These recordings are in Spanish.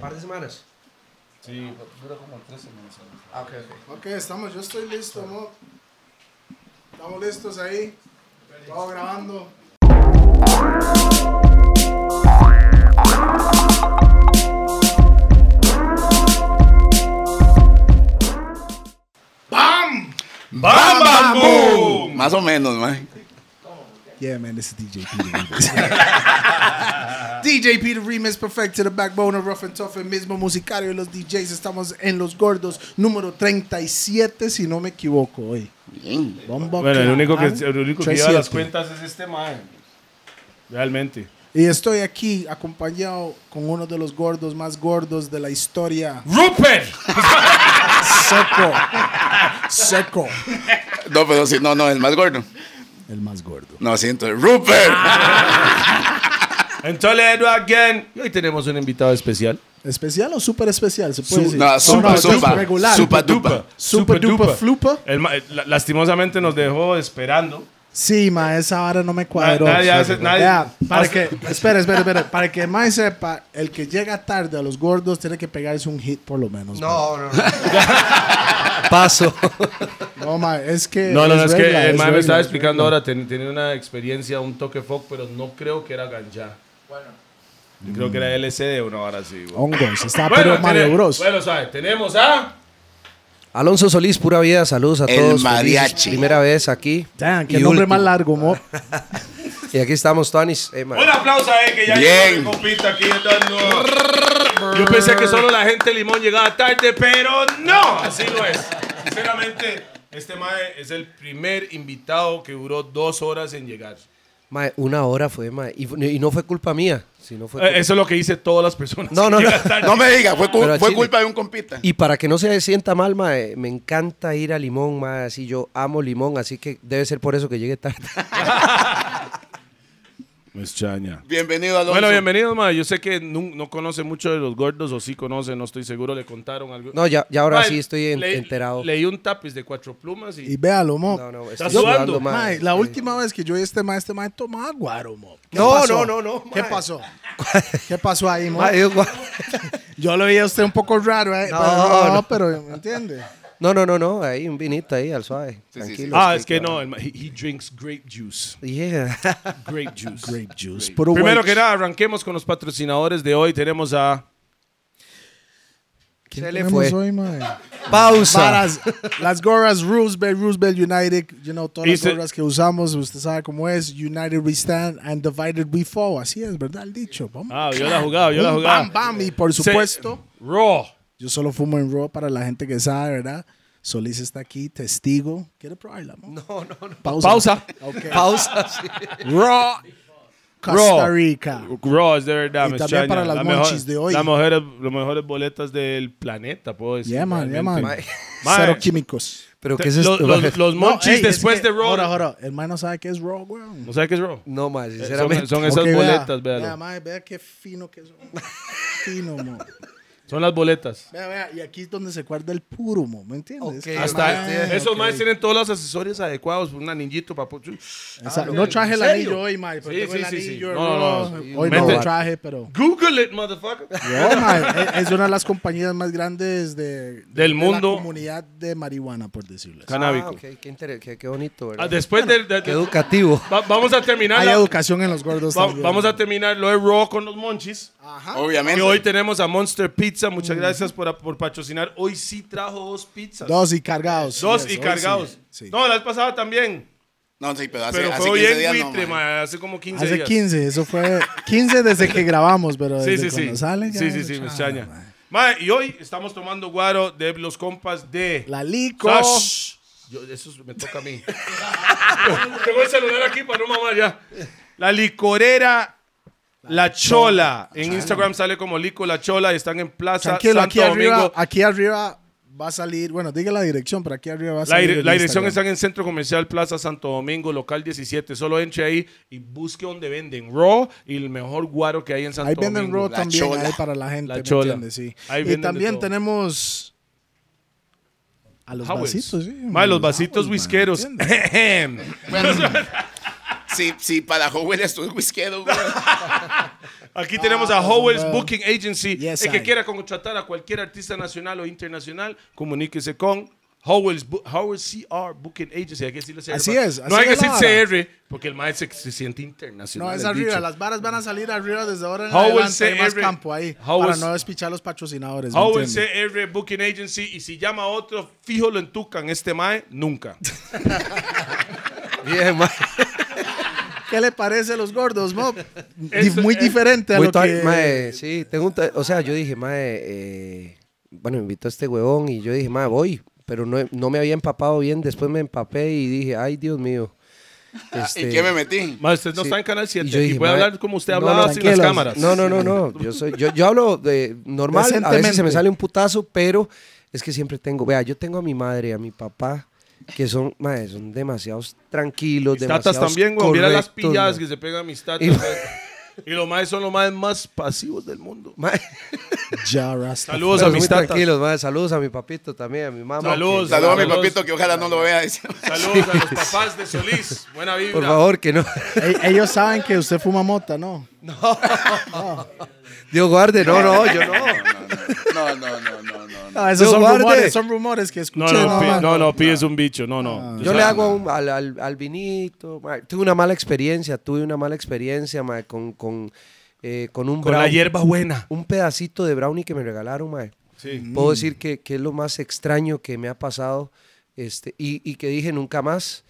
par de semanas. Sí, dura como tres semanas. Ah, ok, ok. Ok, estamos, yo estoy listo, mo. Estamos listos ahí. Todo grabando. ¡Bam! ¡Bam, bam, boom! Más o menos, man. Yeah, man, this is DJ Peter Remus. DJ Peter Remus, perfect to the backbone of Rough and Tough, el mismo musicario de los DJs. Estamos en Los Gordos, número 37, si no me equivoco, hoy. Bien. Bueno, el único que, el único que lleva las cuentas es este man. Realmente. Y estoy aquí acompañado con uno de los gordos más gordos de la historia. ¡Rupert! Seco. Seco. No, pero sí, no, no, el más gordo. El más gordo. No, sí, entonces, Rupert. En Toledo again. Y hoy tenemos un invitado especial. ¿Especial o súper especial? ¿Se puede Su- decir? no, supa, eso es supa, regular. supa Super, dupa. Super dupa dupa. flupa. El ma- la- lastimosamente nos dejó esperando. Sí, ma, esa vara no me cuadró. nadie hace- Sorry, nadie- vea, para hace- que, espera, espera, espera. Para que más sepa, el que llega tarde a los gordos tiene que pegarse un hit por lo menos. ma. No, no, no. Paso. No, ma, es que. No, no, no, es que regla, el man me regla, estaba es explicando ahora, ten- tenía una experiencia, un toque fuck, pero no creo que era ganja. Bueno. Creo que era LCD una hora así. güey. regla. Hongos, está Ah, pero Bueno, Mario tene- Bros. bueno, ¿sabes? Tenemos a... Alonso Solís, pura vida, saludos a El todos. mariachi. primera vez aquí. Damn, qué Y nombre último. más largo, mo. Y aquí estamos, Tonis. Eh, man. Un aplauso a él que ya Bien. llegó mi compita aquí dando. Yo pensé que solo la gente de Limón llegaba tarde, pero no, así no es. Sinceramente, este mae es el primer invitado que duró dos horas en llegar. Ma, una hora fue, ma, y, fu- y no fue culpa mía, sino fue Eh, Eso es lo que dice todas las personas. No, que no, no. llegan tarde. No me diga, fue, cu- Pero a fue Chile. culpa de un compita. Y para que no se sienta mal, ma, eh, me encanta ir a Limón, ma, así yo amo Limón, así que debe ser por eso que llegué tarde. Me extraña. Bienvenido, Alonso. Bueno, bienvenido, mae. Yo sé que no, no conoce mucho de los gordos, o sí conoce, no estoy seguro, le contaron algo. No, ya, ya ahora Mae, sí estoy en- leí- enterado. Leí un tapiz de cuatro plumas y. Y véalo, mo. no, no, ¿Estás estoy sudando? sudando, ma. Ma, la última vez que yo vi este ma, este ma tomaba guaro, mo. ¿Qué No, pasó? no, no, no, ¿Qué ma. pasó? ¿Qué pasó ahí, mo? Ma, yo- Yo lo veía a usted un poco raro, ¿eh? No, pero, no, no. pero ¿me entiende? no, no, no, no, ahí un vinito ahí al suave, sí, tranquilo. Ah, es que no, el mae- he, he drinks grape juice. Yeah. Grape juice. Grape juice. Puro Primero white- que nada, arranquemos con los patrocinadores de hoy. Tenemos a. ¿Quién se le tenemos fue. hoy, mae? Pausa. Varas, las gorras Roosevelt, Roosevelt United, you know, todas Y las se- gorras que usamos, usted sabe cómo es, United we stand and divided we fall, así es, ¿verdad? El dicho, vamos. Ah, yo la jugaba, yo la Bum, jugaba. Bam, bam, y por supuesto, Se- Raw. yo solo fumo en Raw para la gente que sabe, ¿verdad? Solís está aquí, testigo. ¿Quiere probarla, mo? No, no, no. Pausa. Pausa. Ok. Pausa. sí. Raw. Costa Raw. Rica. Raw es de verdad, Y me también extraña. para las La monchis de hoy. Las mejores, las mejores boletas del planeta, puedo decir. Yeah, man, yeah, man. realmente. Mae, Cero químicos. Pero qué es los, esto. los, los No, monchis ey, es después que- de Raw. Ahora, ahora, el man no sabe qué es Raw, weón. ¿No sabes qué es Raw? No, ma, Eh, sinceramente. Ah, Son, son esas Ok, vea. boletas, véalo. Vea, mae, vea qué fino que son. fino, mo. Son las boletas. Vea, vea, y aquí es donde se guarda el puro, mo, ¿me entiendes? Ok, Que- Hasta Ah, entiendo, esos ok. más tienen todos los accesorios adecuados. Un anillito para. esa- Ah, no traje el ¿En serio? anillo hoy, mae, pero Sí, tengo sí, el sí, sí. anillo. No, no, no. Hoy no Mete- lo traje, pero... Google it, motherfucker. Yo, mae, e-, es- es una de las compañías más grandes de, de- Del de mundo. la comunidad de marihuana, por decirlo así. Canábico. Ah, ok, qué, inter- qué, qué bonito, ¿verdad? Ah, Después del. de- Qué educativo. Va- vamos a terminar. Hay la- educación en los gordos va- también. vamos a terminar lo de Raw con los monchis. Y Ah, Obviamente. hoy tenemos a Monster Pizza. Mm. Muchas gracias por, por patrocinar. Hoy sí trajo dos pizzas. Dos y cargados. Dos Yes, y hoy cargados. sí. Sí. No, la vez pasada también. No, sí, pero hace, Pero hace fue 15 bien días buitre, no, man. ma, Hace como 15 Hace días. 15, eso fue 15 desde que grabamos, pero Sí, desde sí, sí. cuando sale ya sí, sí, es sí, me chao, extraña. mae. Ma, y hoy estamos tomando guaro de los compas de. La Lico. Sash. Yo- eso me toca a mí. Tengo el celular aquí para no mamar ya. La licorera La Chola. En Instagram sale como Lico La Chola y están en Plaza Tranquilo, Santo aquí arriba, Domingo. aquí arriba va a salir. Bueno, diga la dirección, pero aquí arriba va a La, salir. dire- el la dirección está Instagram. en el Centro Comercial Plaza Santo Domingo, local 17. Solo entre ahí y busque donde venden raw y el mejor guaro que hay en Santo Ahí venden Domingo. road la también, chola. ahí para la gente. La ¿me chola. entiendes? Sí. Ahí y venden de también todo. tenemos a los Howells. vasitos. Sí, Ma, los vasitos Howells, man, whiskeros. ¿me entiendes? Sí, sí, para Howell estoy whiskeado, güey. Aquí tenemos Ah, a Howells Booking Agency. Yes, el que I. quiera contratar a cualquier artista nacional o internacional, comuníquese con Howells, Bu- Howells CR Booking Agency. Hay que decirle CR. Así es, así no hay que es la decir CR porque el maestro se, se siente internacional. No, es el arriba. dicho. Las varas van a salir arriba desde ahora en Howell adelante. Hay más CR. campo ahí. Howell- para no despichar a los patrocinadores. ¿me Howell entiende? CR Booking Agency. Y si llama a otro, fíjolo en Tucan. Este mae, nunca. Bien, mae. ¿Qué le parece a los gordos, Mob? Eso- Muy eh, diferente a Muy lo tar- que... mae, sí, tengo un ta- o sea, yo dije, mae, eh, bueno, me invitó a este huevón y yo dije, mae, voy, pero no, no me había empapado bien, después me empapé y dije, ay, Dios mío. Este, ¿Y qué me metí? Mae, usted no sí. está en Canal 7. Y Y, yo dije, puede mae, hablar como usted no, ha hablado sin las tranquilos. cámaras. No, no, no, no, yo, soy, yo, yo hablo de normal, a veces se me Decentemente. sale un putazo, pero es que siempre tengo, vea, yo tengo a mi madre, a mi papá, que son, mae, son demasiados tranquilos, Mis tatas demasiados también, güey. Mira las correctos, pilladas mae. que se pegan mis tatas. Y- güey. Y, los maes son los maes más pasivos del mundo. Mae, Ya, Rasta. Saludos no, a muy mis tatas. tranquilos, mae, saludos a mi papito también, a mi mamá. Saludos. que- Saludos a mi Saludos. papito que ojalá no lo vea. dice. Saludos a los papás de Solís. Buena vibra. Por favor, que no. E- Ellos saben que usted fuma mota, ¿no? Dios guarde, no, no, yo no. No, no, no, no, no. no. Ah, esos Yo son guarde. rumores, son rumores que escuché. No, no, nada Pi- más. no, no, Ah. Pi es un bicho. No, no. Yo le hago a un- al, al, al vinito. ma. Tuve una mala experiencia, tuve una mala experiencia ma, con, con, eh, con un Con la brown- hierba buena. Un pedacito de brownie que me regalaron, ma. Sí. Puedo decir que, que es lo más extraño que me ha pasado este, y, y que dije nunca más.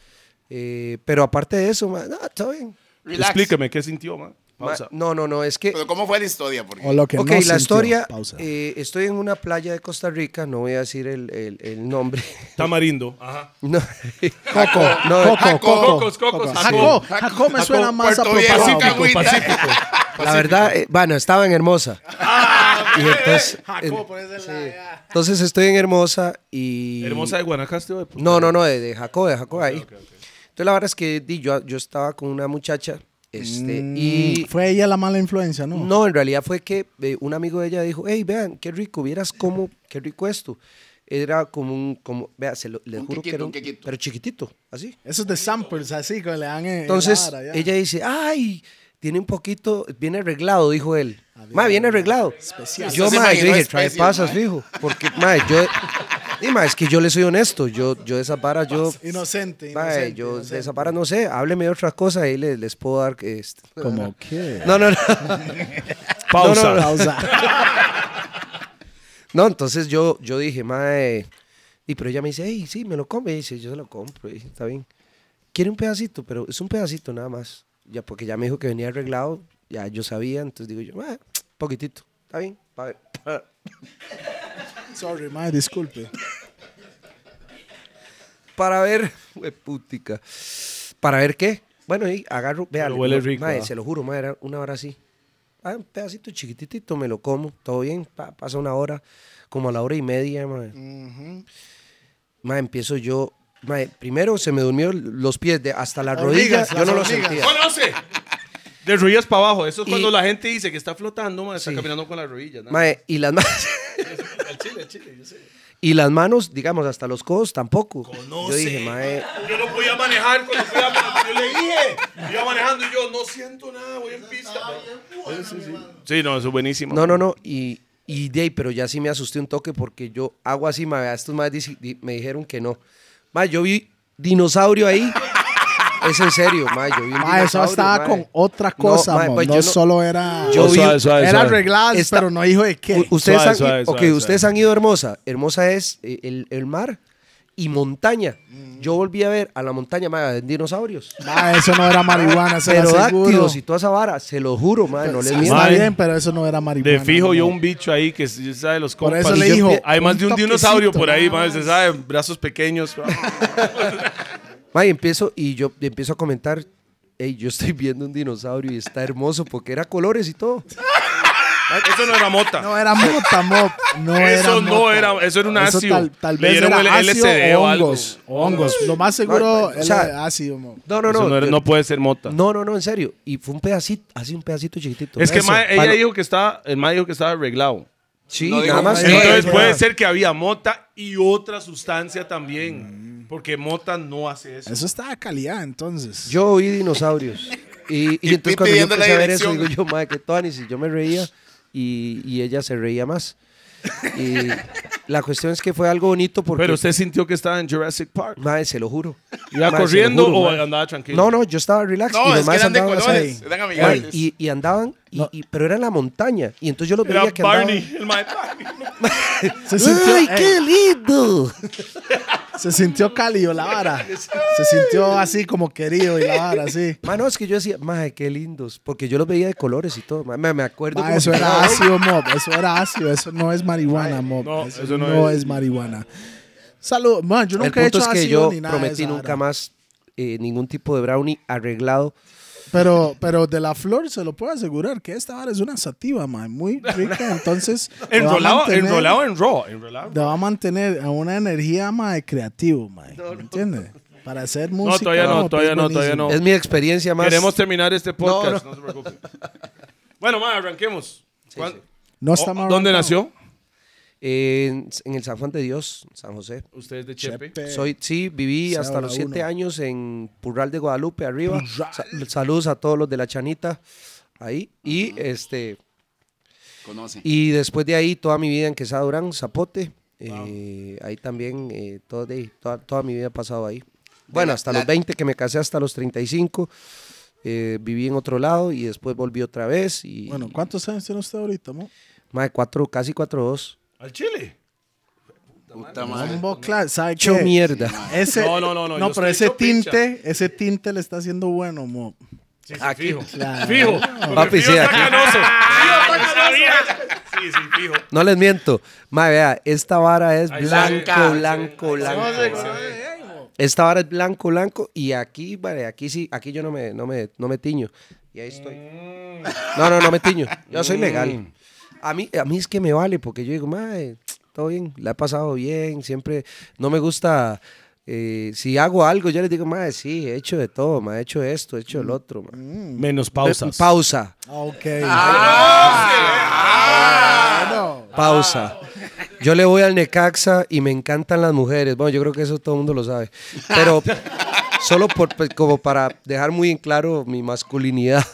Eh, pero aparte de eso, ma, no, todo bien. Relax. Explícame qué sintió, man. Ma, Pausa. no, no, no, es que Pero ¿cómo fue la historia? Porque O lo que ok, no la sintió. historia. Pausa. eh, estoy en una playa de Costa Rica, no voy a decir el, el- el nombre. Tamarindo. Ajá. No. Coco, No, Coco, Coco, Cocos, cocos. Jaco, Jaco. Jaco me suena más Puerto Viejo. apropiado. Pacífico, agüita. La verdad, eh, bueno, estaba en Hermosa. Ah, Y entonces, en- entonces estoy en Hermosa y... Hermosa de Guanacaste. güey, Pues pues. puta. No, no, no, de, de Jacob, de Jacob ahí. Entonces la verdad es que di, yo, yo estaba con una muchacha este, y... Mm, Fue ella la mala influencia, ¿no? No, en realidad fue que eh, un amigo de ella dijo, hey, vean, qué rico, vieras cómo, qué rico esto. Era como un, como, vea, se lo, les Un juro que quequito, era un un- quequito. pero chiquitito, así. Eso es de samples, así, que le dan en- en Entonces la vara, ya. ella dice, ay, tiene un poquito, viene arreglado, dijo él. Ma, viene arreglado. Yo, Se ma, yo imaginó dije, trae especial, pasas, ma. fijo. Porque, ma, yo... Y, ma, es que yo le soy honesto. Yo, yo de esas varas, yo... Inocente, ma, inocente, yo de inocente. esas varas, no sé. Hábleme de otra cosa y les, les puedo dar... Este. Como que... No, no, no. Pausa. Pausa. No, entonces yo, yo dije, mae. Y pero ella me dice, hey, sí, me lo come. Y dice, yo se lo compro. Y dije, está bien. Quiere un pedacito, pero es un pedacito nada más. Ya, porque ya me dijo que venía arreglado. Ya yo sabía. Entonces digo yo, "Mae, poquitito. Está bien. pa' ver". Sorry, mae, disculpe. Para ver. putica. ¿Para ver qué? Bueno, y agarro. Vea, Pero huele no, rico, mae, ah. se lo juro, mae, era una hora así. Ah, un pedacito chiquitito, me lo como. Todo bien. pa, pasa una hora. Como a la hora y media, mae. Ma, empiezo yo. ma, primero se me durmió los pies de hasta la rodilla. Hormigas, Yo no las lo hormigas. sentía. ¡Conoce! De rodillas para abajo. Eso es Y- cuando la gente dice que está flotando, man. Está Sí. caminando con las rodillas. ¿no? Ma, y las manos. Y las manos, digamos, hasta los codos tampoco. Yo dije, ma, eh, Yo no podía manejar cuando fui a Yo le dije, iba manejando y yo no siento nada, voy en pista. Sí, sí. Sí, no, eso es buenísimo. no, no, no. Y, y de ahí, pero ya sí me asusté un toque porque yo hago así, ma, estos más me dijeron que no. Ma, yo vi dinosaurio ahí. Es en serio, ma, yo vi un Mae, eso dinosaurio, estaba ma. con otra No, cosa, ma, mo, pues no, yo no- solo era... Yo vi- Suave, suave, era suave. arregladas, Esta- pero no dijo de qué. U- Ustedes, Suave, han, suave, ok, suave, ustedes suave. han ido a Hermosa. Hermosa es eh, el, el mar y montaña. Mm. Yo volví a ver a la montaña, madre, dinosaurios. Mae, eso no era marihuana, se lo aseguro. Pterodáctilos y toda esa vara, se lo juro, madre, no les miento. Está Mae. bien, pero eso no era marihuana. De fijo, no. yo un bicho ahí que s- sabe los Por compas. eso le yo dijo... pie- Hay más un de un dinosaurio por ahí, toquecito, man. Se sabe, brazos pequeños. Madre, empiezo y yo empiezo a comentar, "Ey, yo estoy viendo un dinosaurio y está hermoso porque era colores y todo. eso no era mota. No era mota, Mop. No eso era no mota. era, eso era un Eso ácido. Tal, tal Le vez dieron era el ácido LSD o o algo. hongos. o hongos. Lo más No, seguro o es sea, ácido, Mop. No, no, no. Eso no, era- yo- no puede ser mota. no, no, no, en serio. Y fue un pedacito, así un pedacito chiquitito. es que Eso, mae, ella para- dijo que estaba, el mae dijo que estaba arreglado. Sí, No dijo nada más. nada. no, Entonces no, puede no. ser que había mota y otra sustancia Mm. también. Porque mota no hace eso. Eso estaba calidad, entonces. Yo oí dinosaurios. Y, y Y entonces pi- cuando yo pidiendo la empecé a ver eso, dirección. digo yo, madre, que Tony, si yo me reía y, y ella se reía más. Y la cuestión es que fue algo bonito porque, Pero usted sintió que estaba en Jurassic Park. madre, se lo juro. ¿Iba Mae, se lo corriendo juro, o mae. andaba tranquilo? No, no, yo estaba relax. No, y los es que maes eran de andaban así. colores, eran amigables. Mae, Y, y andaban, y, y- pero era en la montaña. Y entonces yo los Era veía que andaban. Barney, el mae Barney. Se sintió, ¡Ay, ey, qué lindo! se sintió cálido la vara. Se sintió así como querido y la vara, así. Mae, no, es que yo decía, madre, qué lindos. Porque yo los veía de colores y todo. Mae, me, me acuerdo. Ma, como eso si era fuera hoy. ácido, Mob. Eso era ácido. Eso no es marihuana, Mob. no, eso, eso no no, es. es. marihuana. Salud. Man, yo El nunca he punto hecho es que ácido yo ni nada de prometí esa nunca vara. más eh, ningún tipo de brownie arreglado. Pero, pero de la flor se lo puedo asegurar que esta vara es una sativa, man. Muy rica. Entonces. te va a Enrolado, mantener- enrolado en raw. Enrolado. Te va a mantener a una energía, más de creativo, man. ¿Entiendes? Para hacer música. todavía no, mae, es todavía no, todavía buenísimo. no. Es mi experiencia más. Queremos terminar este podcast. No, se preocupen. bueno, mae, arranquemos. ¿Cuán- No o- estamos Oh, ¿Dónde arrancados. nació? En, en el San Juan de Dios, San José. Usted es de Chepe. Chepe. Soy, sí, viví Se hasta habla los siete uno. años en Purral de Guadalupe, arriba. Sa- saludos a todos los de la Chanita, ahí. Y este Conoce. y después de ahí, toda mi vida en Quesada Durán, Zapote. Eh, ahí también, eh, todo de ahí, toda, toda mi vida ha pasado ahí. Bueno, hasta la- los 20 que me casé, hasta los 35. eh, viví en otro lado y después volví otra vez. Y, Bueno, ¿cuántos años tiene usted ahorita, mo? más de cuatro, casi cuatro, dos. ¿Al Chile? Puta madre. Combo class, ¿sabe Hecho qué? mierda. Ese, No, no, no, no, yo pero estoy ese hecho pincha. tinte, ese tinte le está haciendo bueno, mo. Sí, sí, Aquí. fijo. Claro. Fijo. Papi, Papi, sí, está aquí. canoso. Fijo está canoso. Sí, sí, fijo. No les miento. Mae, vea, esta vara es Ahí se blanco, ve. blanco, blanco. Esta vara es blanco, blanco. Y aquí, vale, aquí sí, aquí yo no me, no me, no me tiño. Y ahí estoy. Mm. No, no, no me tiño. Yo soy legal. A mí, a mí es que me vale, porque yo digo, mae, todo bien, la he pasado bien, siempre no me gusta. eh, si hago algo, yo les digo, mae, sí, he hecho de todo, mae, he hecho esto, he hecho el otro, mae. Menos Mm. pausas. Pausa, Ok. Ah, Ah, Bueno, pausa. Yo le voy al Necaxa y me encantan las mujeres. Bueno, yo creo que eso todo el mundo lo sabe. Pero solo por, pues, como para dejar muy en claro mi masculinidad.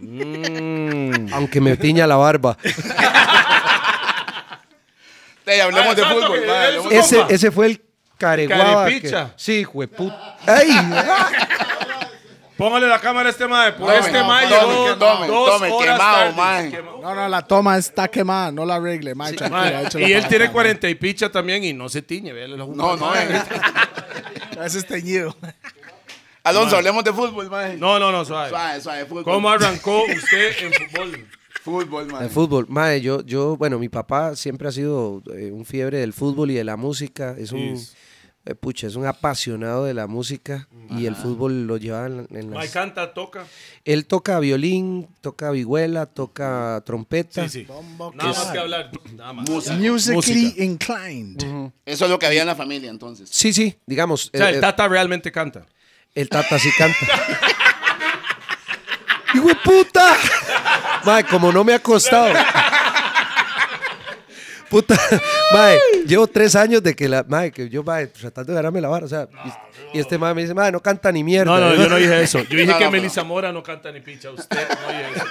Mm. Aunque me tiña la barba. Ey, hablemos de Ah, exacto, fútbol. que vale, él hablemos de es- Ese, compa. ese fue el careguaba. que- Carepicha. sí, jueput. ¡Ay! Póngale la cámara a este mae. Por Tome, este mae tome, llegó tome, dos tome, horas quemado, tarde. mae. Quemado. no, no, la toma está quemada, no la arregle, mae, tranquila, Mae, échela Y para él tiene acá, 40 y picha también y no se tiñe. véale la No, no, eh. mae. Ese es teñido. Alonso, hablemos de fútbol, mae. No, no, no, suave. Suave, suave, fútbol. ¿Cómo arrancó usted en fútbol? Fútbol, mae. El fútbol. Madre, yo, yo, bueno, mi papá siempre ha sido eh, un fiebre del fútbol y de la música. Es un, eh, pucha, es un apasionado de la música y el fútbol lo llevaba en, en las- Mae canta, toca. Él toca violín, toca vihuela, toca trompeta. Sí, sí. Nada más que hablar. Nada más. Música. Musically Música. inclined. Eso es lo que había en la familia entonces. Sí, sí, digamos. O sea, eh, eh, el Tata realmente canta. el Tata sí canta. ¡Hijo de puta! Mae, como no me ha costado. Puta, mae, llevo tres años de que la, mae, que yo, mae, pues, tratando de ganarme la vara, o sea, y, y este mae me dice, mae, no canta ni mierda. No, no, yo no dije eso. Yo dije No, que no, Melissa Mora no canta ni picha. Usted no oye eso.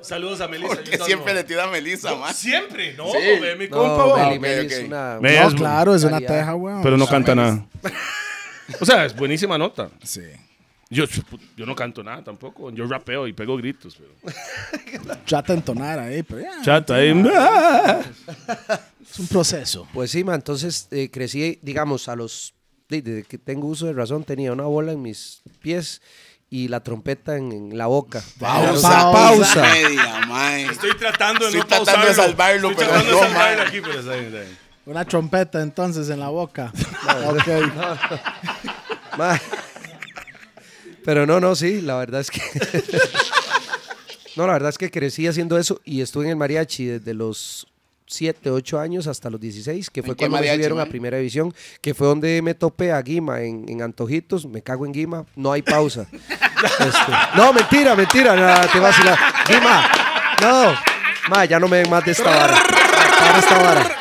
Saludos a Melissa. yo Porque no- siempre le tira a Melissa, mae. Siempre, no, Sí. ve mi No, compa. va. Meli, Ah, ok, Meli ok. es una... Meli- No, Es- claro, es una calidad. teja, weón. Pero no canta nada. O sea, es buenísima nota. Sí. Yo, yo no canto nada tampoco. Yo rapeo y pego gritos. Pero... Trata de entonar ahí, pero ya, Chato ahí. es un proceso. Pues sí, ma, entonces eh, crecí, digamos, a los. de- Desde que tengo uso de razón, tenía una bola en mis pies y la trompeta en, en la boca. Pausa. pausa. Media, mae. Estoy tratando de Estoy no tratando de pausarlo. salvarlo, Estoy pero tratando no, de salvarlo man. aquí, pero está bien, está bien. Una trompeta entonces en la boca. ok. Ma. Pero no, no, sí, la verdad es que. no, la verdad es que crecí haciendo eso y estuve en el mariachi desde los 7, 8 años hasta los 16, que fue qué cuando mariachi, me subieron ma? a primera división, que fue donde me topé a Guima en, en Antojitos, me cago en Guima, no hay pausa. Este, no, mentira, mentira, nada, te vas a vacilar. Guima, no, ma, ya no me den más de esta vara. Para esta vara.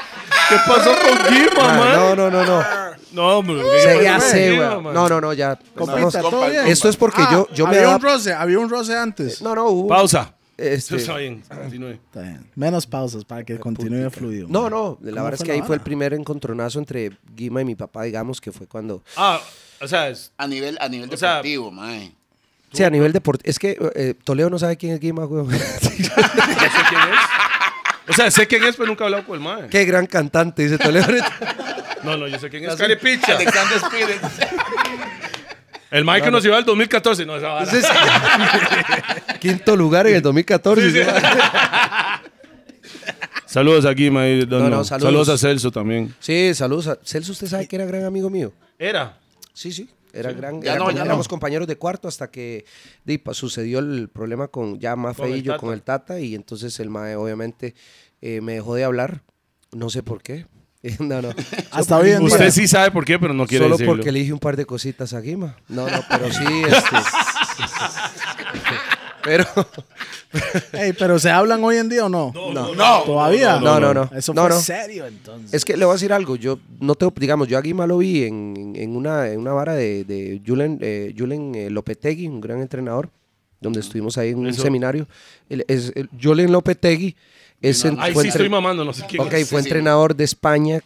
¿Qué pasó con Guima, Ma, man? no, no, no, no. No, hombre. porque yo Se me- hace, tranquilo, weón. man. No, no, no, ya. Compita, estamos- todo bien. Esto es porque Ah, yo, yo me había un adapto. roce, había un roce antes. No, no, hubo- Pausa. este, Eso está bien. Continúe. Está bien. Menos pausas para que continúe fluido. no, no, la ¿Cómo verdad es fue que la ahí fue el vara? primer encontronazo entre Guima y mi papá, digamos, que fue cuando... Ah, o sea, es- A nivel, a nivel O sea- deportivo, mae. Sí, a nivel deportivo. Es que eh, Toledo no sabe quién es Guima, weón. no sé quién es. O sea, sé quién es, pero nunca he hablado con el mae. Qué gran cantante, dice Toledo. No, no, yo sé quién es. Carepicha. Alexander Spirit. El mae que nos llevó al 2014. No, esa vara. Entonces, quinto lugar en el 2014. Sí, sí. ¿no? Saludos a Guima y Don No, No. no, saludos. saludos a Celso también. Sí, saludos. a- Celso, ¿usted sabe que era gran amigo mío? Era. Sí, sí. Era gran, Ya era no, como- ya éramos no. compañeros de cuarto hasta que di, pa- sucedió el problema con ya más Con el feillo Tata. con el Tata y entonces el Mae obviamente eh, me dejó de hablar, no sé por qué. no, no. Hasta hoy en día. Usted sí sabe por qué, pero no quiere Solo decirlo. porque le dije un par de cositas a Guima. No, no, pero sí este pero Ey, pero ¿se hablan hoy en día o no? No, no. ¿Todavía? no, no, no. Eso No, fue no. serio, entonces. es que le voy a decir algo, yo no tengo, digamos, yo a Guima lo vi en, en- en una, en una vara de, de Julen, eh, Julen, eh, Lopetegui, un gran entrenador, donde estuvimos ahí en un Eso- seminario. El- es- el Julen Lopetegui es en- Ahí fue sí entre- estoy mamando, no sé quién ok, es. fue sí. entrenador de España,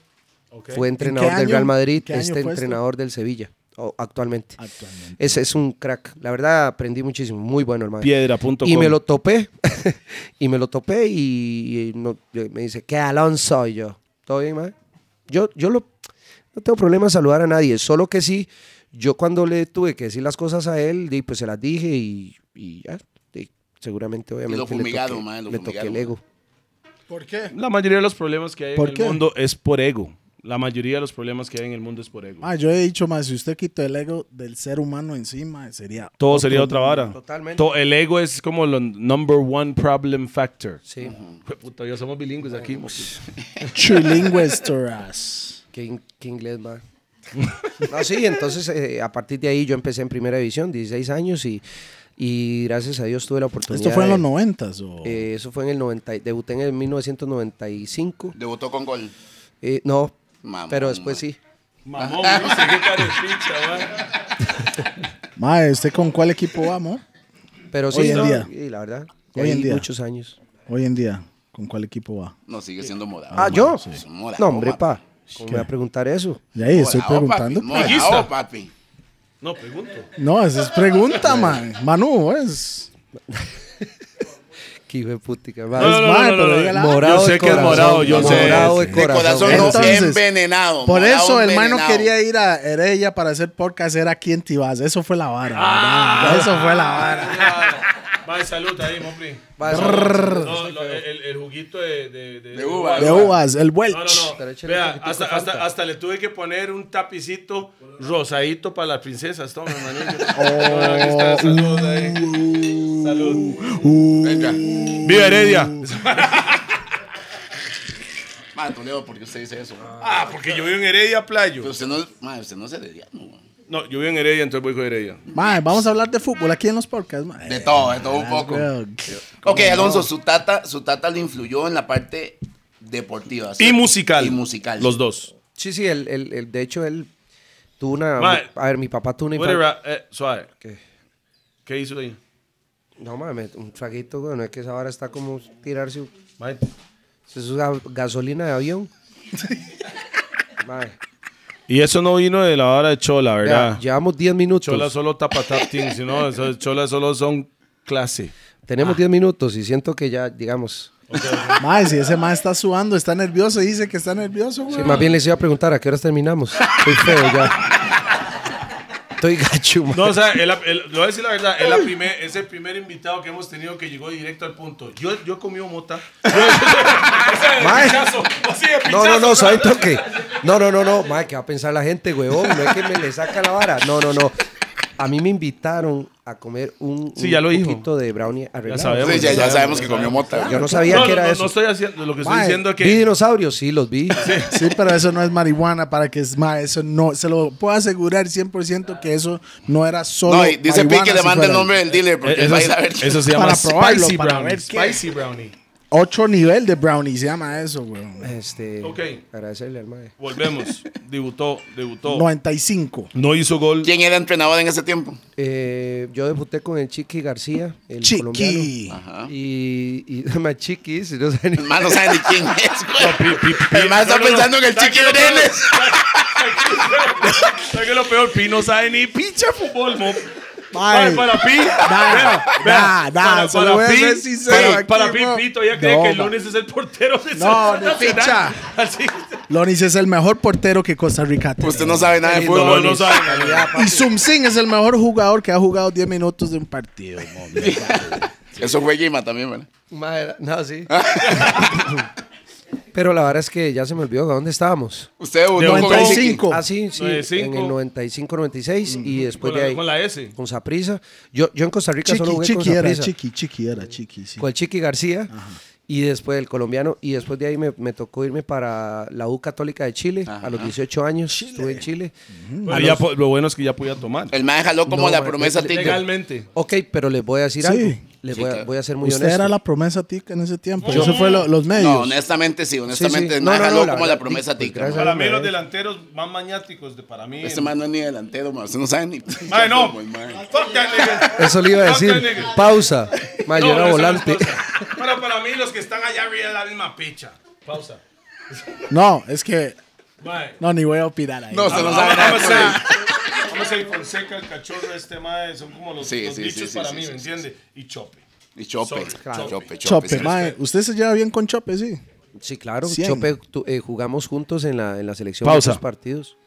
fue entrenador del año? Real Madrid, ¿Qué año este fue esto? Ah, entrenador del Sevilla, o- actualmente. Actualmente. Ese es un crack. La verdad, aprendí muchísimo. Muy bueno, hermano. Piedra.com. Y me lo topé. y me lo topé y, y no- y me dice, ¿qué Alonso? Y yo, ¿todo bien, man? Yo, yo lo, no tengo problema en saludar a nadie. Solo que sí, yo cuando le tuve que decir las cosas a él, di, pues se las dije y, y ya. Y seguramente, obviamente, le fumigaron, toqué- man, lo le toqué fumigaron. el ego. ¿Por qué? La mayoría de los problemas que hay en ¿Por el qué? mundo es por ego. La mayoría de los problemas que hay en el mundo es por ego. Ah, yo he dicho, más si usted quitó el ego del ser humano encima, sería... Todo sería otra vara. Totalmente. To- el ego es como el number one problem factor. Sí, Jue- Puta, ya somos bilingües aquí. Chilingües toras. qué, in- qué inglés, man. no, sí, entonces eh, a partir de ahí yo empecé en primera división, 16 años y, y gracias a Dios tuve la oportunidad. ¿Esto fue en de- los noventas Oh. o...? Eh, eso fue en el 90, y- debuté en el 1995. Debutó con gol. Eh, no, Mamón, pero después sí. Mamón, no sé qué carepicha, va. Mae, ¿usted con cuál equipo vamos? Pero sí, Hoy en no, día. y la verdad, Hoy en ahí día. muchos años. Hoy en día, ¿con cuál equipo va? No, sigue siendo morado. Ah, mae. yo. Es un morado, No, hombre, papi. pa. ¿Cómo me va a preguntar eso? Y ahí estoy Morado, preguntando. papi, pues. Morado, papi. No, pregunto. No, esa es pregunta, man. Manu, pues, es... Qué hijo de putica, No, madre. no, no, mal, no, no, pero no. dígala. Morado Yo sé de que es corazón, morado, yo sé. Morado de Sí. De corazón corazón. Entonces, envenenado. Por morado eso el man no envenenado. quería ir a Heredia para hacer podcast, era quien te ibas. Eso fue la vara. Ah. ¿verdad? Eso fue la vara. Va, salud ahí, Mopri. Va, salud. No, lo- el, el juguito de, de, De uva. De uvas, el Welch. No, no, no. Pero échale un Vea, poquitico hasta, de Fanta. hasta, hasta le tuve que poner un tapicito rosadito para las princesas. Toma, manillo. Aquí Oh. está, salud ahí. Salud. Uh. Venga. Viva Heredia. Mae, Toledo, ¿por qué usted dice eso? mae? Ah, porque yo vivo en Heredia, playo. Pero usted no, mae, usted no se dedía, no, mae. No, yo vivo en Heredia, entonces voy con Heredia. Mae, vamos a hablar de fútbol aquí en los podcasts. mae. De todo, de todo un poco. Ok, Alonso, su tata, su tata le influyó en la parte deportiva. Y ¿cierto? musical. Y musical. Los dos. Sí, sí, el, el, el- de hecho él tuvo una... Madre. A ver, mi papá tuvo una... infan- Whatever, eh, suave. ¿Qué? ¿Qué hizo ahí? No, mames, un traguito, güey. No es que esa vara está como tirarse... un- Eso es ga- gasolina de avión. Madre. Y eso no vino de la hora de Chola, Vea, ¿verdad? llevamos 10 minutos. Chola solo tapa tap team, si no, eso- Chola solo son clase. Ah. Tenemos 10 minutos y siento que ya, digamos. Mae, si ese mae está sudando, está nervioso, dice que está nervioso, güey. Sí, más bien les iba a preguntar a qué horas terminamos. Estoy feo ya. Estoy gacho, man. No, o sea, el, el- lo voy a decir la verdad, es, la primer- es el primer invitado que hemos tenido que llegó directo al punto. Yo, yo he comido mota. O sea, de Mae. pichazo. Sí, de No, no, no, pichazo. ¿saben toque? No, no, no, no. Madre, ¿qué va a pensar la gente, huevón? No es que me le saca la vara. No, no, no. A mí me invitaron a comer un, Sí, un ya lo dijo. poquito de brownie arreglado. sabemos. Sí, ya, ya sabemos que comió mota. Yo no sabía No, que no, era no, eso. no estoy haciendo, lo que estoy Mae, diciendo es que... ¿Vi dinosaurios? Sí, los vi. Sí, pero eso no es marihuana para que es mae, eso no, se lo puedo asegurar 100% que eso no era solo No, y dice marihuana Pi que le si manda el fuera- nombre del dealer porque él Eh, eso, va a es- ir a ver. eso se llama Para probarlo, spicy para brownie. ver qué. Spicy brownie. Otro nivel de brownie se llama eso, weón. Este, Ok. Agradecerle al mae. Volvemos. debutó, debutó. 95. No hizo gol. ¿Quién era entrenador en ese tiempo? Eh, yo debuté con el Chiqui García, el colombiano. Chiqui. Ajá. Y, y más Chiqui, si no saben. El man no sabe ni quién es, güey. El man No, está no, no. pensando en el ¿Sabe Chiqui qué es lo peor? Brenes. ¿Sabes qué es lo peor? Pi no sabe ni pinche fútbol, mo. Ay, Mae. para Pi. Nah, vea, nah, nah, vea, para- se lo para voy a Pi, ser sincero para- aquí, Para Pi, mo. Pi todavía cree No, que el ma. lunes es el portero de No, Pues Selección ni Nacional. Así. Lonis es el mejor portero que Costa Rica tiene. Usted no sabe nada de No, fútbol. no sabe. Y Sumsing es el mejor jugador que ha jugado 10 minutos de un partido. mami. Eso fue Guima también, ¿verdad? Mae, no, sí. Ah. Pero la verdad es que ya se me olvidó dónde estábamos. Usted debutó con el Chiqui. 95. Ah, sí, sí. 95. En el 95, 96 y después Con la- de ahí. con la S. Con Saprisa. Yo, yo en Costa Rica solo Chiqui, jugué chiqui con era, Saprisa. chiqui, chiqui era, chiqui, sí. con el Chiqui García y después el colombiano y después de ahí me, me tocó irme para la U Católica de Chile a los 18 años estuve en Chile Pero ya po- Lo bueno es que ya podía tomar. El man jaló como No, la man, promesa le- tica. Legalmente. ok pero les voy a decir Sí. algo les Sí, voy, a, claro. voy a ser muy Usted honesto era la promesa tica en ese tiempo. Eso fue lo- los medios. No, honestamente sí, Sí, sí. honestamente. El No, man no, no, jaló la como la verdad, promesa sí, pues, tica. gracias man. a Para Para mí mí, los eh. delanteros más mañáticos de para mí. Este man no es ni delantero, man. Usted no sabe ni. Mae, no. Como el man. Fuck that nigga. eso le iba a Fuck that decir nigga. pausa mayor No, no, esas volante son las cosas. Pero para mí los que están allá arriba es la misma picha. Pausa. No, es que. Mae. No, ni voy a opinar ahí. Ah, No, usted no sabe nada. de Vamos fútbol. a vamos a ir con seca el cachorro este mae, son como los, Sí, los sí, bichos sí, sí, para sí, mí, sí, ¿me sí, entiende? Y chope. Y Chope. Sorry, Chope, Chope. Chope, sí. mae. Usted se lleva bien con Chope, sí. sí claro Cien. Chope tu- eh, jugamos juntos en la, en la selección Pausa. muchos partidos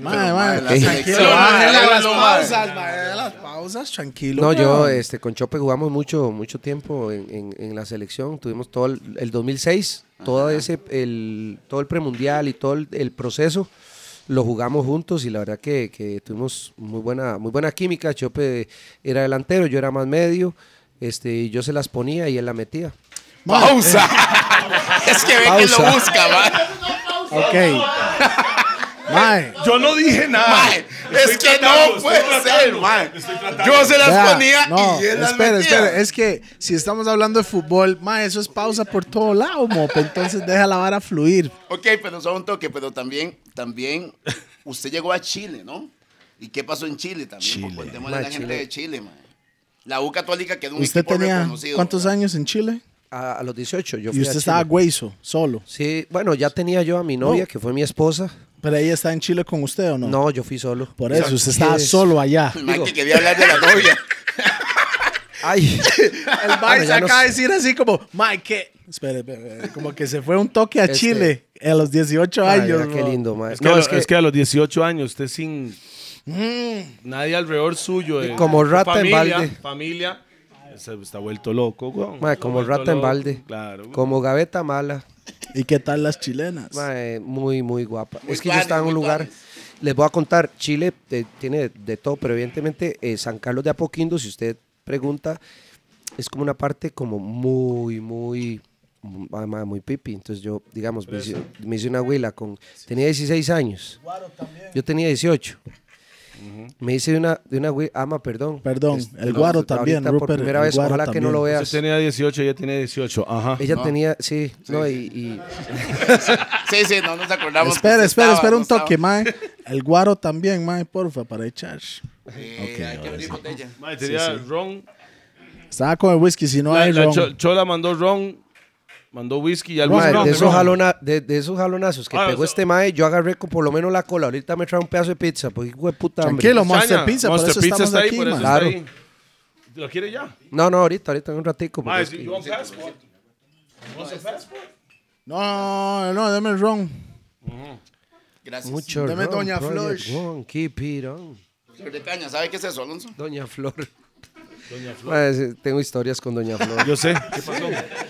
Mae, mae. la selección, Tranquilo, mae, mae, deja las lo pausas, mae, deja las pausas, tranquilo. no yo weón. este con Chope jugamos mucho mucho tiempo en, en- en la selección tuvimos todo el, el 2006 todo ese el todo el premundial y todo el, el proceso lo jugamos juntos y la verdad que, que tuvimos muy buena muy buena química Chope era delantero yo era más medio este y yo se las ponía y él la metía Pausa. es que ve que lo Pausa. busca, man. Ok. Mae. Yo no dije nada. Mae, Estoy es que tratando, no estoy puede tratando, ser, man. estoy tratando. Yo se las vea, ponía no, y él las espera, metía. espera, es que si estamos hablando de fútbol, mae, eso es pausa por todo lado, mope, entonces deja la vara fluir. Ok, pero son un toque, pero también, también, usted llegó a Chile, ¿no? ¿Y qué pasó en Chile también? Chile. Porque Contémosle a Ma, la gente Chile. de Chile, man. La U Católica quedó un ¿Usted equipo tenía reconocido. cuántos años en Chile? a, a los 18 yo Y fui a usted Chile. estaba güeyzo, solo. sí bueno ya tenía yo a mi novia que fue mi esposa Pero ella está en Chile con usted o no? no yo fui solo Por eso, usted Sí, estaba es- solo allá. El man que quería hablar de la novia. ay El Bueno, Bay ya se acaba nos- de decir así como, Mike, ¿qué? Espere, espere, espere, como que se fue un toque a Este- Chile a los 18 Ay, años. vea qué bro. lindo mae. Es que, No, a lo- es que- a los 18 años, usted sin Mm. nadie alrededor suyo. eh, como con rata en familia, balde. Familia. Se está vuelto loco, weón. Mae, Se como vuelto rata en loco, balde. Claro. Como gaveta mala. ¿Y qué tal las chilenas? Mae, muy, muy guapa. Muy es que yo tuanis, estaba en un muy lugar. tuanis. Les voy a contar, Chile eh, tiene de todo, pero evidentemente eh, San Carlos de Apoquindo, si usted pregunta, es como una parte como muy, muy, mu- ah, mae, muy pipi. Entonces yo, digamos, me hice, me hice una huila con... Tenía 16 años. Yo tenía 18. Me hice de una, de una güi- ama, perdón. Perdón, el Guaro también, ahorita por Rupert, primera el vez, Guaro ojalá que no también. lo veas. Usted tenía 18, ella tiene 18. Ajá. Ella tenía, sí, no, y- y Sí, sí, no nos acordamos. que espera, espera, usted estaba, espera no un toque, estaba. mae. El Guaro también, mae, porfa, para echar. Eh, hay que abrir botella. Mae, tenía ron. Estaba con el whisky, si no La- hay la ron. cho- Chola mandó ron, mandó whisky y algo Mae, no, de, no, esos no. jalona- de, de esos jalonazos que Ah, pegó o sea- este mae, yo agarré con por lo menos la cola. Ahorita me trae un pedazo de pizza, porque hijo de puta hambre. Tranquilo, Monster Pizza, por Monster eso Pizza estamos está ahí, aquí, por eso mae. está Claro. ahí. ¿Lo quiere ya? No, no, ahorita, ahorita en un ratico. porque Mae, es que- you want passport? Want some passport? No, no, deme el ron. Gracias. Mucho Deme ron, Doña Project Flor. One, keep it on. Flor de caña, ¿sabe qué es eso, Alonso? Doña Flor. Mae, sí, tengo historias con Doña Flor. Yo sé. ¿Qué pasó?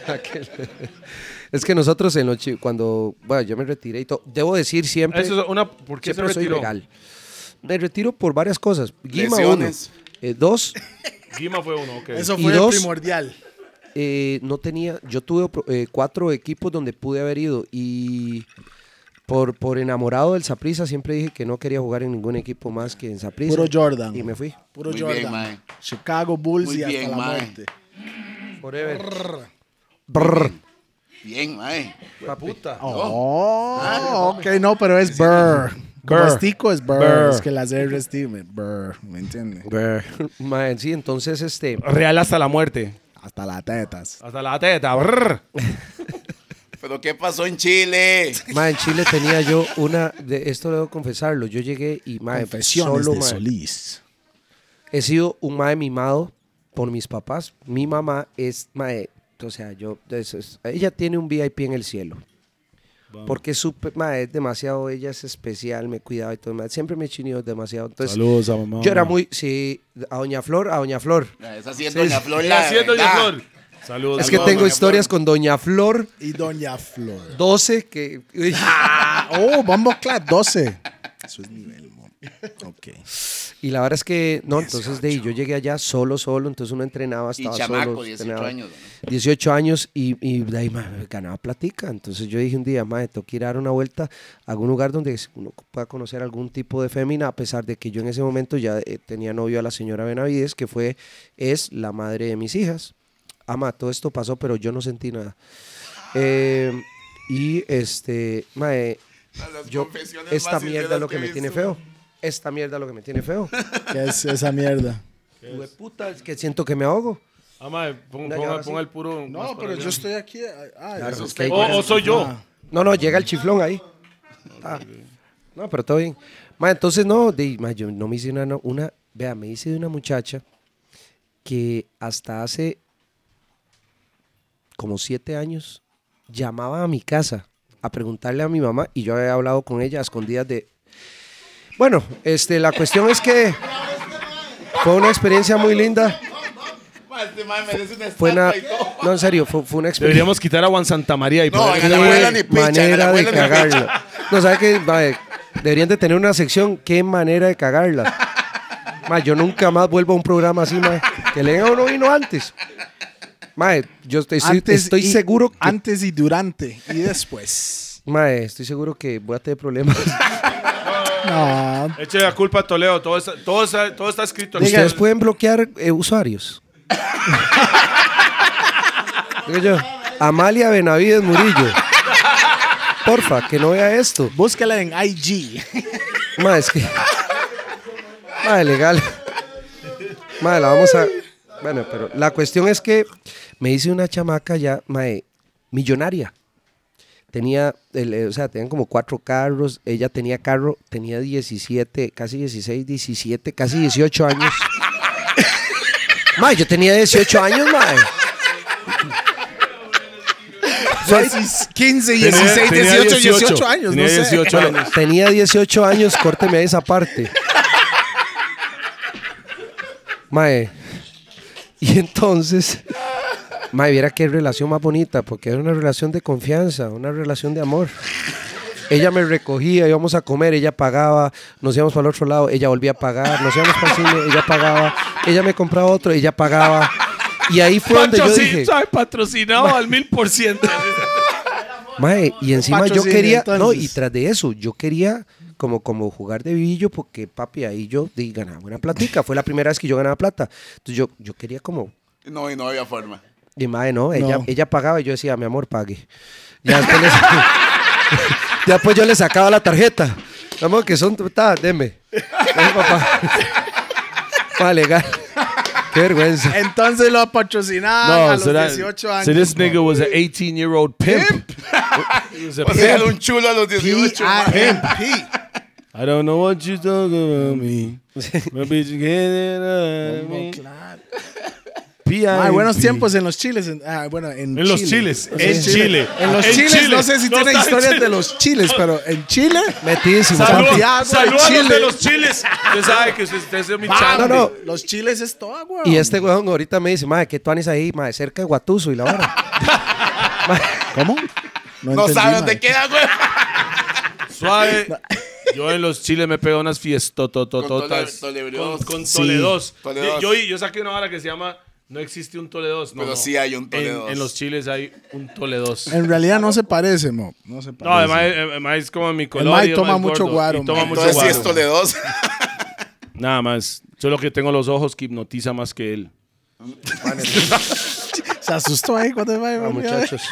Aquel- es que nosotros en los chi- cuando bueno, yo me retiré y todo, debo decir siempre, Eso es una... ¿Por qué se siempre soy retiró? legal. Me retiro por varias cosas. Guima uno, Lesiones. Eh, dos, Guima fue uno, ok. Eso Y fue lo dos- primordial. eh, no tenía, yo tuve pro- eh, cuatro equipos donde pude haber ido y por, por enamorado del Saprisa siempre dije que no quería jugar en ningún equipo más que en Saprisa. Puro Jordan. Y me fui. Puro Muy bien, Jordan. mae. Chicago Bulls Muy y hasta bien, la mae. muerte. Brr. Bien, eh. mae. puta. Oh, ok, no, pero es brr. Como Brr. estico es brr. Brr. Es que las R es tío, me- brr, ¿me entiendes? Mae, sí, entonces, este. Real hasta la muerte. Hasta las tetas. Hasta la teta. brr. Pero ¿qué pasó en Chile? Mae, en Chile tenía yo una. De, esto debo confesarlo. Yo llegué y, mae, Confesiones solo, de mae, Solís. He sido un mae mimado por mis papás. Mi mamá es mae. O sea, yo. es- es- ella tiene un VIP en el cielo. Porque es súper- mae, es demasiado. Ella es especial, me cuidaba y todo. mae, siempre me chineó demasiado. Entonces, Saludos a mamá. yo era muy. Sí, a Doña Flor, a Doña Flor. Está haciendo la flor. Está La haciendo verdad. Flor. Saludos. Es que Doña tengo Flor. historias con Doña Flor Y Doña Flor. 12 que. Ah, oh, vamos claro, 12. Eso es nivel, mo. Ok. Y la verdad es que, no, entonces de ahí yo llegué allá solo, solo, entonces uno entrenaba, Y estaba chamaco, solo, 18 entrenaba. años. 18 años y, y de ahí mae, ganaba platica. Entonces yo dije un día, madre, tengo que ir a dar una vuelta a algún lugar donde uno pueda conocer algún tipo de fémina, a pesar de que yo en ese momento ya eh, tenía novio a la señora Benavides, que fue, es la madre de mis hijas. Ama, todo esto pasó, pero yo no sentí nada. Eh, y este, mae, yo, esta mierda es lo que me tiene feo. Esta mierda es lo que me tiene feo. ¿Qué es esa mierda? Hue puta, es que siento que me ahogo. Ah, mae, pon- Una ponga, llave ponga así. el puro. más No, para pero allá. yo Ah. estoy aquí. Ah, Claro, eso- es que hay O, o soy yo. No, no, llega el chiflón ahí. Ah, No, pero todo bien. Ma, entonces no, de- ma, yo no me hice una, no- una, vea, me hice de una muchacha que hasta hace como siete años llamaba a mi casa a preguntarle a mi mamá y yo había hablado con ella a escondidas de... Bueno, este, la cuestión es que fue una experiencia muy linda. este Fue una, no, en serio, fue, fue una experiencia Deberíamos quitar a Juan Santa María y No, poner- oiga, la abuela ni picha, manera la abuela de ni cagarla. No, ¿sabes qué? Mae, deberían de tener una sección, qué manera de cagarla. Mae, yo nunca más vuelvo a un programa así, mae. Que le den a uno vino antes. Mae, yo estoy, estoy- estoy y- seguro que... Antes y durante y después. Mae, estoy seguro que voy a tener problemas. No, Eche la culpa a Toledo. Todo está, todo está- todo está escrito. aquí. Ustedes pueden bloquear eh, usuarios. Digo yo, Amalia Benavides Murillo. Porfa, que no vea esto. búscala en IG. Madre, es que. Madre, legal. Madre, la vamos a. Bueno, pero la cuestión es que me hice una chamaca ya, madre, millonaria. Tenía, el- eh, o sea, tenían como cuatro carros. Ella tenía carro, tenía 17, casi 16, 17, casi 18 años. madre, yo tenía 18 años, eh. madre. Soy- 15, Tenía- 16, tenía 18, 18 años, Tenía no sé. 18 años. Tenía 18 años, córteme esa parte. Mae. Y entonces, mae, viera qué relación más bonita, porque era una relación de confianza, una relación de amor. Ella me recogía, íbamos a comer, ella pagaba, nos íbamos para el otro lado, ella volvía a pagar, nos íbamos para el cine, ella pagaba, ella me compraba otro, ella pagaba. Y ahí fue donde yo Patrocin- dije, ¿sabe? Patrocinado al mil por ciento. Mae, y encima yo patrocinio, quería, no, entonces. y tras de eso, yo quería como, como jugar de vivillo porque papi, ahí yo di, ganaba buena platica, fue la primera vez que yo ganaba plata. Entonces yo, yo quería como, No, y no había forma. y mae, no, ella, No. ella pagaba y yo decía, mi amor, pague. Ya después, le- ya después yo le sacaba la tarjeta. Vamos, que son, ta, deme. Deme, papá. Vale, legal. Qué vergüenza. Entonces lo patrocinaban a los 18 años. So this este nigga was an 18 year old pimp. He was a O pimp. sea, era un chulo a los 18. mae. Ah, P.I.M.P. I don't know what you talking about me. Maybe you get it out of me. P.I.M.P.. Ay, Oh, Ah, buenos tiempos en los chiles. En, ah, bueno, en, En los chiles, O sea, en Chile. En los En chiles, Chile. no sé si No tienen está en historias Chile. de los chiles, pero en Chile. Metidísimo. Saludos Santiago, saludos a los Chile. de los chiles. Usted sabe que usted, usted es mi no, chavo. no. Ah, Los chiles es todo, güey. Y este weón ahorita me dice, madre, ¿qué tuanis ahí, madre? Cerca de Guatuso y la hora. ¿Cómo? No entendí, sabes mae. dónde queda, güey. Suave. Yo en los chiles me pego unas fiestototototas. Con tole- tolebriodos. Con, con Sí, toledos. toledos. Yo, yo saqué una vara que se llama No existe un toledos. No, Pero no. sí hay un toledos. En, en los chiles hay un toledos. En realidad no se parece, mo. No se parece. No, además, eh, además es como mi color. Mae y toma además mucho gordo, guaro, y toma mae. mucho Entonces, si guaro. es Toledos. Nada más. Solo que tengo los ojos que hipnotiza más que él. Se asustó ahí cuando el mae Ah, volvió. muchachos.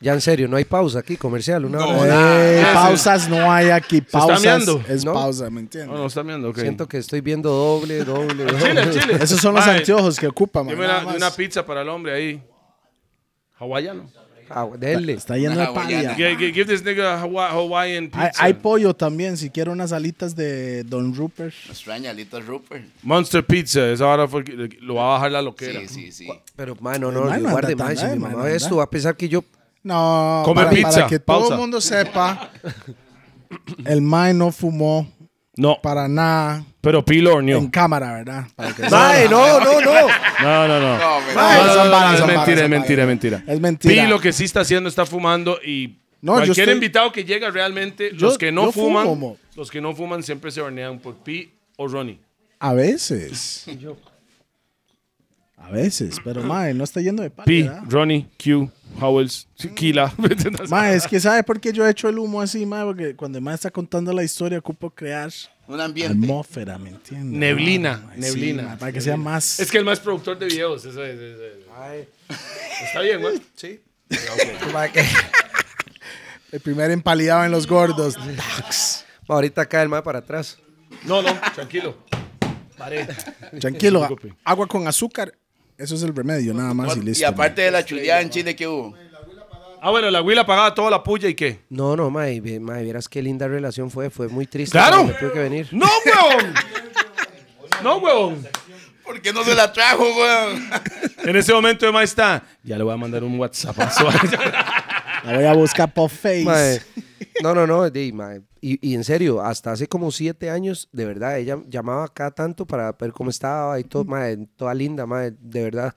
Ya en serio, no hay pausa aquí comercial. Una No, hora. Eh, Ey, Eh, pausas no hay aquí. Pausas meando? es No. pausa, ¿me entiendes? no, está viendo, ok. Siento que estoy viendo doble, doble, doble. Chile, chile. Esos son los Mae, anteojos que ocupa, mae, Deme nada una, más. una pizza para el hombre ahí. Hawaiano. Ah, dele. Está lleno de Una palia. hawaiana. Give, give- give this nigga a Hawa- Hawaiian Hay, pizza. hay pollo también, si quiero unas alitas de Don Rupert. Extraña, Lito Rupert. Monster Pizza. Esa ahora fue que- lo va a bajar la loquera. Sí, sí, sí. Pero, mano, no, Mae, no, no guarde, anda tan mae. Si mi mal, mae, mamá no ve anda. esto, va a pensar que yo. No, Come para, pizza, para que todo pausa. el mundo sepa, el Mae no fumó No, para nada pero Pilo horneó. en cámara, ¿verdad? Para que Mae, no, no, no. No, no, No, no. me- No, no, no, son varas, son no, es mentira, varas, es son mentira, es varas. mentira. Es mentira. Pi lo que sí está haciendo está fumando y No, yo cualquier estoy- invitado que llega realmente, Yo- los que no yo fumo, fuman, mo. los que no fuman siempre se hornean por Pi o Ronnie. A veces. A veces, pero Mae, no está yendo de Pi, palia, ¿verdad? Mm. Ronnie, Q, Howells, Kila. Mae, es que ¿sabe por qué yo he hecho el humo así, Mae? Porque cuando el Mae está contando la historia, ocupo crear Un ambiente. atmósfera, ¿me entiendes? Neblina, mae? neblina. mae, para que sea más... Es que el más productor de videos. eso es, eso es. Está bien, güey. Sí. Mae, que- El primer empalidado en los gordos. Ma, Ahorita cae el mae para atrás. No, no, tranquilo. Tranquilo, agua con azúcar. Eso es el remedio, nada más y listo. Y aparte de la chuleada en Chile que hubo. Ah, bueno, la güila pagaba toda la puya y qué. No, no, mae, ve- mae, vieras qué linda relación fue, fue muy triste. ¡Claro! pero Me tuve que venir. ¡No, huevón! ¡No, huevón! ¿Por qué no se la trajo, weón? En ese momento, Emma está. Ya le voy a mandar un WhatsApp. a su- man. La voy a buscar por Face. Mae, eh, No, no, no, di, mae. Y, y en serio, hasta hace como siete años, de verdad, ella llamaba acá tanto para ver cómo estaba y todo, mae, toda linda, mae, de verdad.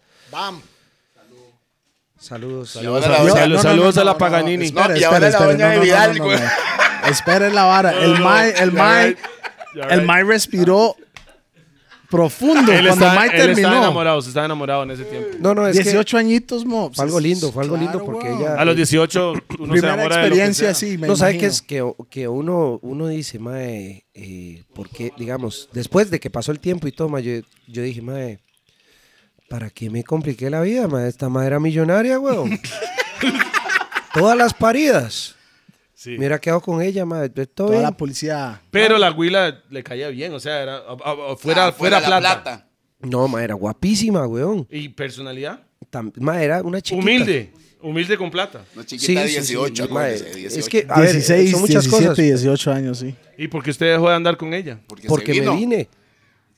Saludos. Y ahora la Yo- doña- Saludos, saludos a la Paganini. espere, No, y espere, ahora la espere, doña de Vidal, güey. no. Espere la vara. el Mai, el Mai, el Mai respiró profundo Él cuando está, Mai él está terminó. enamorado, se está enamorado en ese tiempo. No, no, es 18 añitos, mo. que fue algo lindo, fue algo Claro, lindo porque weón. ella... A los 18, uno Ah, se Primera enamora de lo que experiencia sea. así, me No, ¿sabes qué imagino. es? Que, que uno, uno dice, mae, eh, porque, digamos, después de que pasó el tiempo y todo, mae, yo, yo dije, mae, ¿para qué me compliqué la vida, mae? Esta madre era millonaria, weón. Todas las paridas. Sí. Me hubiera quedado con ella, mae. de Todo Toda bien. la policía. Pero la güila le caía bien, o sea, era a- a- a- fuera, Ah, fuera la plata. No, mae, era guapísima, weón. Y personalidad. Tam- mae, era una chiquita. Humilde, humilde con plata. No, Sí, chiquita de sí, sí, 18, mae, acuérdese, 18. Es que, a ver, 16, son muchas 17, cosas. 18 años, sí. ¿Y por qué usted dejó de andar con ella? Porque, Porque se vino. me vine.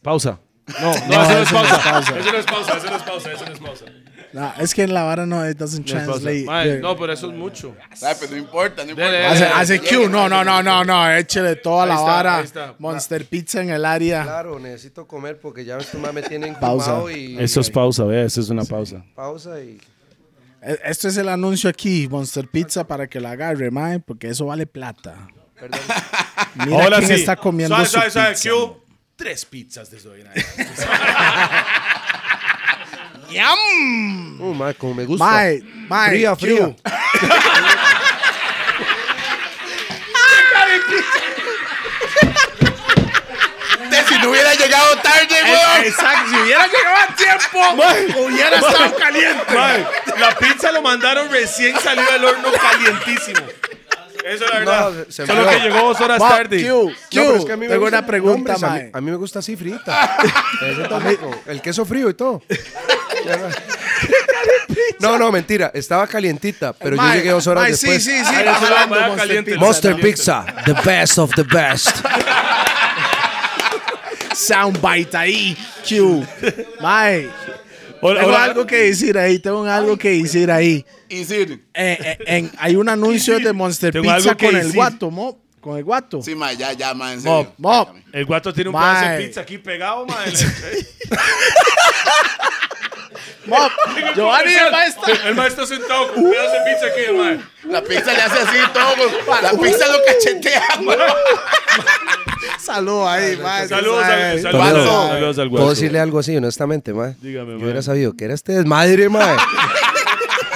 Pausa. No, No, no, eso no es eso no es pausa. pausa. Eso no es pausa, eso no es pausa, eso no es pausa. No, es que en la vara no, it doesn't No, es pausa. translate. Mae, Yeah. no, pero eso es mucho. Ah, pero no importa, no importa. Dele, dele, Hace, Eh, hace Q, no, no, no, no, no, échele toda Ahí la está, ahí vara. está. Monster Pizza en el área. Claro, necesito comer porque ya estos mae me tienen Pausa. fumado y... pausa, vea, eso es una pausa. Pausa y... E- Esto es el anuncio aquí, Monster Pizza, para que la agarre, mae, porque eso vale plata. Perdón. Mira quién está comiendo Suave, su suave, suave, pizza. Q, Tres pizzas desde hoy en adelante. Uh, mae, como me gusta. Mae, mae, Fría, Q, fría. Usted, si no hubiera llegado tarde, weón. Exacto, si hubiera llegado a tiempo, hubiera estado caliente. la pizza lo mandaron recién salido del horno calientísimo. Eso es la verdad. No, se- se Solo fue. que llegó dos horas Bob, tarde. Q, No, pero es Q, que a mí me tengo gusta- una pregunta, no, hombre, a, mí, mae. a mí me gusta así frita. Ese está rico. El queso frío y todo. no, no, mentira. Estaba calientita, pero yo Mae, llegué dos horas mae, después. Sí, sí, sí, Ay, está eso la jalando vara Monster caliente. Pizza. Monster Caliente. Pizza, the best of the best. Soundbite ahí, Q. Mae, Hola, tengo hola. algo que decir ahí, tengo algo que decir ahí. Y sí, Eh, eh, en- hay un anuncio de Monster Tengo Pizza algo que con el decir. guato, mo, con el guato. sí, ma, ya, ya, ma, en Mob, serio. mob. El guato tiene un Mae. pedazo de pizza aquí pegado, madre. Mo, Giovanni, el maestro. El maestro sentado con un pedazo de pizza aquí, madre. La pizza le hace así todo. weón. La pizza lo cachetea, weón. Saludos ahí, mae. Saludos, Saludos. al- saludos, Guato. saludos al Puedo guato. decirle algo así, honestamente, mae. Dígame, yo mae. hubiera sabido que era este desmadre, mae.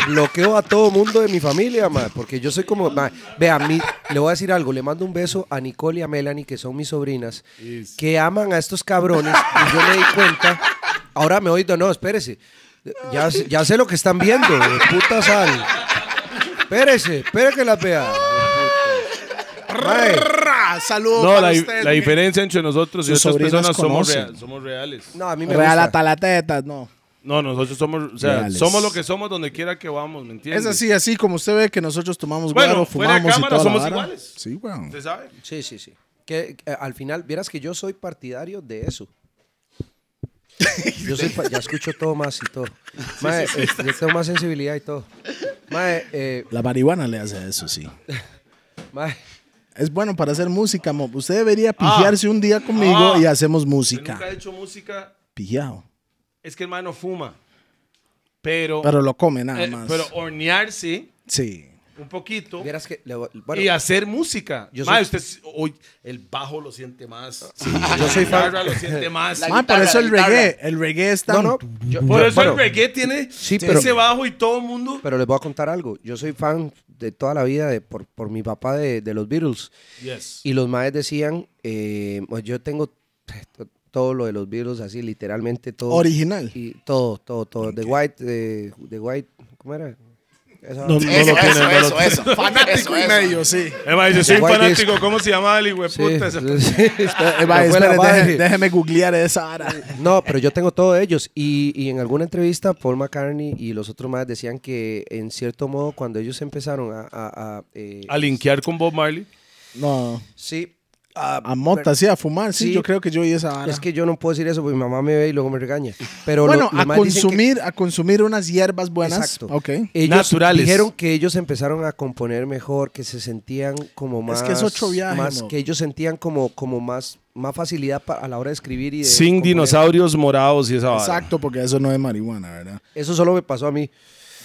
Bloqueo a todo mundo de mi familia, mae. Porque yo soy como. mae, Vea, mi- le voy a decir algo. Le mando un beso a Nicole y a Melanie, que son mis sobrinas, que aman a estos cabrones. Y yo me di cuenta. Ahora me oí, no, espérese. Ya, sé- ya sé lo que están viendo, de puta sal. Espérese, espere que la vea. Mae, Ra, Saludos No, para la, usted. la diferencia entre nosotros y Sus otras sobrinos personas somos, conocen. real- somos reales. no, a mí me Real gusta. hasta la teta, no. No, nosotros somos, o sea, Reales. somos lo que somos donde quiera que vamos, ¿me entiendes? Es así, así como usted ve que nosotros tomamos Bueno, guaro, fuera de fumamos y cámara toda la somos vara. iguales. Sí, weón. ¿Usted sabe? Sí, sí, sí. Que, eh, al final, vieras que yo soy partidario de eso. Yo soy pa- ya escucho todo más y todo. Mae, eh, yo tengo más sensibilidad y todo. Mae, eh, La marihuana le hace eso, sí. mae, Es bueno para hacer música, mo. Usted debería pijearse un día conmigo Ah. y hacemos Yo música. nunca he hecho música, Pijado. es que el man no fuma. Pero, Pero lo come nada eh, más. pero hornearse sí. Ah, un poquito vieras que... le voy- bueno, y hacer música. Yo Mae, soy- usted s- hoy el bajo lo siente más. yo soy La fan... guitarra lo siente más. La- Ah, por guitarra, eso el la guitarra. reggae. El reggae está. No, no. yo- Por yo- eso bueno, el reggae tiene Sí, ese pero- bajo y todo el mundo. Pero les voy a contar algo. Yo soy fan de toda la vida, de, por, por mi papá, de, de los Beatles. Yes. Y los maes decían, eh, pues yo tengo t- todo lo de los Beatles, así literalmente todo. Original. Y todo, todo, todo. The White, eh, The White, ¿cómo era? Esa- No, Eso, no lo tiene, eso, no lo eso, eso. Fanático Eso, y eso. medio, sí. El Eh, mae dice, soy un White fanático, ¿cómo se llama el Sí, hijueputa? Ese- sí. Eh, va, Me fue la espere, deje- madre. déjeme googlear esa vara. No, pero yo tengo todos ellos. Y, y en alguna entrevista, Paul McCartney y los otros más decían que, en cierto modo, cuando ellos empezaron a. a- a, eh, A linkear con Bob Marley. No. sí. a- A mota, sí, a fumar. Sí, Sí. yo creo que yo oí esa vara. es que yo no puedo decir eso porque mi mamá me ve y luego me regaña. Pero bueno, lo- lo a más dicen que- consumir, a consumir unas hierbas buenas. Exacto. Ok. Ellos Naturales. Dijeron que ellos empezaron a componer mejor, que se sentían como más. Es que es otro viaje, más- mo. que ellos sentían como, como más, más facilidad pa- a la hora de escribir y de Sin componer. dinosaurios morados y esa vara. Exacto, porque eso no es marihuana, ¿verdad? Eso solo me pasó a mí.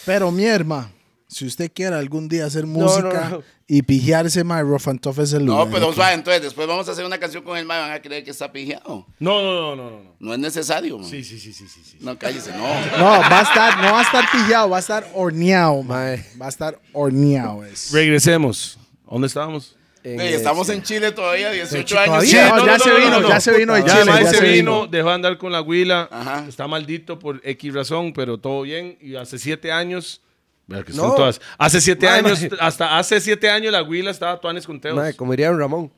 Pero mi hermano, si usted quiere algún día hacer no, música no. y pijearse, my rough and tough es el lugar. No, pues, pero suave, entonces después vamos a hacer una canción con el mae, van a creer que está pijado. No, no, no, no, no, no. No es necesario, man. Sí, sí, sí, sí, sí. sí. No, cállese, no. No, va a estar, no va a estar pillado, va a estar horneado, mae. Mae. Va a estar horneado. Es. Regresemos. ¿Dónde estábamos? En, Ey, eh, estamos en Chile todavía, 18 ¿Todavía? años. Sí, no, ya se vino, ya se vino de Ya, Chile, el mae ya se se vino, vino. dejó de andar con la huila. Ajá. Está maldito por X razón, pero todo bien. Y hace siete años. Vea que No. son todas. Hace siete Mae, años, mae. hasta hace siete años la huila estaba tuanes con teos. Madre, como diría don Ramón.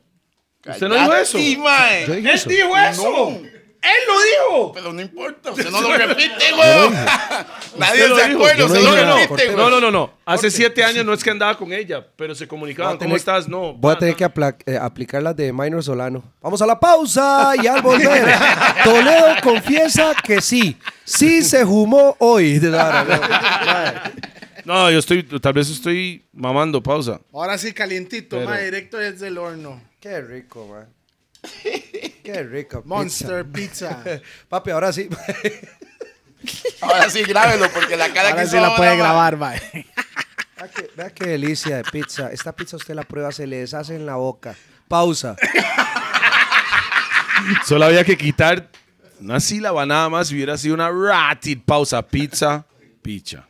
¿Usted no dijo eso? Sí, mae. Yo dije eso. dijo No. ¡Él lo dijo! Pero no importa, usted no lo repite, güey. Nadie Usted lo se dijo. acuerda, Yo no usted dije lo nada. repite, No, güey. no, no, no. Hace siete años no es que andaba con ella, pero se comunicaban. Voy a ¿Cómo tener- estás? No. Ah, Voy a tener que apla- eh, aplicar las de Minor Solano. Vamos a la pausa y al volver. Toledo confiesa que sí. Sí se jumó hoy. No, yo estoy, tal vez estoy mamando, pausa. Ahora sí, calientito, Pero- mae, directo desde el horno. Qué rico, man. Qué rico. Monster Pizza. Papi, ahora sí. Ahora sí, grábelo, porque la cara Ahora que sí hizo la puede ahora, grabar, mae. Vea que- Vea qué delicia de pizza. Esta pizza usted la prueba, se le deshace en la boca. Pausa. Solo había que quitar una sílaba nada más y hubiera sido una ratid pausa. Pizza, pizza.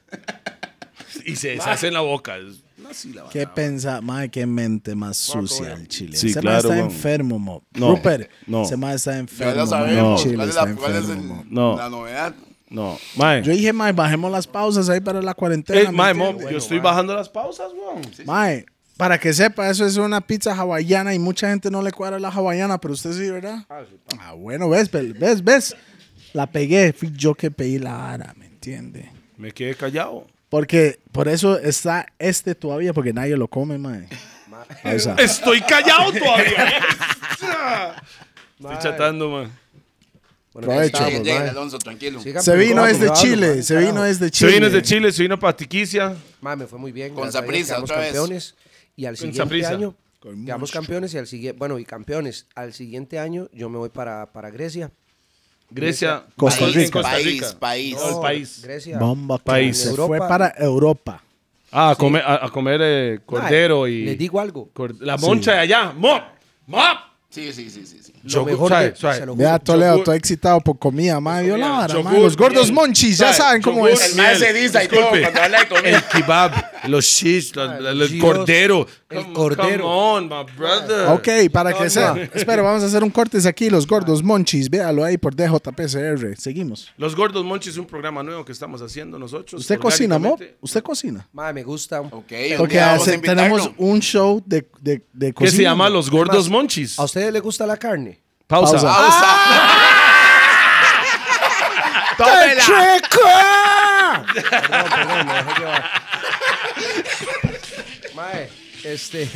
Y se deshace en la boca. Es Una sílaba. Qué pensa, mae, qué mente más sucia el chile. Sí, ese mae claro, está weón. enfermo, mo. No, Rupert, no. ese mae está Ya enfermo. lo mae. sabemos. Chile ¿Cuál es está la, cuál es el- enfermo, mo. No. la novedad? No, mae. Yo dije, mae, bajemos las pausas ahí para la cuarentena. Eh, ¿me mae, mo, entiendes? yo estoy bajando las pausas, weón. Mae, para que sepa, eso es una pizza hawaiana y mucha gente no le cuadra la hawaiana, pero usted sí, ¿verdad? Ah, bueno, ves, pel- ves, ves. La pegué, fui yo que pedí la ara, ¿me entiende? Me quedé callado. Porque por eso está este todavía, porque nadie lo come, mae. Pausa. Estoy callado todavía. estoy chatando, man. Provecho. Lleguen, lleguen, mae. Alonso, tranquilo. Sigan Se vino preocupando, desde no hablo, mae, Chile, se carajo. vino este- desde Se Chile. vino desde Chile, se vino para Tiquicia. Mae, me fue muy bien. Con gracias a Dios, Saprissa, quedamos otra vez. campeones. Y al siguiente Saprissa. año, Con quedamos mucho. campeones y al siguiente, bueno, y campeones. Al siguiente año yo me voy para, para Grecia. Grecia, Costa en Rica. Costa País, Rica. país, No, el No, país. Grecia. Bomba, País. país. Se Europa. fue para Europa. Ah, a comer, a, a comer eh, cordero Mae, y. Les digo algo. Cor- La moncha de allá. ¡Mop! ¡Mop! Sí, sí, sí, sí. sí. Lo Yogur- mejor suave, de- suave. se lo Vea, juro. Toledo, yogur. estoy excitado por comida, mae. Vio la vara, mae. Yogur, Los gordos miel. monchis, ya Sabe, saben cómo yogur, es. El mae se eriza y todo Disculpe. cuando habla de comida. El kebab, los shish, los- los- el Dios. cordero, El Come- cordero. Come on, my brother. Ah, Ok, para que sea. Espera, vamos a hacer un cortes aquí, los gordos monchis. Véalo ahí por DJPCR. Seguimos. Los Gordos Monchis es un programa nuevo que estamos haciendo nosotros. ¿Usted cocina, Mo? orgánicamente. ¿Usted cocina? Mae, me gusta. Ok, un Porque día vamos a hace- invitarlo. tenemos un show de, de, de Que cocina. se llama Los Gordos Más- Monchis. ¿A ustedes les gusta la carne? Pausa. Pausa. ¡Tómela! Perdón, perdón, me dejé llevar. Mae, este.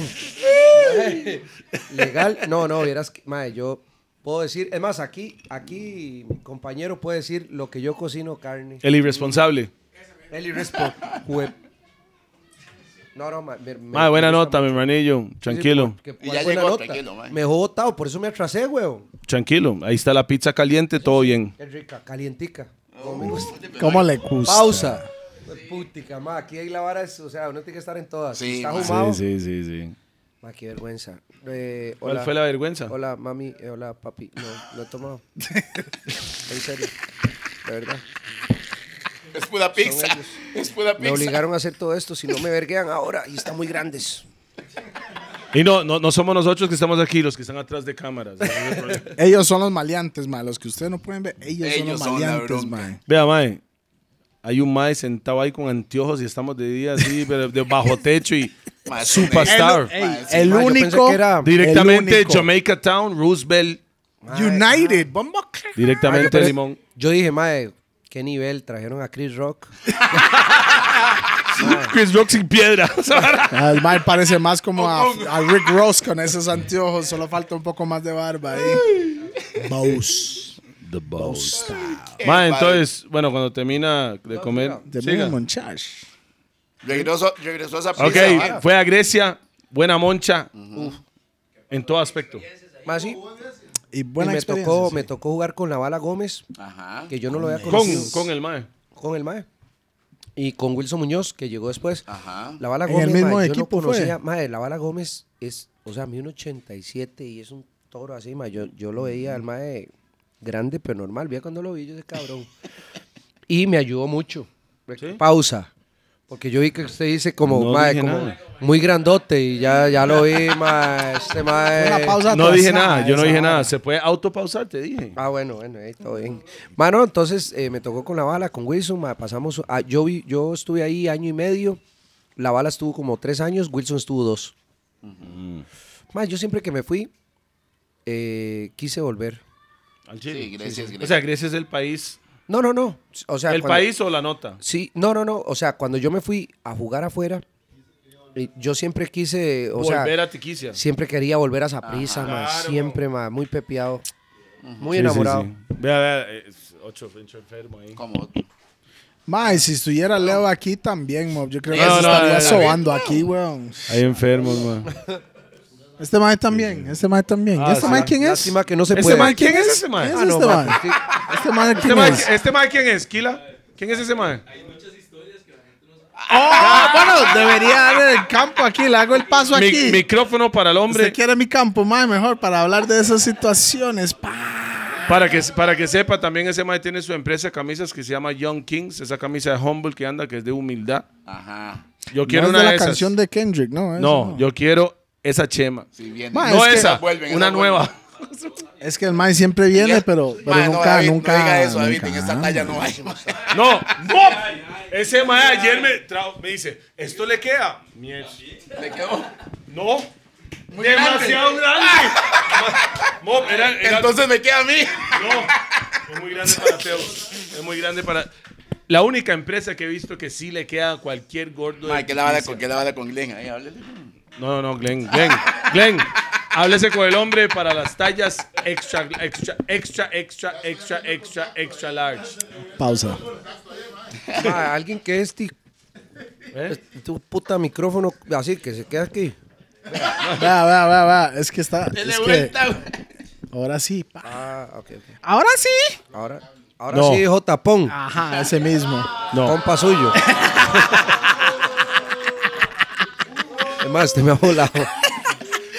Mae, legal. No, no, vieras que. Mae, yo puedo decir. Es más, aquí, aquí mi compañero puede decir lo que yo cocino carne. El irresponsable. El irrespo. jue- No, no, mae. me- me- Madre, Ah, buena me gusta nota, mi hermanillo. mucho. Tranquilo. Que- Y ya buena llegó, tranquilo, mae. Me dejó botado, por eso me atrasé, weón. Tranquilo. Ahí está la pizza caliente, todo bien. Qué rica, calientica. Oh, ¿Cómo le gusta? Pausa. Putica, ma, aquí hay la vara, es- o sea, uno tiene que estar en todas. Sí, Está ma. fumado. Sí, sí, sí. Ma, qué vergüenza. Eh, ¿Cuál hola. fue la vergüenza? Hola, mami. Eh, hola, papi. No, no he tomado. en serio. De verdad. Es pura pizza. Son ellos. Es pura Me pizza. obligaron a hacer todo esto, si no me verguean ahora y están muy grandes. Y no, no, no somos nosotros que estamos aquí, los que están atrás de cámaras. Ese es el problema. Ellos son los maleantes, ma. Los que ustedes no pueden ver, ellos, son Ellos son los la maleantes, bronca. ma. Vea, mae. Hay un mae sentado ahí con anteojos y estamos de día así, pero de bajo techo y Ma, es un superstar. ey. Ma, sí, el ma, yo pensé único. que era- Directamente el de único. Jamaica Town, Roosevelt. United. Vamos. Ay, Directamente pero de es- Limón. Yo dije, mae, qué nivel trajeron a Chris Rock. Chris Rock sin piedra. Ah, El mal parece más como a, a Rick Ross con esos anteojos. Solo falta un poco más de barba ahí. Bows. The boss. Qué Mae, padre. entonces, bueno, cuando termina de comer. De siga. Moon Monchage. Regresó, regresó a esa pizza. Ok, Okay. fue a Grecia, buena moncha, Uf. en todo aspecto. Ma, sí. Y Y buena me experiencia. tocó, sí. me tocó jugar con la bala Gómez, Ajá. que yo no lo había Con, conocido. con el mae. con el Mae. Y con Wilson Muñoz, que llegó después. Ajá. La Bala En Gómez, el mismo mae, equipo yo no fue. conocía. Mae, la Bala Gómez es, o sea, 1,87 y es un toro así, mae. Yo, yo lo veía al Mae grande, pero normal. Veía cuando lo vi, yo ese cabrón. y me ayudó mucho. Pausa. Porque yo vi que usted dice como, No mae, dije como nada. muy grandote y ya, ya lo vi, mae, este mae. Una pausa No dije atrasada, nada, yo no esa dije nada. vara. Se puede autopausar, te dije. Ah, bueno, bueno, ahí todo bien. Mano, entonces eh, me tocó con la bala, con Wilson, ma, pasamos, a- yo, vi- yo estuve ahí año y medio, la bala estuvo como tres años, Wilson estuvo dos. Ma, yo siempre que me fui, eh, quise volver. Al Chile. Sí, gracias, O sea, gracias. Grecia es el país. No, no, no. O sea, ¿El cuando- país o la nota? Sí, no, no, no. O sea, cuando yo me fui a jugar afuera, eh, yo siempre quise, o sea, Volver a Tiquicia. siempre quería volver a Saprissa, ma, Claro. siempre, ma, muy pepiado, muy Sí, enamorado. sí, sí. Vea, vea, es ocho pinche enfermo ahí. Como Ma, y si estuviera Leo aquí también, mob, yo creo que No, se no, estaría no, no. sobando aquí, weón. Ahí enfermos, man. Este mae también, este mae también. ¿Y Ah, ¿Este sí. mae quién es? Lástima que no se ¿Ese puede. mae quién es ese mae? ¿Quién Ah, es no, este ma, mae? sí. ¿Este mae quién ¿Este mae, es? este mae quién es? ¿Kila? ¿Quién es ese mae? Ah, bueno, debería dar el campo aquí, le hago el paso Mi- aquí. micrófono para el hombre. Usted quiere mi campo, mae, mejor para hablar de esas situaciones, pa. Para que, para que sepa, también ese mae tiene su empresa de camisas que se llama Young Kings, esa camisa de Humble que anda, que es de humildad. Ajá. Yo quiero No es una de la de esas. canción de Kendrick, ¿no? Eso No, yo quiero esa chema. Sí, bien. Ma, Ah, no es que- esa, Vuelven, una esas nueva. Es que el mae siempre viene, Ya- pero, pero Ma, no, nunca, David, nunca. No diga eso, David. nunca. En esta talla no hay. ma. No, no. Ese mae ayer me, tra- me dice, ¿esto le queda? Mier- Le quedó. No. Demasiado grande. Ma- Mo, era- era- Entonces me queda a mí. no, es muy grande para Teo. Es muy grande para... La única empresa que he visto que sí le queda a cualquier gordo. de Ma, ¿qué la vara Tiquicia. con, qué la vara con Glenn? Ahí, háblele. No, no, no, Glenn, Glenn, Glenn. Háblese con el hombre para las tallas extra, extra, extra, extra, extra, extra, extra large. Pausa. Ma, alguien que es ti- ¿Eh? tu puta micrófono así que se queda aquí. Vea, vea, vea, vea. Es que está. Dele es que vuelta, güey. ahora sí, pa. Ah, ok, ok. Ahora sí. Ahora, ahora No. sí, J. Pon, Ajá, ese mismo. compa suyo. es más, te me ha volado.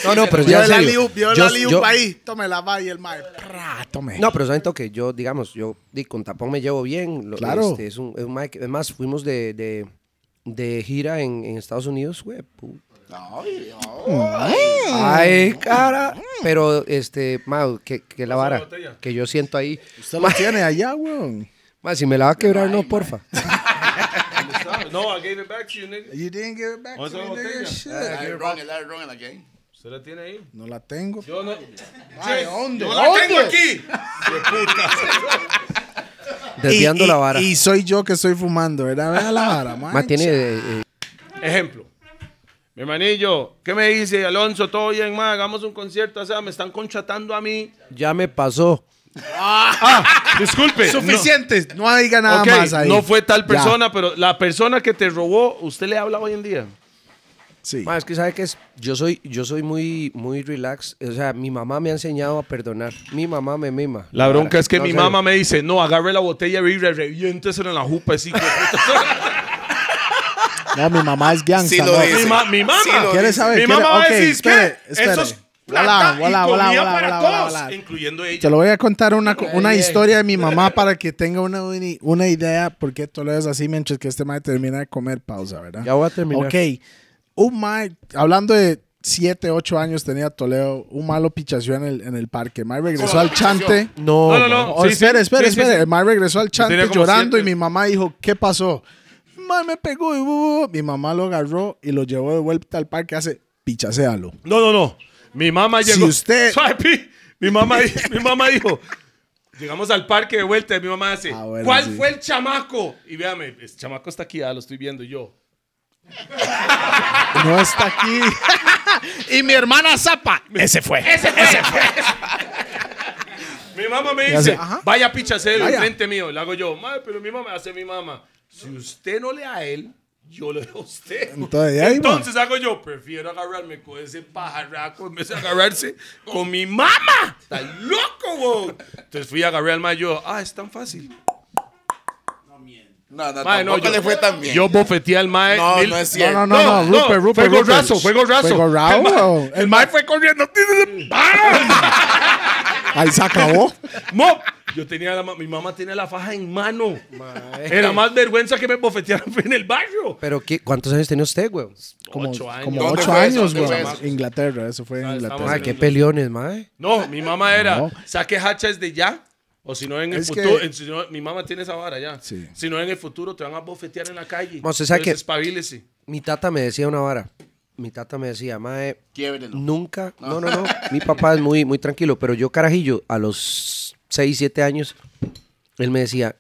No, no, Pues pero Vio ya en el serio. alley-oop, vio el Yo- alley-oop yo- ahí. Tómela, va y el mae. Pra, tome. No, pero saben que yo, digamos, yo di, con tapón me llevo bien. lo- Claro. este, es, un, es, un mae que- es más, fuimos de, de, de gira en, en Estados Unidos, güey. pu- Ay, Mm. ay. Ay, cara. Pero, este, ma, que, que la vara botella. que yo siento ahí. Usted lo tiene allá, weón. Ma, si me la va a quebrar, no, porfa. No, I gave it back to you, nigga. You didn't give it back Otra to me, nigga, botella. shit. El ron, el Aaron en la que- ¿Usted la tiene ahí? No la tengo. Yo no. Ay, Yo ¿dónde? la tengo ¿Dónde? aquí. Hijo de puta. Desviando y, la vara. Y soy yo que estoy fumando, ¿verdad? Vea la vara, man. Ma, tiene. eh, eh, Ejemplo. Mi hermanillo, ¿qué me dice Alonso? Todo bien, ma, hagamos un concierto, o sea, me están contratando a mí. ya me pasó. Disculpe. Suficiente. No, diga No, nada ok, más ahí. no fue tal Ya. persona, pero la persona que te robó, ¿usted le habla hoy en día? Sí. Ma, es que sabe que es, yo soy, yo soy muy, muy relax. O sea, mi mamá me ha enseñado a perdonar. Mi mamá me mima. La bronca es que No, mi en serio. mamá me dice, no, agarre la botella y re- reviéntesela en la jupa. Así que, No, mi mamá es gangsta. Sí lo no. dice. mi, ma- mi mamá. lo ¿Quieres saber? Mi ¿Quiere- mamá va a ok, decir, espere, ¿qué? espere. Eso es Hola, plata hola, y hola, comida hola, hola, para todos, hola, hola. incluyendo Te ella. lo voy a contar una, co- Ay, una ay. historia de mi mamá para que tenga una, una idea por qué todo es así mientras que este mae termina de comer pausa, ¿verdad? Ya voy a terminar. Ok. Un mae, hablando de 7, 8 años tenía Toledo, un malo pichació en el, en el parque. El mae regresó Hola, al pichación. chante. No, No, no, ma. Oh, no. Oh, Sí, sí, espere, espere, sí, sí, espere. sí. El mae regresó al tenía chante como llorando siete. y mi mamá dijo, ¿qué pasó? Mae me pegó y uh, uh, uh". mi mamá lo agarró y lo llevó de vuelta al parque. Hace, pichasealo. No, no, no. Mi mamá Si llegó. usted- Suave, pi. Mi mamá, di- mi mamá dijo. Llegamos al parque de vuelta y mi mamá dice, Ah, bueno, ¿cuál sí. fue el chamaco? Y véame, el chamaco está aquí, ah, lo estoy viendo yo. No está aquí. y mi hermana Zapa. Ese fue. Mi mamá me Ya dice, sé, ajá. vaya pichacelo Vaya. enfrente mío. Le hago yo, madre, pero mi mamá hace mi mamá. Si usted no le a él, yo le a usted. Entonces, ahí, man. Entonces hago yo, prefiero agarrarme con ese pajarraco en vez de agarrarse con mi mamá. Está loco, güey. Entonces fui a agarrar al mayor. Ah, es tan fácil. No, no, Mae, tampoco no, yo- le fue tan bien. Yo bofeteé al mae. no, mil- no es No, no, cierto. no, no, Rupert, Rupert. Fue Rupert. gorrazo, fue gorrazo. Fue gorrao, El mae- weón. El mae fue corriendo. Ahí se acabó. Mo, yo tenía la ma- mi mamá tenía la faja en mano. Era más vergüenza que me bofetearan en el barrio. Pero ¿qué, ¿cuántos años tenía usted, güey? Como, Ocho años. como ¿Dónde ocho fue eso? años, ¿Dónde fue güey. eso? Inglaterra, eso fue en Ah, estamos Inglaterra. Ma, qué peleones, mae. No, mi mamá era, No. saque hachas de ya. O si no en el Es futuro, que- en- si no- mi mamá tiene esa vara ya. Sí. Si no en el futuro te van a bofetear en la calle. Ma, usted sabe que- Entonces, espabilese. Mi tata me decía una vara. Mi tata me decía, mae, Quiébrelo. nunca. No, no, no. Mi papá es muy, muy tranquilo, pero yo, carajillo, a los 6, 7 años, él me decía,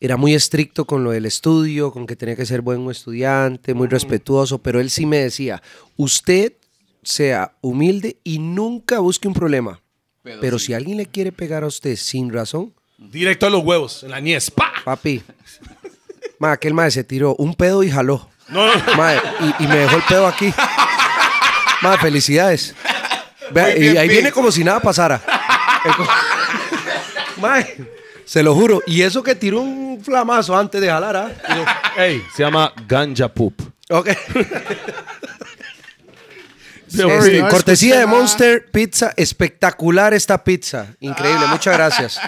era muy estricto con lo del estudio, con que tenía que ser buen estudiante, muy respetuoso, pero él sí me decía, usted sea humilde y nunca busque un problema. Pero, Pero si alguien le quiere pegar a usted sin razón, Directo a los huevos, en la niez. ¡Pa! Papi. Ma, aquel mae se tiró un pedo y jaló. No, no, no. Mae, y, y me dejó el pedo aquí. Ma, felicidades. Vea, Muy y bien, ahí Pi. viene como si nada pasara. El co- Mae, se lo juro. Y eso que tiró un flamazo antes de jalar, ¿ah? Ey, se llama ganja poop. Ok. Sorry, Este, no cortesía de escuché nada. Ah. Monster Pizza. Espectacular esta pizza. Increíble, muchas gracias.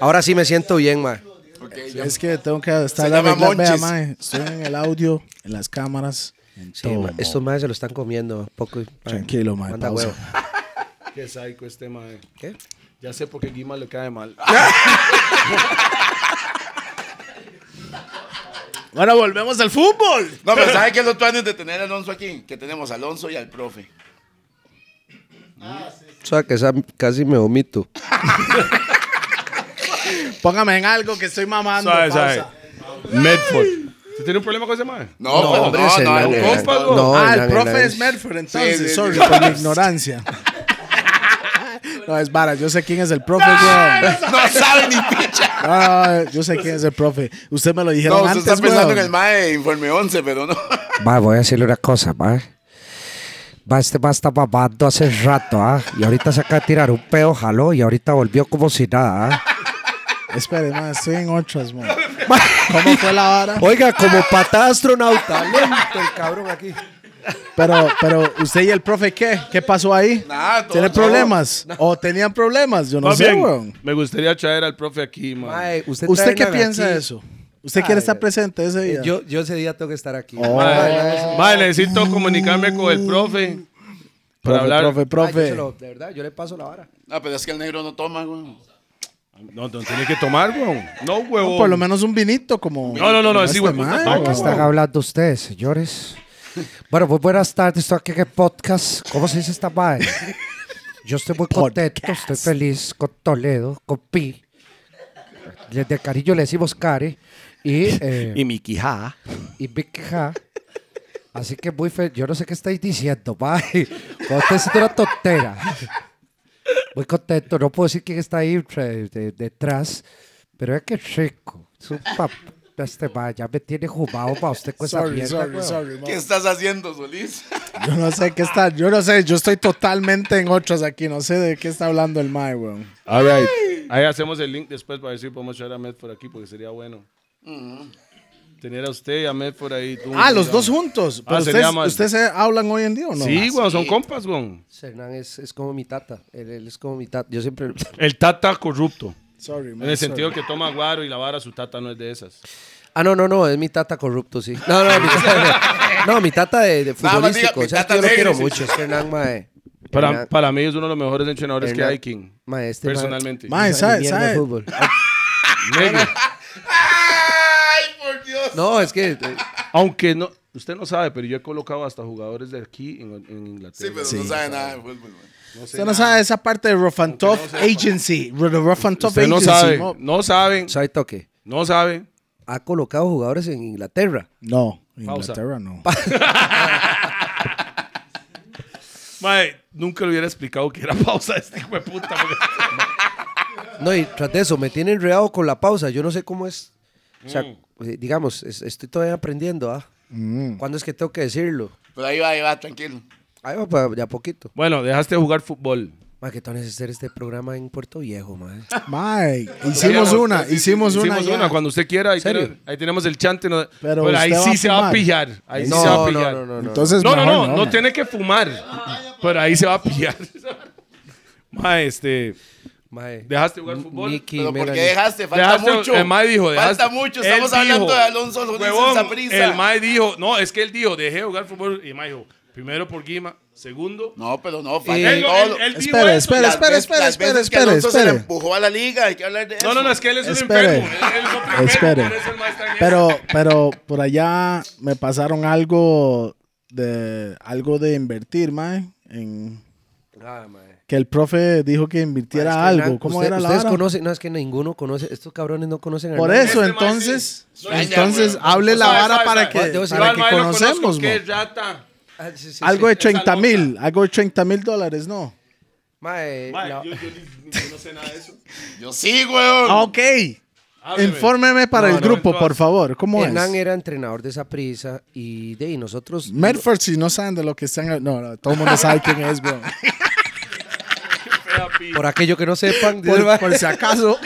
Ahora sí me siento bien, mae. Ok, ya. Es que tengo que estar Se la llama verdad, vea, Monchis. mae. Estoy en el audio, en las cámaras, en Sí, todo. ma, estos maes se lo están comiendo. Poco, Tranquilo, mae, Manda pausa. huevo. Qué psycho este mae. ¿Qué? Ya sé por qué Guima le cae mal. Ahora volvemos al fútbol. No, pero ¿sabes qué es lo tuanis de tener a Alonso aquí? Que tenemos a Alonso y al profe. O sea, que esa- casi me vomito. Póngame en algo que estoy mamando. Sabe, pausa. sabe. Medford. ¿Usted tiene un problema con ese mae? No, no, hombre, no, se no, la- no, la- compas, no, vos. Ah, la- el la- profe la- es Medford, entonces. Sí, sí, sí. Sorry por mi ignorancia. No, es vara. Yo sé quién es el profe, güey. no sabe ni picha. Ah, yo sé quién es el profe. Usted me lo dijeron No, usted antes, está pensando weón. en el mae de Informe 11, pero no. Va, voy a decirle una cosa, va. Va, este va está babando hace rato, ¿ah? Y ahorita se acaba de tirar un pedo, jaló, y ahorita volvió como si nada, ¿ah? Espere, mae, estoy en otras, mae. ¿Cómo fue la vara? Oiga, como patada astronauta, lento el cabrón aquí. Pero, pero, ¿usted y el profe qué? ¿Qué pasó ahí? Nada, todo- ¿Tiene todo. problemas? ¿O tenían problemas? Yo no Más sé, bien, weón. me gustaría traer al profe aquí, mae. usted, ¿Usted qué piensa de eso? ¿Usted quiere estar presente ese Eh, día? Yo, yo ese día tengo que estar aquí. Vale, vale, necesito comunicarme con el profe. profe, Para hablar. Ah, profe, yo profe. se lo- de verdad, yo le paso la vara. No, pero es que el negro no toma, güey. No, no tiene que tomar, weón. No, huevón. Por lo menos un vinito como... No, no, no, no, como sí, este güey, puta, man, no, güey. güey. están hablando ustedes, señores? Bueno, muy buenas tardes. Estoy aquí en el podcast. ¿Cómo se dice esta madre? Yo estoy muy contento, estoy feliz con Toledo, con Pi. Desde cariño le decimos Care. Y, eh, y Miki Y Miki Ja. Así que muy feliz. Yo no sé qué estáis diciendo, madre. Vos te haciendo una tontera. Muy contento. No puedo decir quién está ahí eh, de- detrás. Pero es que rico. Es un pap- Este man ya me tiene jugado para usted con esa Sorry, mierda, sorry, weón. sorry, man. ¿Qué estás haciendo, Solís? Yo no sé qué está... Yo no sé, yo estoy totalmente en otras aquí. No sé de qué está hablando el Mae, weón. All right. Ahí hacemos el link después para ver si podemos echar a Med por aquí, porque sería bueno. Mm. Tener a usted y a Med por ahí. tú, Ah, los ya. dos juntos. Ah, Pero sería ustedes, mal. ¿ustedes se hablan hoy en día o no? Sí, weón, son compas, weón. Hernán es, es como mi tata. Él, él es como mi tata. Yo siempre. El tata corrupto. Sorry, En el sentido que toma guaro y la vara, su tata no es de esas. Ah, no, no, no. Es mi tata corrupto, sí. No, no, mi tata, no, mi tata de, de Nada más diga, futbolístico. mi o sea, es que tata yo lo quiero negro, mucho. Es que Hernán, mae. Para, Hernán- para mí es uno de los mejores entrenadores que Hernán- hay, King. mae, este mae- Personalmente. Mae, sabe ni ¿sabe? mierda de sabe? fútbol. Negro. ¡Ay, por Dios! No, es que. eh, Aunque no, usted no sabe, pero yo he colocado hasta jugadores de aquí en, en Sí, Inglaterra. pero no sabe nada de fútbol, güey. Usted no sabe esa parte de Rough and Tough Agency. The Rough and Tough Usted Agency. no sabe, No, no sabe, ¿Sabe toque? no sabe. Ha colocado jugadores en Inglaterra. no Pausa. Inglaterra no. Mae, nunca le hubiera explicado que era pausa a este hijo de puta. porque- No, y tras de eso, me tiene enredado con la pausa. Yo no sé cómo es. O sea, Mm. eh, digamos, es- estoy todavía aprendiendo, ¿ah? Mm, ¿Cuándo es que tengo que decirlo? Pero ahí va, ahí va, tranquilo. Ahí va pa- ya poquito. Bueno, dejaste de jugar fútbol. Mae, que tú hacer este programa en Puerto Viejo, mae. Mae, hicimos una, hicimos una. Hicimos ya. una cuando usted quiera. Ahí, ¿Serio? tenemos- ahí tenemos el chante. no- Pero bueno, ahí usted va sí a se va a fumar. pillar. Ahí sí se va a No, no, pillar. no, no, no. Entonces, No, no, mejor no, no, mae. tiene que fumar. Pero ahí se va a pillar. Mae, este. Mae. ¿Dejaste de jugar fútbol? Nicky, Pero ¿por eh, Melanie. qué dejaste? Falta Dejaste- mucho. El Mae dijo, dejaste- Falta mucho. él Estamos hablando dijo, de Alonso Solís en huevón, Saprissa. El Mae dijo, no, es que él dijo, dejé de jugar fútbol. Y el Mae dijo, primero por Guima, segundo. No, pero no, Él- falta él- todo. él- él dijo Espere, eso. espere, Las espere, veces- espere, las espere, veces que espere, Alonso se le espere. empujó a la liga, hay que hablar de eso. No, no, no, es que él es un Espere. enfermo. Él, él es otro enfermo, Espere. por eso el mae está en Pero, esa. pero por allá me pasaron algo de algo de invertir, mae. En, Ah, mae. que el profe dijo que invirtiera Es que algo. Hernán, ¿Cómo usted- era la Ustedes vara? conocen, no, es que ninguno conoce, estos cabrones no conocen a Por Hernán. eso, Este mae entonces, sí. No, ya, entonces güey. hable la Sabe, vara sabe, para sabe. que, Yo sí para al que mae lo conozco, conocemos, mo. qué rata. Ah, sí, sí, sí. Algo de esa 30 mil, algo de 30 mil dólares, ¿no? Mae, Mae, eh, la- yo, yo ni- yo no sé nada de eso. Yo sí, weón. Ah, Ok, Hábleme. infórmeme para No, el no, grupo, entonces, por favor. ¿Cómo Hernán es? era entrenador de esa prisa y de ahí nosotros. Medford, si no saben de lo que están... No, no, todo el mundo sabe quién es, bro. Fea pi- Por aquello que no sepan, dice el mae. Por, por si acaso,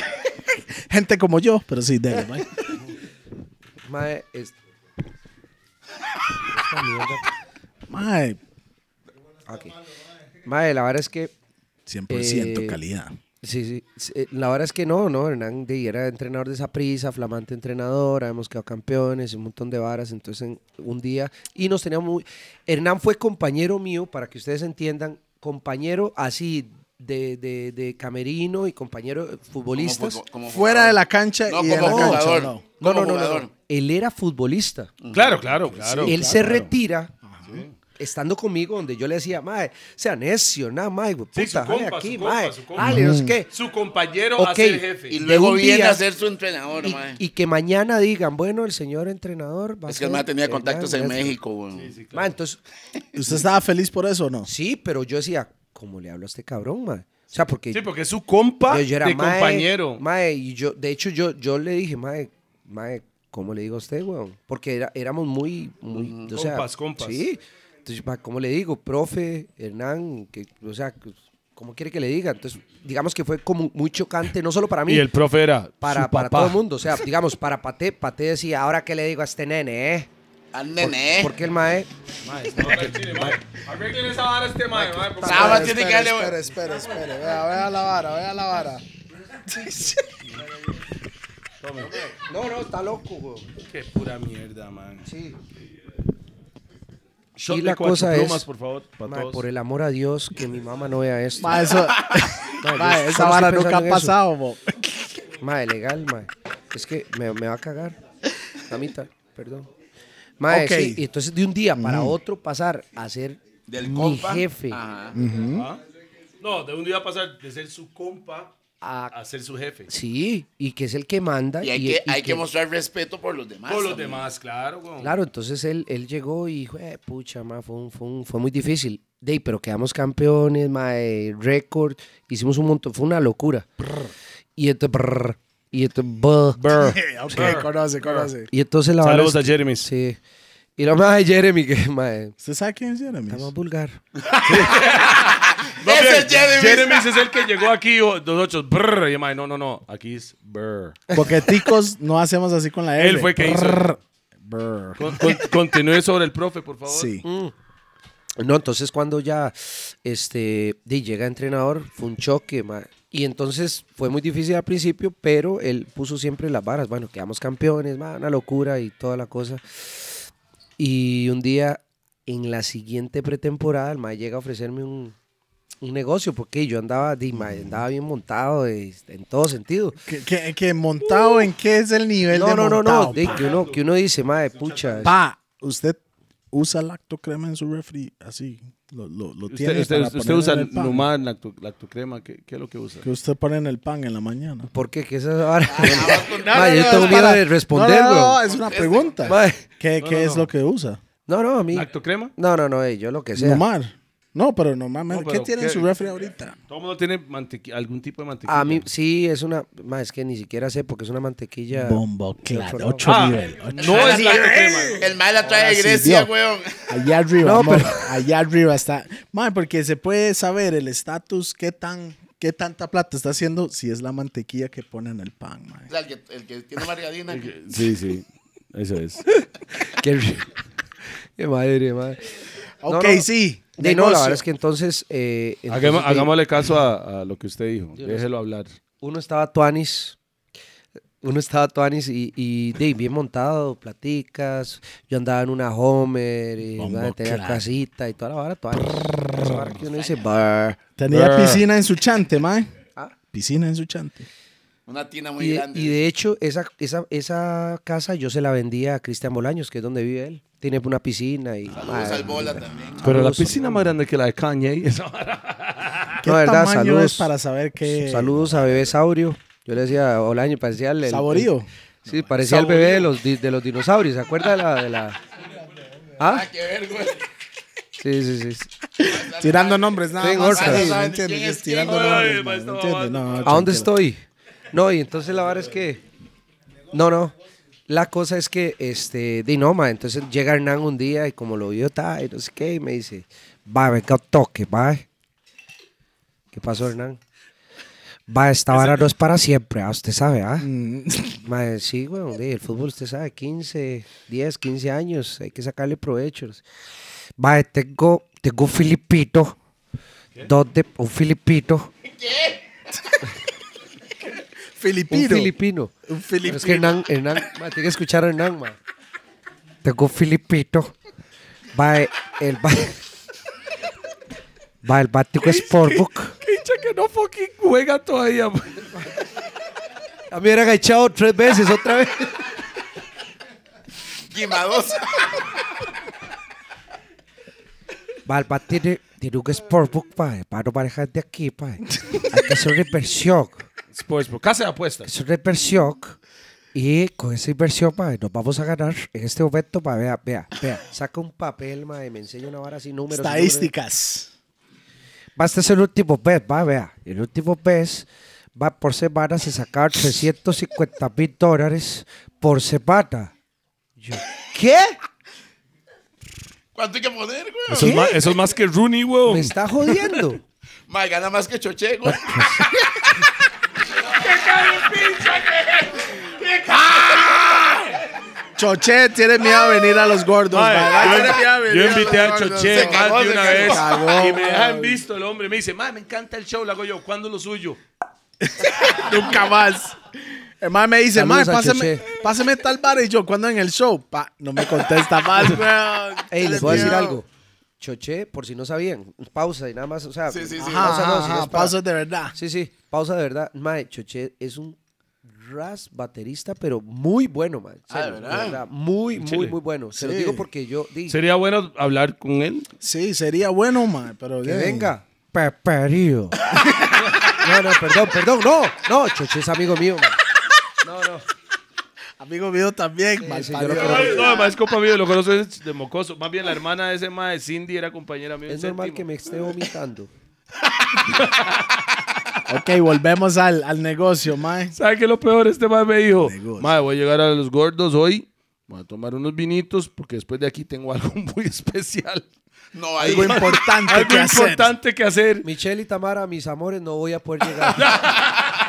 gente como yo, pero sí, dele, mae. Mae, es- Esta mierda. Mae, Ok. Mae, la verdad es que. 100% Eh, calidad. Sí, sí, sí, eh, La verdad es que no, ¿no? Hernán de- era entrenador de esa prisa, flamante entrenador, hemos quedado campeones, un montón de varas. Entonces, en un día. Y nos teníamos muy. Hernán fue compañero mío, para que ustedes entiendan, compañero así de, de- de camerino y compañero futbolista. Fuera de la cancha No, y como en la cancha, jugador. no. No, no, Como no, no, jugador. no. Él era futbolista. Mm. Claro, claro, claro. él se retira estando conmigo donde yo le decía, mae, sea necio, nada, mae, güey, Sí, puta, su dale compa, aquí, su compa, mae, su compa. dale, no Mm. sé qué. Su compañero Ok. a ser jefe. Y de luego un viene día- a ser su entrenador, Y, mae. y que mañana digan, bueno, el señor entrenador va a Es que el ser mae tenía contactos en Hernán Mestre". México, weón. Mae, entonces, ¿Usted estaba feliz por eso o no? sí, pero yo decía, ¿cómo le hablo a este cabrón, mae? O sea, porque Sí, porque es su compa yo, yo era de eh. "Mae, compañero. mae", y yo, de hecho, yo, yo le dije, mae, mae, ¿cómo le digo a usted, weón? Porque era- éramos muy, muy, o sea, Compas, compas. Sí. Entonces, mae, ¿cómo le digo? Profe, Hernán, que, o sea, ¿cómo quiere que le diga? Entonces, digamos que fue como muy chocante, no solo para mí, y el profe era para, su para papá. todo el mundo. O sea, digamos, para Pate, Pate decía, ¿ahora qué le digo a este nene, eh? Al Por- nene, eh. Porque el mae, Arreglen esa vara a este mae, mae, porque- Sábado tiene que darle, Espera, espera, espera. Vea, vea la vara, vea la vara. Tome. No, no, está loco, weón. Qué pura mierda, man. Sí. Shot Y de la cuatro cosa plumas, es- por favor, para Mae, todos. por el amor a Dios, que mi mamá no vea esto. Ma, Mae, eso, yo ma, solo esa estoy vara pensando nunca ha en eso. pasado, bo. Mae, legal, mae. Es que me, me va a cagar. Damita, perdón. Mae, Ok. sí, y entonces de un día para otro pasar a ser Del mi compa. jefe. Ajá. Ajá. ¿Ah? No, de un día pasar de ser su compa a- a ser su jefe. sí, y que es el que manda. Y hay, que, hay y que mostrar respeto por los demás. Por los también. demás, claro, weón. Claro, entonces él, él llegó y, "Jue- pucha, mae, fue, un- fue un- fue muy difícil. De, ahí, pero quedamos campeones, mae, récord. Hicimos un montón, fue una locura. Y esto, brr, y esto, buh. Ok, conoce, conoce. Y entonces la Saludos vara a es- Jeremy. Sí. Y lo más de Jeremy, que, mae, ¿Usted sabe quién es Jeremy? está más vulgar. Ese es Jeremy. Jeremy es el que llegó aquí, o- nosotros, brr, y el mae, no, no, no, aquí es brr. Porque ticos no hacemos así con la L. Él fue que hizo. Brr, brr. Con- con- continúe sobre el profe, por favor. Sí. No, entonces cuando ya este, di, llega entrenador, fue un choque, ma. Y entonces fue muy difícil al principio, pero él puso siempre las varas. Bueno, quedamos campeones, ma, una locura y toda la cosa. Y un día, en la siguiente pretemporada, el ma llega a ofrecerme un, un negocio, porque yo andaba, di, ma, andaba bien montado eh, en todo sentido. ¿Qué, qué, qué montado en qué es el nivel No, de no, no, montado? no, di, que uno, que uno dice, madre, pucha. es- Pa, usted usa lactocrema en su refri así. Lo, lo, lo Usted, tiene usted- para usted poner usa en el pan. Numan, lacto- lactocrema, ¿qué, ¿qué es lo que usa? Que usted pone en el pan en la mañana. ¿Por qué? ¿Qué es esa vara? Ah, No, Ma, no, yo no, tengo es miedo para- de responder, No, no, no, weón. es una pregunta. Ma, ¿Qué, No, qué Este, no, es no. lo que usa? No, no, a mí. ¿Lactocrema? No, no, no, eh, yo lo que sea. Nomar. No, pero normalmente. No, ¿Qué pero tiene en ¿qué? su refri ahorita? Todo el mundo tiene mantequi- algún tipo de mantequilla. a mí sí es una, ma, es que ni siquiera sé porque es una mantequilla. Bombo, claro. Ocho Ah, nivel. ocho. no es lactocrema. El mal la Ah, trae de sí, Grecia, Dios. weón. Allá arriba, No, amor, pero- allá arriba está. Man, porque se puede saber el estatus, qué tan, qué tanta plata está haciendo si es la mantequilla que pone en el pan, man. O sea, el que, el que tiene margarina. Sí, sí, eso es. Qué, ri- qué madre, madre. No, Ok, no. sí. De, no, la negocio. verdad es que entonces, eh, entonces, Hagamos- de- hagámosle caso a, a lo que usted dijo. Déjelo hablar. uno estaba tuanis, uno estaba tuanis y, y de, bien montado, platicas. Yo andaba en una Homer y Bombo ma, tenía claro. casita y toda la vara tuanis. Esa vara que uno dice, "Brr". Tenía Brr. piscina en su chante, man. Ah. Piscina en su chante. Una tina muy Y, de- grande. y de hecho, esa, esa, esa casa yo se la vendía a Cristian Bolaños, que es donde vive él. Tiene una piscina y. Saludos ma, al bola también. Pero la Saludos, piscina saludos. más grande que la de Kanye. esa vara. ¿Qué No, de verdad, tamaño saludos. es para saber qué Saludos a Bebé Saurio. Yo le decía Olaño, parecía el. el- saborío? sí, parecía el bebé de los, di- de los dinosaurios. ¿Se acuerda de la.? de la- Ah, Ah, qué vergüenza. sí, sí, sí. Tirando nombres, nada Tengo más. otras. ahí, ¿me ¿Quién entiendes? es quién? Tirando Ay, nombres, man, maestro, ¿me entiendes? No, ¿A dónde tranquilo. estoy? No, y entonces la vara es que. No, no. La cosa es que, este, Dinoma, entonces llega Hernán un día y como lo vio, ta, y no sé qué, y me dice, va, venga, un toque, va. ¿Qué pasó, Hernán? Va, esta vara no es para siempre, ah, usted sabe, ¿ah? Mae, sí, bueno, el fútbol usted sabe, 15, 10, 15 años, hay que sacarle provecho. Mae, tengo, tengo un filipino, donde, un filipino, un Filipino. filipino. Un Pero es que Hernán, Hernán, ma, tiene que escuchar a Hernán, ma. Tengo un filipito. Va eh, el va, va el Bático Sportbook. Pinche que no fucking juega todavía. A mí era agachado tres veces, otra vez. Guimados. Va, el va tiene, tiene un Sportbook, pa. eh, Para no manejar de aquí, pa. eh. Hay que hacer una inversión. Sportsbook, Pues, casa de apuestas. Es una inversión. Y con esa inversión, ma, nos vamos a ganar en este momento, ma, vea, vea, vea. Saca un papel, ma, y me enseña una vara así, números. y números. Estadísticas. Va, este es el último pez, va, vea. El último pez va por semana se sacar 350 mil dólares por semana. Yo, ¿qué? ¿Cuánto hay que poner, weón? Eso es, más, eso es más que Rooney, Me weón. está jodiendo. Más gana más que Choche, weón. Choche tiene miedo a venir a los gordos, Mae, man. Ay, tiene miedo a yo, venir yo a invité los a gordos. Choche Se cagó, más se de una cagó. vez. Cagó, y me dejan mae. visto el hombre. Me dice, "Mae, me encanta el show. Lo hago yo. ¿Cuándo lo suyo? Nunca más. El mae me dice, mae, Saludos a pásame, Cheche. pásame tal bar. Y yo, ¿cuándo en el show? Pa, no me contesta más, weón. Ey, les voy a decir Miedo. algo. Choché, por si no sabían, pausa y nada más. O sea, Sí, sí, sí. pausa Ajá, no, ajá, sino es ajá, para- pausa de verdad. Sí, sí, pausa de verdad. Mae, Choché es un ras baterista, pero muy bueno, mae. En Ah, ¿de serio, de verdad? verdad, Muy, muy, Chile. muy bueno. Se lo digo porque yo di, Sería bueno hablar con él. Sí, sería bueno, mae, pero... que eh, venga. Peperido. No, no, perdón, perdón, no. No, Choché es amigo mío, mae. No, no. Amigo mío también, mal sí, yo lo parido. conozco. No, además es compa mío, lo conoces de mocoso. Más bien la hermana de ese mae, Cindy, era compañera mía. en Es normal séptimo. que me esté vomitando. Ok, volvemos al, al negocio, mae. ¿Sabe qué es lo peor? Este mae me dijo, mae, voy a llegar a los gordos hoy, voy a tomar unos vinitos porque después de aquí tengo algo muy especial. No, ahí. Algo importante Algo que hacer. importante que hacer. Michelle y Tamara, mis amores, no voy a poder llegar.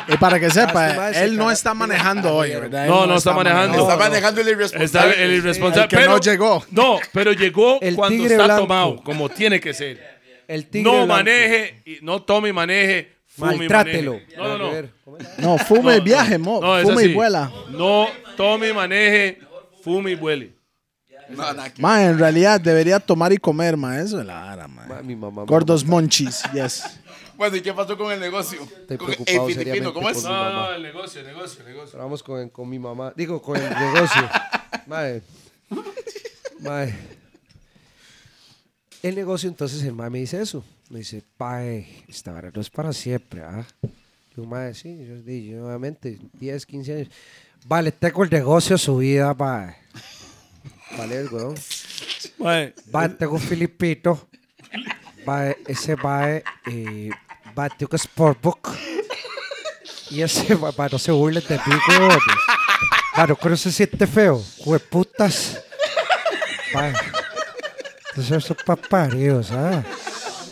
Y para que Este sepa, mae se él no cara- está manejando hoy, ¿verdad? Él No, no está manejando. Está No, manejando el irresponsable. Está el irresponsable. El que pero- no llegó. No, pero llegó El cuando tigre está blanco. tomado, como tiene que ser. El tigre No blanco. maneje, y- no tome y maneje. fume y Maltrátelo. maneje. No, no, no. No, fume y viaje, mo. No, es fume así. y vuela. No tome y maneje, fume y vuele. No, no, aquí. Mae, en realidad debería tomar y comer, mae. Eso es la ara, mae. Ma- Mi mamá. me Gordos monchis, yes. Bueno, ¿y qué pasó con el negocio? Estoy Con preocupado el filipino, seriamente ¿cómo es? por mi mamá. el negocio, el negocio, el negocio. Pero vamos con, con mi mamá. Digo, con el negocio. Mae. Mae. El negocio, entonces el mae me dice eso. Me dice, pae, esta vara no es para siempre, ¿ah? Yo, mae, sí, yo, di, yo nuevamente, 10, 15 años. Vale, tengo el negocio subida, mae. Vale, el weón. Va, tengo un filipito. Va, ese va, eh, va, tengo un sportbook. Y ese va, va, no se burlen de mí, huevones. Va, no creo que se siente feo. Hueputas. Va. Entonces esos paparios, ¿ah?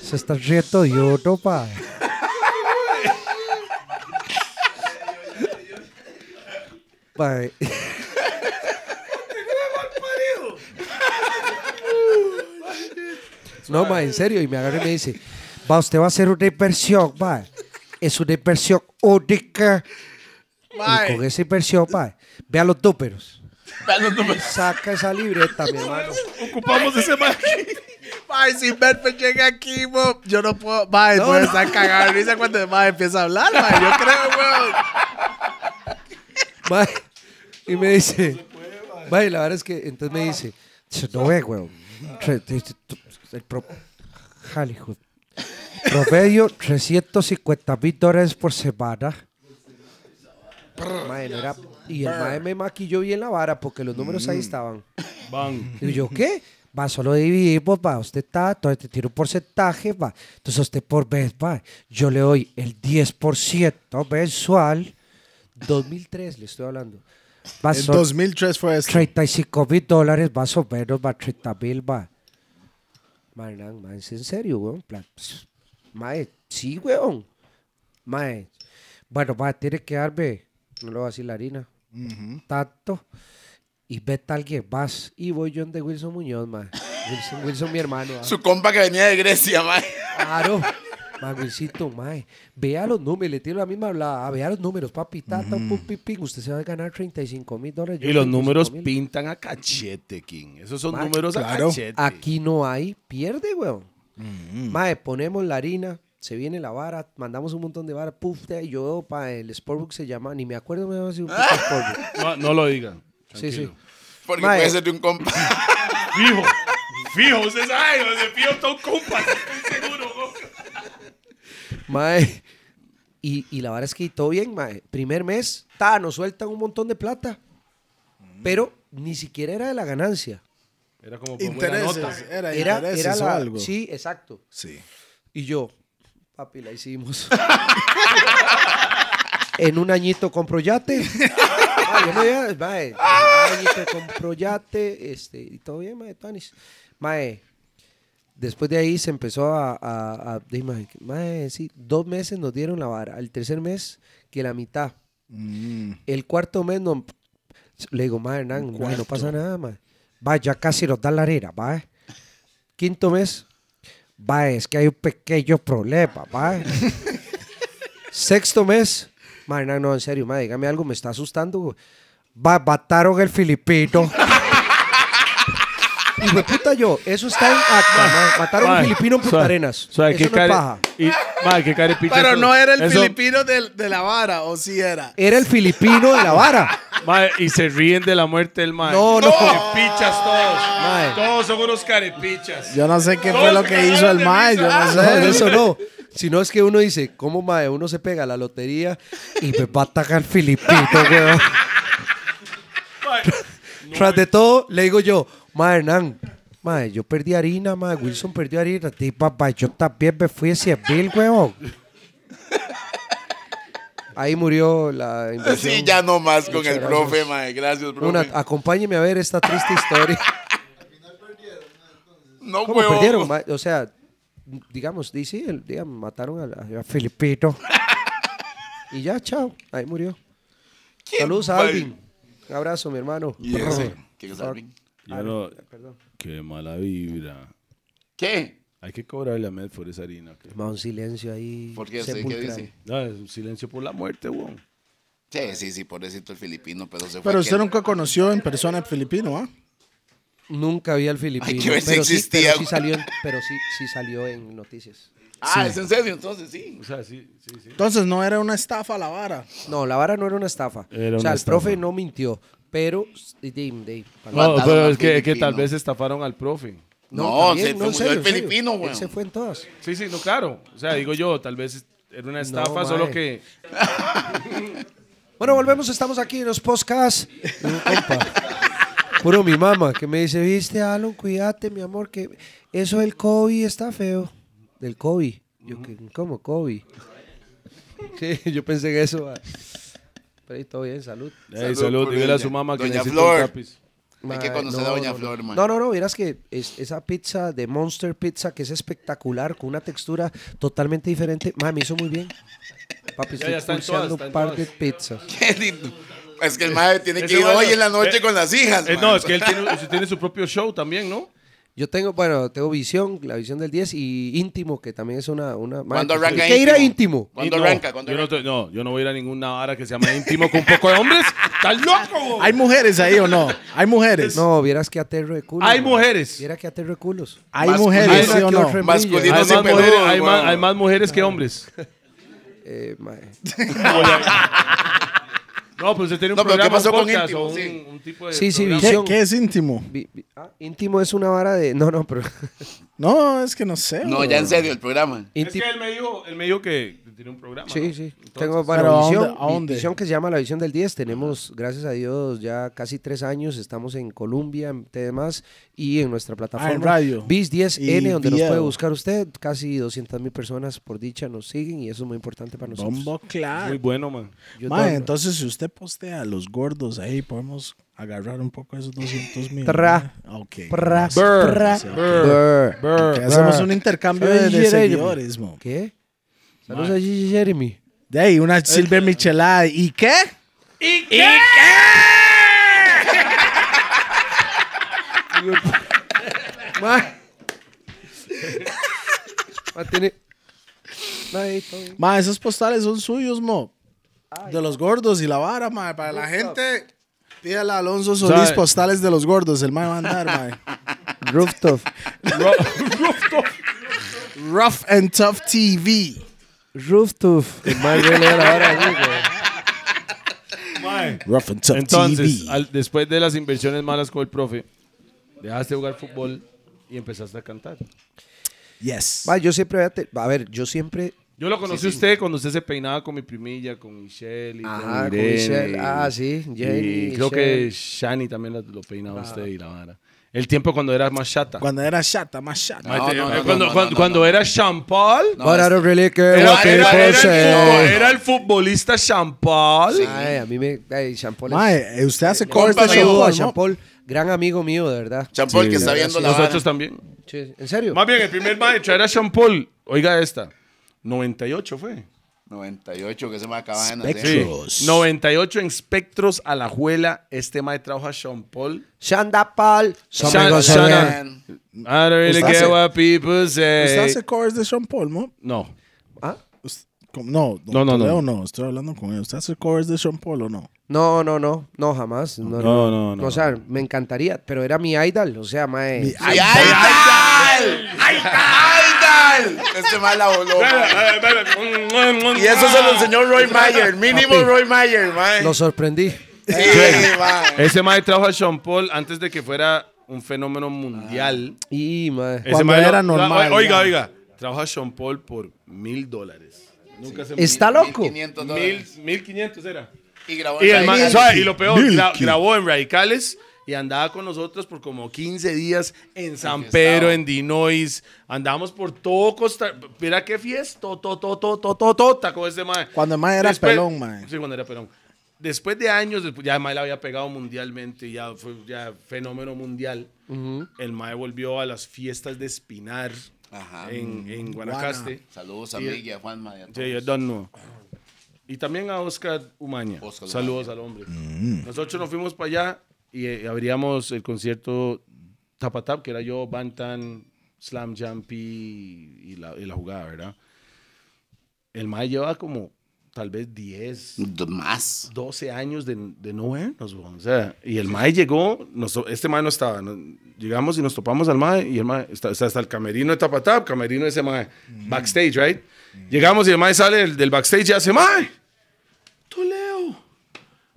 Se están riendo de uno, va. Va, No, mae, en serio. Y me agarra y me dice, Va, usted va a hacer una inversión, va. Es una inversión única. Y con esa inversión, va. Vea los números. Vean los números. Saca esa libreta, mi hermano. Ocupamos ese mae. Mae, si Berfe llega aquí, mo, yo no puedo. Mae, voy a estar cagado de risa cuando el mae empieza a hablar, mae. Yo creo, weón. Mae, y me dice, mae, la verdad es que entonces me dice, Dice, No ve, weón. Tre- te- te- tu- El pro- Jale, hijo. Promedio 350 mil dólares por semana. mae, no era- y el mae me maquilló bien la vara porque los números ahí estaban. Van. Y yo, ¿qué? Va, solo dividimos, va, usted está, entonces te tiene un porcentaje, va. Entonces usted por mes, va, yo le doy el 10% mensual, 2003 le estoy hablando. Ah, va, En son 2003 fue esto. 35 mil dólares más o menos, va, 30 mil, va. Mae, Hernán, mae, es en serio, weón. En plan, pss, Mae, sí, weón. Mae, Bueno, va, tiene que darme no lo va a decir la harina. tanto y vete a alguien más. Y voy yo de Wilson Muñoz, mae. Wilson, Wilson, mi hermano. ah. Su compa que venía de Grecia, mae. Claro. Maguicito, mae. Vea los números, le tiro la misma hablada. Vea los números, papi, tata, pum, pim, pim. Usted se va a ganar 35 mil dólares. yo Y los 35 números mil. pintan a cachete, King. Esos son Mae, números claro. a cachete. Aquí no hay, pierde, weón. Mae, ponemos la harina, se viene la vara, mandamos un montón de vara, puf, te- yo, pa, el Sportbook se llama, ni me acuerdo, me va a decir un puto Sportbook. No, no lo digan. Sí, sí. Porque Mae. puede ser de un compa. Fijo. Fijo, usted sabe, donde fijo está un compa, estoy seguro. ¿no? Mae. Y, y la vara es que todo bien, mae. Primer mes, ta, nos sueltan un montón de plata. Pero ni siquiera era de la ganancia. Era como por buena nota. Intereses, era, Era, intereses era o la. algo. Sí, exacto. Sí. Y yo, papi, la hicimos. en un añito compro yate. Ah, yo me había- mae, en un añito compro yate, este, y todo bien, mae, Tanis. Mae, después de ahí se empezó a, a, a- de- mae, que- mae, sí, dos meses nos dieron la vara. El tercer mes, que la mitad. Mm. El cuarto mes, no, le digo, mae, Hernán, mae, no pasa nada, mae. Va, ya casi nos da la arena, va. eh. Quinto mes, Va, es que hay un pequeño problema, va. eh. Sexto mes, Mae, Hernán, no, en serio, mae, dígame algo, me está asustando. güey". Va, mataron el filipino. Y de puta yo, eso está en acta, mae. Mataron Mae, un filipino en Punta suave, Arenas. suave, eso qué no es care- paja. y- mae, qué carepicha Pero eso- no era el eso- filipino del- de, la vara, o sí era. Era el filipino de la vara. mae, y se ríen de la muerte del mae. No, no. Carepichas todos. Mae. Todos son unos carepichas. Yo no sé qué Todos fue lo se que cagaron hizo el de mae, yo risa. no No, sé. eso no. Sino es que uno dice, ¿cómo mae? Uno se pega a la lotería y me va a atacar el filipino, weón. Mae, Tras de todo, le digo yo, mae Hernán, mae, yo perdí harina, mae, Wilson perdió harina, ti papá, yo también me fui de 100 mil, huevón. Ahí murió la inversión. Sí, ya no más con Muchas el gracias. profe, mae. Gracias, profe. Una, acompáñeme a ver esta triste historia. no, ¿Cómo huevón. perdieron? mae? O sea, digamos, di, sí, el- digamos, mataron a, la- a Filipito. y ya, chao. Ahí murió. ¿Quién, Saludos a mae? Alvin. Un abrazo, mi hermano. Y ese, ¿Qué? es Alvin? Yo no- Qué mala vibra. ¿Qué? Hay que cobrarle a Med por esa harina. ¿ok? Ma, un silencio ahí. ¿Por qué? Sí, ¿Qué sepulcral. dice? No, es un silencio por la muerte, weón. Sí, sí, sí, pobrecito el filipino, pero se fue. Pero usted aquel- nunca conoció en persona al filipino, ¿ah? Nunca vi al filipino. Hay que ver si pero, sí, existía, pero, sí güey. salió en, pero sí, sí salió en noticias. Ah, es en serio, entonces sí. O sea, sí, sí, sí. Entonces no era una estafa la vara. No, la vara no era una estafa. Era o sea, una el estafa. profe no mintió, pero... y de- de- para- No, Mataron pero al es que, es que filipino. tal vez estafaron al profe. No, también, se fue- en murió serio, el en serio. filipino, Él güey. Se fue en todas. Sí, sí, no, claro. O sea, digo yo, tal vez era una estafa, mae. solo que. Bueno, volvemos, estamos aquí en los podcasts. Un compa. Puro mi mamá, que me dice, viste, Alan, cuídate, mi amor, que eso del COVID está feo. Del COVID. Yo, que, ¿cómo COVID? Sí, yo pensé en eso. va. Pero ahí todo bien, salud. Ay, Salud salud, por dígale a ella. su mamá que Doña necesita Flor. un tapiz. Hay Ma, que conocer a Doña Flor, man. No, no, no, verás que es- esa pizza de Monster Pizza que es espectacular, con una textura totalmente diferente, ma, me hizo muy bien. Papi, estoy ya está en pulseando todas, está un en par todas. de pizzas. Qué lindo. Es que el madre tiene que Ese ir mae- hoy en la noche eh, con las hijas. Eh, mae. no, es que él tiene, usted tiene su propio show también, ¿no? Yo tengo, bueno, tengo visión, la visión del 10 y íntimo, que también es una... una ma, ¿Cuándo que- arranca que ir a íntimo? íntimo? ¿Cuándo Y no, arranca? ¿Cuándo yo no, arranca? estoy- no, yo no voy a ir a ninguna vara que se llama íntimo con un poco de hombres. ¡Estás loco! ¿Hay mujeres ahí o no? ¿Hay mujeres? No, vieras que aterro de culos. Hay ma. mujeres. Vieras que aterro de culos. ¿Hay Masculino. mujeres, Hay sí una o que no? otra Hay Masculino. brilla. Dinos más, sin mujeres, peludo, hay, weón. más, hay más mujeres que hombres. Eh, ma, No, pues usted tiene un No, pero ¿qué programa, pasó un con podcast íntimo? o un, Sí. un tipo de Sí, sí, programa. ¿Qué, visión. qué es íntimo? vi- vi- ah, íntimo es una vara de... No, no, pero... No, es que no sé. No, bro. ya en serio, el programa. Es íntimo- que él me dijo, él me dijo que tiene un programa. Sí, ¿no? sí. Entonces, Tengo para Pero ¿a visión, dónde- a vi- dónde? visión que se llama la visión del 10. Tenemos, gracias a Dios, ya casi tres años. Estamos en Colombia, en temas y en nuestra plataforma. Ah, radio. BIS 10N, Y donde nos puede video. buscar usted. Casi 200 mil personas por dicha nos siguen y eso es muy importante para nosotros. Bombo claro. Muy bueno, man. Yo Mae, dono. entonces si usted postea a los gordos ahí, podemos agarrar un poco esos 200 mil. Tra. Ah, Ok. Prra, Brr, prra, brr, Que brr. hacemos un intercambio de, de Ay, Jeremy. seguidores, mo. ¿Qué? Saludos a Gigi Jeremy. De ahí, una Silver Michelada. ¿Y qué? Ma. Ma, tiene- Ma, ahí todo bien. Ma, esos postales son suyos, mo. De los gordos y la vara, ma. Para la gente, pídale a Alonso Solís ¿Sabe? postales de los gordos. El ma va a andar, ma. Rooftop. Rough and Tough TV. Rooftop. El ma huele a la vara así, güey. Rough and Tough Entonces, TV. al- después de las inversiones malas con el profe, dejaste de jugar fútbol y empezaste a cantar. Yes. Ma, yo siempre, voy a te- a ver, yo siempre. Yo lo conocí a usted cuando usted se peinaba con mi primilla, con Michelle y Ajá, con con Irene. Michelle. Ah, sí, Jenny, y creo Michelle. que Shani también la- lo peinaba usted y la vara. El tiempo cuando era más chata. Cuando era chata, más chata. No, Eh, no, eh, no, cuando, no, no, cuando- no, cuando no. era Sean Paul, But I don't really care Era, what era- people era el say. futbol- era el futbolista Sean Paul. Ay, a mí me. Ay, Sean Paul es- Mae, eh, usted hace Un covers de Compa Sean mío. saludo a Paul, Sean ¿no? Paul, gran amigo mío, de verdad. Champol que está viendo la vara. Nosotros también. Sí, ¿En serio? Más bien, el primer maestro era Sean Paul. Oiga esta. 98 fue. 98, que se me acaba de Sí. nacer. 98 en espectros a la juela. Este maestro trajo a Sean Paul. Shanda Paul. Sean- Something goes Sean- on. Man. I Ah, don't really Usted care hace- what people Usted say. hace covers de Sean Paul, ¿no? No. Ah, con- no, No, no, no. Toledo no. Estoy hablando con él. ¿Usted hace covers de Sean Paul o no? No, no, no, no, jamás. No, no, No, no, no. O sea, me encantaría, pero era mi idol, o sea, eh, mae. ¡Ay, Aidal! ¡Ay, Aidal! Este mal la voló. mae. Y eso se lo enseñó Roy Mayer. Mínimo Papi. Roy Mayer, mae. Lo sorprendí. Sí, Este mae. Ese mae trajo a Sean Paul antes de que fuera un fenómeno mundial. Y, mae. Ese Cuando mae lo- era normal, Oiga, ya. oiga. Trajo a Sean Paul por mil dólares. Nunca se Está loco. 1500 Mil, dólares. mil quinientos era. Y grabó Y, en el man- Radicales. ¿sabe? y lo peor, gra- grabó en Radicales y andaba con nosotros por como 15 días en San Pedro, en Dinois. Andábamos por todo Costa Mira qué fiesta, todo, todo, todo, todo, todo, con ese tota, este mae. Cuando el mae era pelón, mae. Sí, cuando era pelón. Después de años, después- ya el mae la había pegado mundialmente, ya fue ya fenómeno mundial. El mae volvió a las fiestas de Espinar Ajá. en, Mm, en Guanacaste. Saludos a Miguel y a Juanma. y a Sí, yo todos. don't know. Y también a Oscar Umaña. Oscar Saludos al hombre. Nosotros nos fuimos para allá y eh, abríamos el concierto Tapatap, que era yo, Bantan, Slam Jumpy y la, y la jugada, ¿verdad? El mae lleva como tal vez 10, D- Más. 12 años de, de no vernos, weón. O sea, y el mae llegó, nos to- este mae no estaba, no- llegamos y nos topamos al mae, y el mae, está, está- está el camerino de Tapatap, camerino de ese mae, backstage, right? Llegamos y el mae sale del, del backstage y hace, mae, Toleo,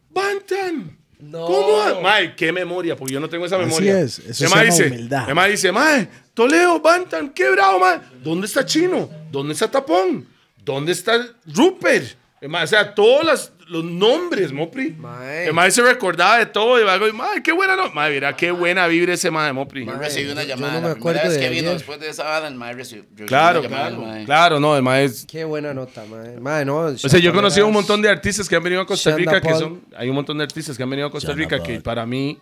Bantan. ¿Cómo? a-?" Mae, qué memoria, porque yo no tengo esa Así memoria. es, eso El se mae llama dice, humildad. el mae dice, mae, Toleo, Bantan, qué bravo, mae. ¿Dónde está Chino? ¿Dónde está Tapón? ¿Dónde está Rupert? El mae, o sea, todos las- los nombres, Mopri. Mae. El mae se recordaba de todo. Y algo, y, mae, qué buena, no. Mae, mira, qué buena vibra ese mae, Mopri. Yo recibí una yo- yo llamada. no me la primera acuerdo de vez que vino ayer. después de esa banda, el mae recibió. yo recibí Claro, una llamada del claro. mae. Claro, no, el mae es- Qué buena nota, mae. Mae, no. O sea, yo he conocido un montón de artistas que han venido a Costa Shanda Rica, que Paul. son, hay un montón de artistas que han venido a Costa Rica que para mí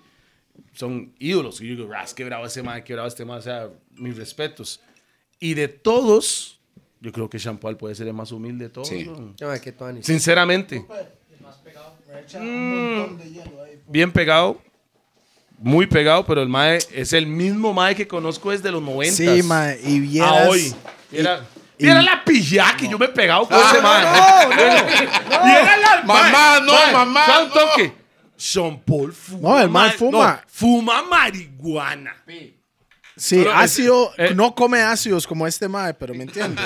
son ídolos. Y yo digo, ras, qué bravo ese mae, qué bravo este mae, o sea, mis respetos. Y de todos, yo creo que Sean Paul puede ser el más humilde de todos. Sí. ¿no? Mae, qué tuanis. Sinceramente. Mm, bien pegado. Muy pegado, pero el Mae es el mismo Mae que conozco desde los 90. Sí, mae. Y vieras. A hoy. Era, y- la pijada que yo me he pegado con ese Ah, no, Mae. Y era la. Mamá, no, mae, mamá, ¿sabe un no. toque? Sean Paul fuma. No, el mae ma- fuma. no, fuma marihuana. Sí, Solo es- ácido. eh. no come ácidos como este mae, pero me entiende.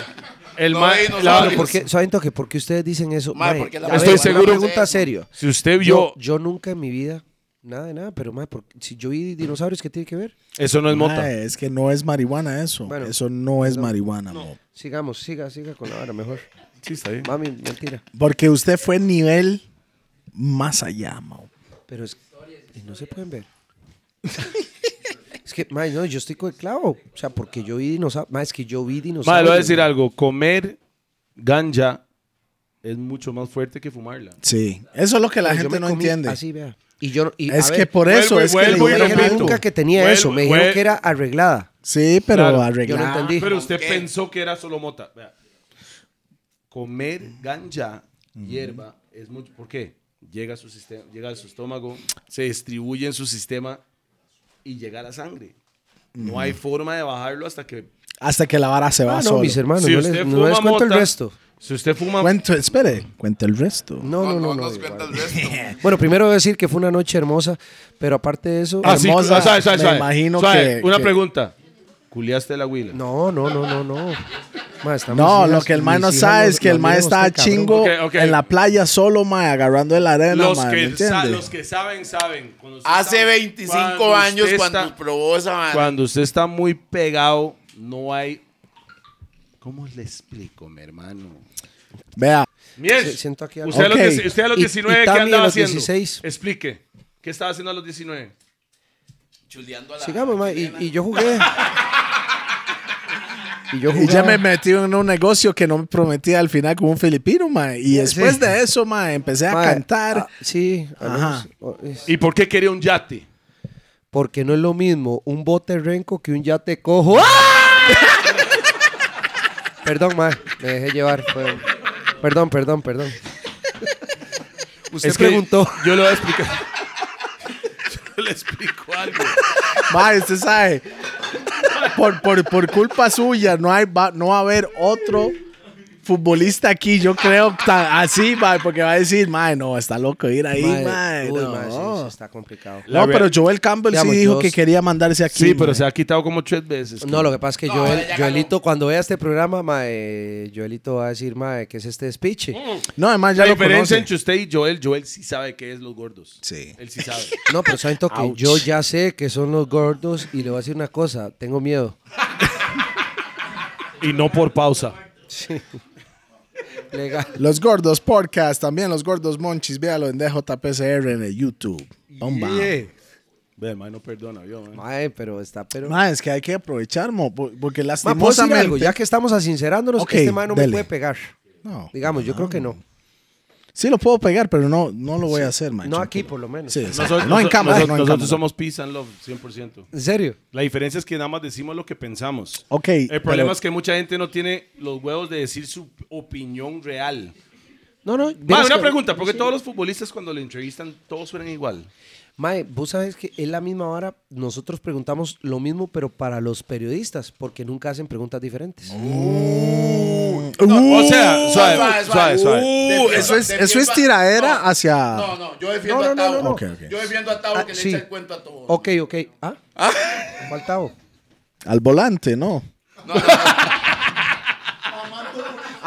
El No, mae- ahí no la- sabe. ¿Por qué, saben toque, ¿por qué ustedes dicen eso? Mae, Mae, porque la a ver, Estoy una seguro- pregunta seria. Si usted Yo, vio. yo nunca en mi vida, nada de nada, pero mae, ¿por qué- si yo vi dinosaurios, ¿qué tiene que ver? Eso no es mota. Mae, es que no es marihuana eso. Bueno, eso no es marihuana, mo. Sigamos, siga, siga con la hora mejor. Sí, está bien. Mami, mentira. Porque usted fue nivel más allá, mo. Pero es y no se pueden ver. es que, mae, no, yo estoy con el clavo. O sea, porque yo vi dinosaurios. Mae, es que yo vi dinosaurios. Madre, le voy a decir mae. algo. Comer ganja es mucho más fuerte que fumarla. Sí. Eso es lo que la Pues Yo gente me no comí entiende. Así, vea. Y yo, y, es a que ver, por eso vuelvo y es que le vuelvo y yo no dieron dije algo. nunca que tenía Vuelvo, eso. Me dijeron vuelvo. que era arreglada. Sí, pero Claro, yo no arreglar. Yo no entendí. Ah, Pero usted ¿Qué? pensó que era solo mota. Vea. Comer ganja, hierba, es mucho. ¿Por qué? Llega a su sistema, llega a su estómago, se distribuye en su sistema y llega a la sangre. No hay forma de bajarlo hasta que. Hasta que la vara se va Ah, no, solo. mis hermanos, no les, no les cuento el mota- resto. Si usted fuma. Cuento- espere, cuenta el resto. No, no, no. no, nos igual. cuenta el resto. Bueno, primero decir que fue una noche hermosa, pero aparte de eso... Ah, sí, hermosa, ah, sabe, sabe, me sabe. imagino Sabe, que- Una que- pregunta. ¿Culeaste la huila? No, no, no, no, no. Ma, estamos No, hijas, lo que el mae mis no hijas sabe nos- es que el nos mae vieron está usted, este cabrón. chingo Ok, ok. en la playa solo, mae, agarrando de la arena, Los, mae, ¿me que sa- entiende? los que saben, saben. Cuando usted Hace sabe- 25 cuando años usted cuando está- probó esa banda. Cuando usted está muy pegado, no hay. ¿Cómo le explico, mi hermano? Vea, Miel, Sí, siento aquí algo. usted, a los Ok. dieci- usted a los Y- 19, y ¿qué Tami a andaba los haciendo? 16. Explique. ¿Qué estaba haciendo a los 19? Chuleando a la. Sigamos, ma, y, y yo jugué. y yo jugué. y ya me metí en un negocio que no me prometía al final como un filipino, mae. Y después de eso, mae, empecé a cantar. ah, sí. Ajá. Ajá. ¿Y por qué quería un yate? Porque no es lo mismo un bote renco que un yate cojo. ¡Ah! perdón, ma, me dejé llevar. fue- Perdón, perdón, perdón. Usted que preguntó. Yo le voy a explicar. yo le explico algo. Mae, usted sabe, por, por, por culpa suya no, hay, va, no va a haber otro futbolista aquí, yo creo que está así, mae, porque va a decir, mae, no, está loco ir ahí, mae. Mae, uy, no. mae, sí, sí, está complicado. No, pero Joel Campbell Digamos, sí dijo yo- que quería mandarse aquí. Sí, pero mae. se ha quitado como tres veces. No, lo que pasa es que Joel- Joelito, cuando vea este programa, mae, Joelito va a decir, mae, ¿qué es este despiche? No, además ya La lo conoce. diferencia entre usted y Joel, Joel sí sabe qué es los gordos. Sí. Él sí sabe. No, pero saben toque, yo ya sé que son los gordos y le voy a decir una cosa, tengo miedo. Y no por pausa. Legal. Los Gordos Podcast, también Los Gordos Monchis, véalo en DJPCR en el YouTube. Bomba. Yeah. Ve, mae, no perdona, yo, mae. Mae, pero está, pero... Mae, es que hay que aprovechar, mo, po- porque Ma, ¿puedo decir lastimosamente... algo? Ya que estamos asincerándonos, Ok, este mae no dele. me puede pegar. No, Digamos, yo creo que no. sí lo puedo pegar, pero no, no lo voy a hacer, mae. No aquí, por lo menos. Sí, exacto. Nosotros- no en noso- cámara, nosotros, no en nosotros cámara. somos peace and love, 100%. ¿En serio? La diferencia es que nada más decimos lo que pensamos. Ok, El problema pero- es que mucha gente no tiene los huevos de decir su opinión real. No, no. Mae, vieras una que- pregunta, porque todos los futbolistas cuando le entrevistan, todos suenan igual. Mae, vos sabes que es la misma hora, nosotros preguntamos lo mismo, pero para los periodistas, porque nunca hacen preguntas diferentes. Oh. o sea, suave, suave, suave, suave. suave. Uh, eso es, eso es tiradera hacia... No, no, yo defiendo No, no, a no, Tavo. no, no. Ok, ok. Yo defiendo a Tavo Ah, que sí. le echa el cuento a todos. Ok, ok. ¿Ah? Faltavo. Al volante, ¿no?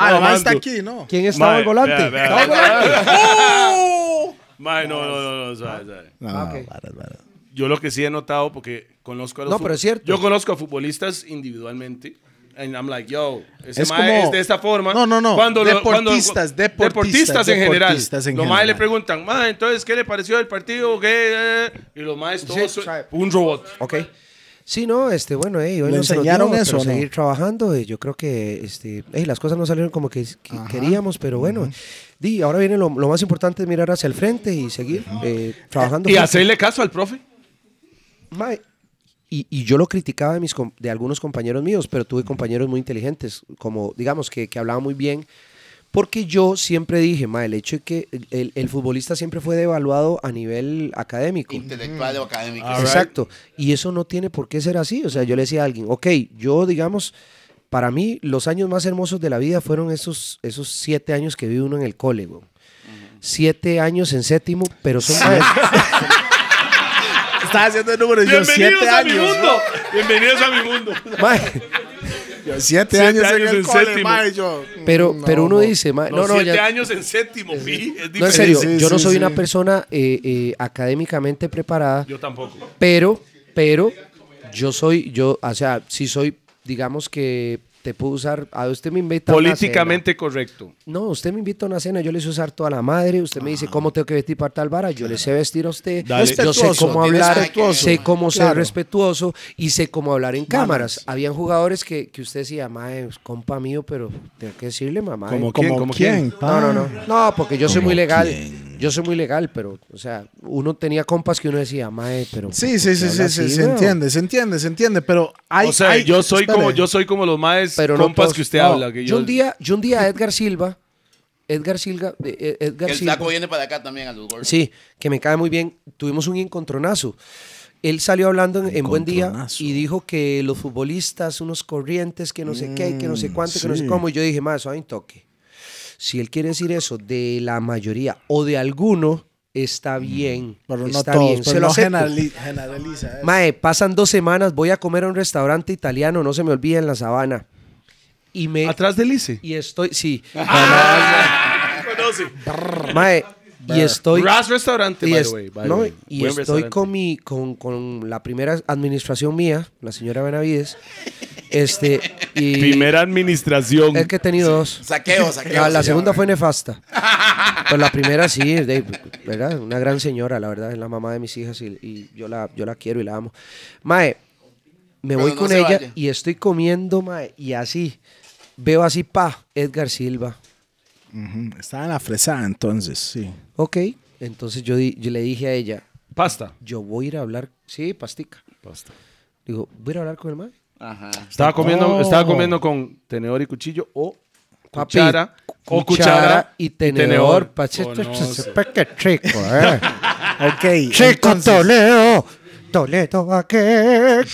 Ah, además está aquí, ¿no? ¿Quién estaba al volante? Estaba al volante. Mae, no, no, no, no, suave, suave. No, Ah, ok. para, para. Yo lo que sí he notado, porque conozco a los No, fut- pero es cierto. Yo conozco a futbolistas individualmente. And I'm like, yo, ese Es mae como- es de esta forma. No, no, no. Cuando lo- cuando- Deportistas, deportistas, deportistas en general. deportistas en los maes general. le preguntan, mae, entonces, ¿qué le pareció el partido? ¿Qué? eh?" Y los maes todos. Sí, su- sabe. un robot. Ok. Sí, no, este, bueno, eh, hoy ¿Le no se nos enseñaron dio, eso pero o no? seguir trabajando, eh, yo creo que este, eh, las cosas no salieron como que, que queríamos, pero bueno. Di, ahora viene lo, lo más importante, mirar hacia el frente y seguir eh, trabajando. Y juntos. hacerle caso al profe. Mae, y, y yo lo criticaba de, mis com- de algunos compañeros míos, pero tuve compañeros muy inteligentes, como digamos que, que hablaban muy bien, porque yo siempre dije, mae, el hecho de que el, el futbolista siempre fue devaluado a nivel académico. Intelectual o académico. ah, Exacto. Y eso no tiene por qué ser así. O sea, yo le decía a alguien, ok, yo digamos, para mí los años más hermosos de la vida fueron esos, esos siete años que vive uno en el cole, weón. Siete años en séptimo, pero son... Estaba haciendo el número yo Bienvenidos siete a mi años. mundo. Bienvenidos a mi mundo. Mae, Yo siete, Siete años, en años el en cole, séptimo. mae, yo, pero, mm, pero no, uno no. dice, mae, Los no, no, siete ya- años en séptimo, pi. Es No, en diferente. serio, Sí, sí, yo no sí, soy sí. una persona eh, eh, académicamente preparada, Yo tampoco. pero, pero, yo soy, yo, o sea, sí soy, digamos que te puedo usar, a usted me invita a una Políticamente correcto. cena. No, usted me invita a una cena, yo le sé usar toda la madre, usted me dice Ah. cómo tengo que vestir para tal vara, yo le sé vestir a usted, yo sé Respetuoso, cómo hablar, respetuoso. sé cómo ser Claro. respetuoso y sé cómo hablar en cámaras. Habían jugadores que, que usted decía, mae, es compa mío, pero tengo que decirle, mamá. eh, ¿Como quién? ¿Como quién? no, no, no. No, porque yo soy Ah. ¿Cómo muy legal. quién? Yo soy muy legal, pero, o sea, uno tenía compas que uno decía, mae, pero. Sí, sí, sí, ¿por qué sí, habla sí, así, se weón?" entiende, se entiende, se entiende, pero hay... o sea, hay- yo soy espere. como yo soy como los más Pero no compas todos- que usted no, habla. Que yo... yo, un día, yo un día a Edgar Silva, Edgar Silva, eh, eh, Que Edgar el Silva. flaco viene para acá también a los gordos. Sí, que me cae muy bien. Tuvimos un encontronazo. Él salió hablando en, en Buen Día Encontronazo. y dijo que los futbolistas, unos corrientes, que no sé qué, que no sé cuánto, que no sé Mm, sí. cómo. Y yo dije, más, eso hay un toque. Si él quiere decir eso de la mayoría o de alguno, está bien. Mm, Pero no está todos, bien, pero se lo no acepto. generali- generaliza. eh. Mae, pasan dos semanas, voy a comer a un restaurante italiano, no se me olvide, en la sabana. Y me... atrás del ICE. Y estoy... Sí. Conoce. Mae, y estoy... Ras Restaurante, Y, by the es- way, by the no, way. y Buen estoy restaurante. con, mi, con, con la primera administración mía, la señora Benavides. Este, y Primera administración. es que he tenido dos. Saqueo, saqueo. La, la segunda fue nefasta. Pero la primera sí, de- ¿verdad? Una gran señora, la verdad, es la mamá de mis hijas y, y yo, la, yo la quiero y la amo. Mae, me Pero voy no con se ella vaya. y estoy comiendo, mae, y así, veo así, pa, Edgar Silva. Ujú, Estaba en la fresada entonces, sí. Ok, entonces yo, di- yo le dije a ella, Pasta. yo voy a ir a hablar, sí, pastica. Pasta. Digo, voy a ir a hablar con el mae. Ajá. Estaba comiendo, Oh. estaba comiendo con tenedor y cuchillo o Papi, cuchara cu- o cuchara y tenedor. Oh, Pachito, Oh, Conoce. Qué chico, eh. Ok, Chico entonces, Toledo. Toledo aquel.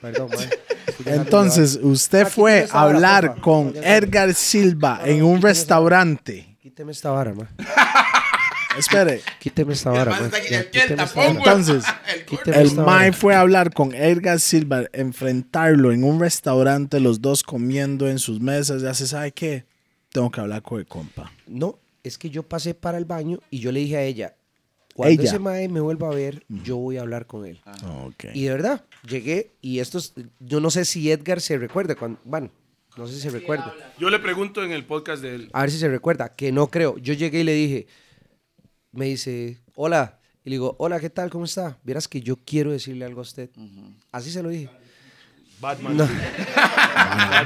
Perdón, mae. Estoy llegando Entonces, usted Aquí fue tienes a ahora, hablar porfa. con Ya está. Edgar Silva en un restaurante. ya. Quíteme esta vara, mae. Espere, Quíteme esta El vara, man mae. está aquí, Ya, el Quíteme Kenta, esta vara. pongo el- Entonces, el gordo. Quíteme el esta vara. Mae fue a hablar con Edgar Silva, enfrentarlo en un restaurante, los dos comiendo en sus mesas. Ya se sabe que tengo que hablar con el compa. No, es que yo pasé para el baño y yo le dije a ella, cuando Ella. Mm. Ah. ese mae me vuelva a ver, yo voy a hablar con él. Ok. Y de verdad, llegué y esto es- yo no sé si Edgar se recuerda, cuando, bueno, no sé si se recuerda. Yo le pregunto en el podcast de él. A ver si se recuerda, que no creo. Yo llegué y le dije, me dice, hola. Y le digo, hola, ¿qué tal? ¿Cómo está? Vieras que yo quiero decirle algo a usted. Así se lo dije. Batman. No.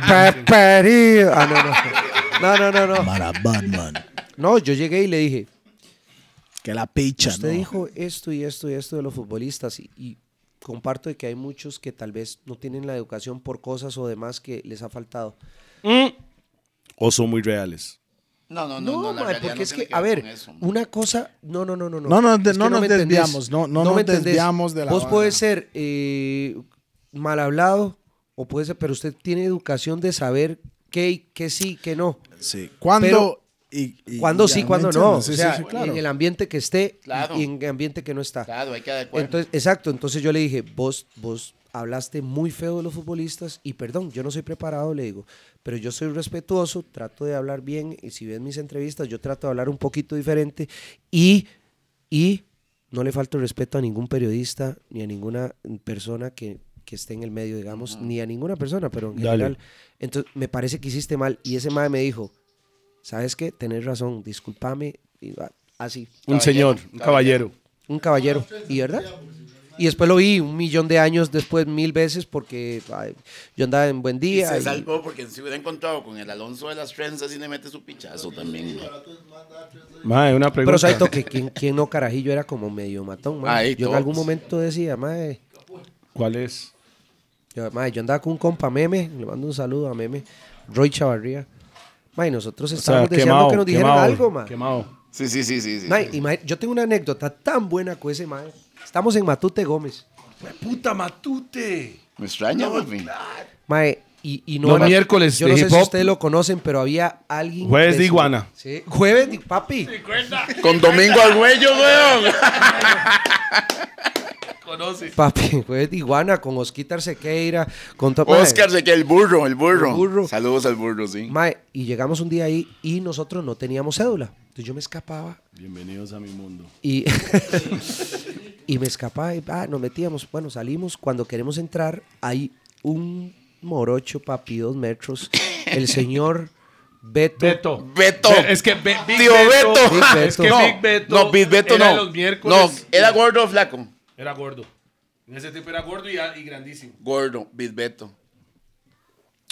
Peperido. Ah, No, no, no, no. Para Batman. No, yo llegué y le dije, Que la picha, usted ¿no? dijo esto y esto y esto de los futbolistas y, y comparto de que hay muchos que tal vez no tienen la educación por cosas o demás que les ha faltado. O son muy reales. No, no, no, No, no, la mae, realidad porque no es tiene que, a ver, con eso, mae. una cosa, no, no, no, no, no. No, no, de- Es que no nos me entendés. desviamos, no, no nos me entendés. desviamos de la Vos vara. puedes ser eh, mal hablado o puede ser, pero usted tiene educación de saber qué, y- qué sí, qué no. Sí. ¿Cuándo? Pero- y- y- Cuándo ya sí, me cuándo entiendo. no. Sí, o sí, sea, sí, claro. en el ambiente que esté Claro. y en el ambiente que no está. Claro, hay que adecuar. Entonces, exacto, entonces yo le dije, vos, vos hablaste muy feo de los futbolistas y perdón, yo no soy preparado, le digo, pero yo soy respetuoso, trato de hablar bien y si ves mis entrevistas, yo trato de hablar un poquito diferente y, y no le falto el respeto a ningún periodista ni a ninguna persona que, que esté en el medio, digamos, ni a ninguna persona, pero en Dale. general. Entonces, me parece que hiciste mal y ese madre me dijo, ¿sabes qué? Tenés razón, discúlpame, y, ah, así. Un señor, un caballero. Un caballero. ¿Y verdad? Y después lo vi un millón de años después, mil veces, porque ay, yo andaba en buen Y día. se y- salvó porque si hubiera encontrado con el Alonso de las trenzas y le mete su pichazo también. mae. Mae, una pero pregunta. ¿sabes toque? ¿Quién, quién no carajillo era como medio matón? mae. Ahí, yo todos. en algún momento decía, mae ¿Cuál es? yo, mae, yo andaba con un compa Meme, le mando un saludo a Meme, Roy Chavarría. Mae, nosotros O sea, estábamos deseando quemado, que nos dijeran quemado, algo, mae. Quemado. Sí, sí, sí, sí. sí. Mae, imagi- yo tengo una anécdota tan buena con ese mae. Estamos en Matute Gómez. Pues, Puta matute. Me extraña, papi. Mae, y, y no Los era- miércoles Yo de no sé hip si hop. ustedes lo conocen, pero había alguien. Jueves de que- iguana. Sí, jueves de papi. Con Domingo Argüello, weón. Papi, jueves de iguana con Osquitar Sequeira, con to- mae, Oscar, sé que el burro, el burro. El burro. Saludos al burro, sí. mae, y llegamos un día ahí y nosotros no teníamos cédula. Entonces yo me escapaba Bienvenidos a mi mundo. y, y me escapaba y ah, nos metíamos. Bueno, salimos. Cuando queremos entrar, hay un morocho, papi, dos metros. El señor Beto. Beto. Beto. Es que Be- Big Tío Beto. Big Ah, Beto. Es que no, Big Beto. no, Big Beto era no. los miércoles. No, era gordo o flaco. Era gordo. En ese tiempo era gordo y, y grandísimo. Gordo, Big Beto.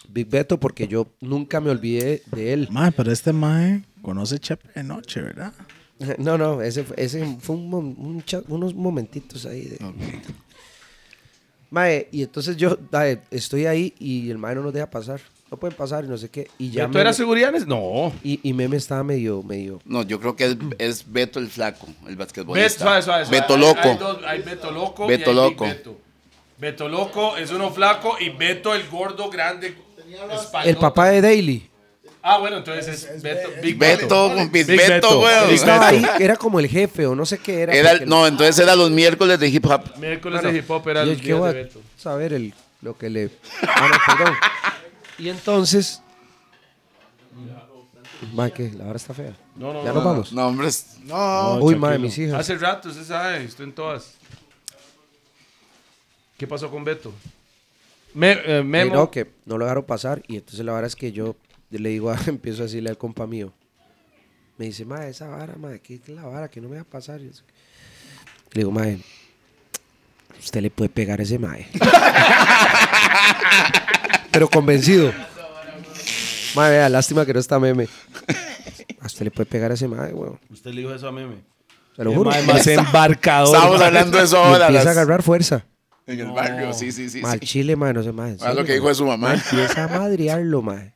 Big Beto, porque yo nunca me olvidé de él. Mae, pero este Mae conoce Chepe de noche, ¿verdad? No, no, ese, fue- ese fue un mom- un cha- unos momentitos ahí. de- Mae, y entonces yo mae, estoy ahí y el mae no nos deja pasar. No pueden pasar y no sé qué. Y ya ¿Beto era Meme- seguridad? No. y, y Meme estaba medio, medio... No, yo creo que es, es Beto el flaco, el basquetbolista. Bet- suave, suave, suave. Beto Hay- loco. Hay, dos- hay Beto Loco. Beto y hay Loco. Big Beto. Beto Loco es uno flaco y Beto el gordo grande. espaldón. El papá de Daily. Ah, bueno, entonces es Beto. Big Beto. Beto, Big Big, Beto, Beto. weón. Big Estaba ahí, Beto. era como el jefe o no sé qué era. Era el- porque el- no, entonces era los miércoles de hip hop. Miércoles de hip hop era Y el es que día voy de a Beto. saber el, lo que le... Ah, no, perdón. Y entonces... Mae, ¿qué? La hora está fea. ya nos vamos. No, hombre, es- Uy, mae, mis hijas. Hace rato, usted sabe, estoy en todas. ¿Qué pasó con Beto? Me, eh, Memo. Pero que no lo dejaron pasar y entonces la vara es que yo le digo, a- empiezo a decirle al compa mío. Me dice, ma, esa vara, ma, ¿qué es la vara que no me deja pasar? Y yo, le digo, mae, usted le puede pegar a ese mae. Pero convencido. Mae, vea, lástima que no está meme. A usted le puede pegar a ese mae, weón. Usted le dijo eso a Meme. Se lo juro. Mae, más embarcador. estábamos mae. hablando de eso Y ahora. empieza las- a agarrar fuerza. En el barrio, sí, sí, sí. Ma, al sí. chile, mae, no sé, mae. en Ah, lo serio, que dijo mae. de su mamá. Ma, empieza a madrearlo, mae.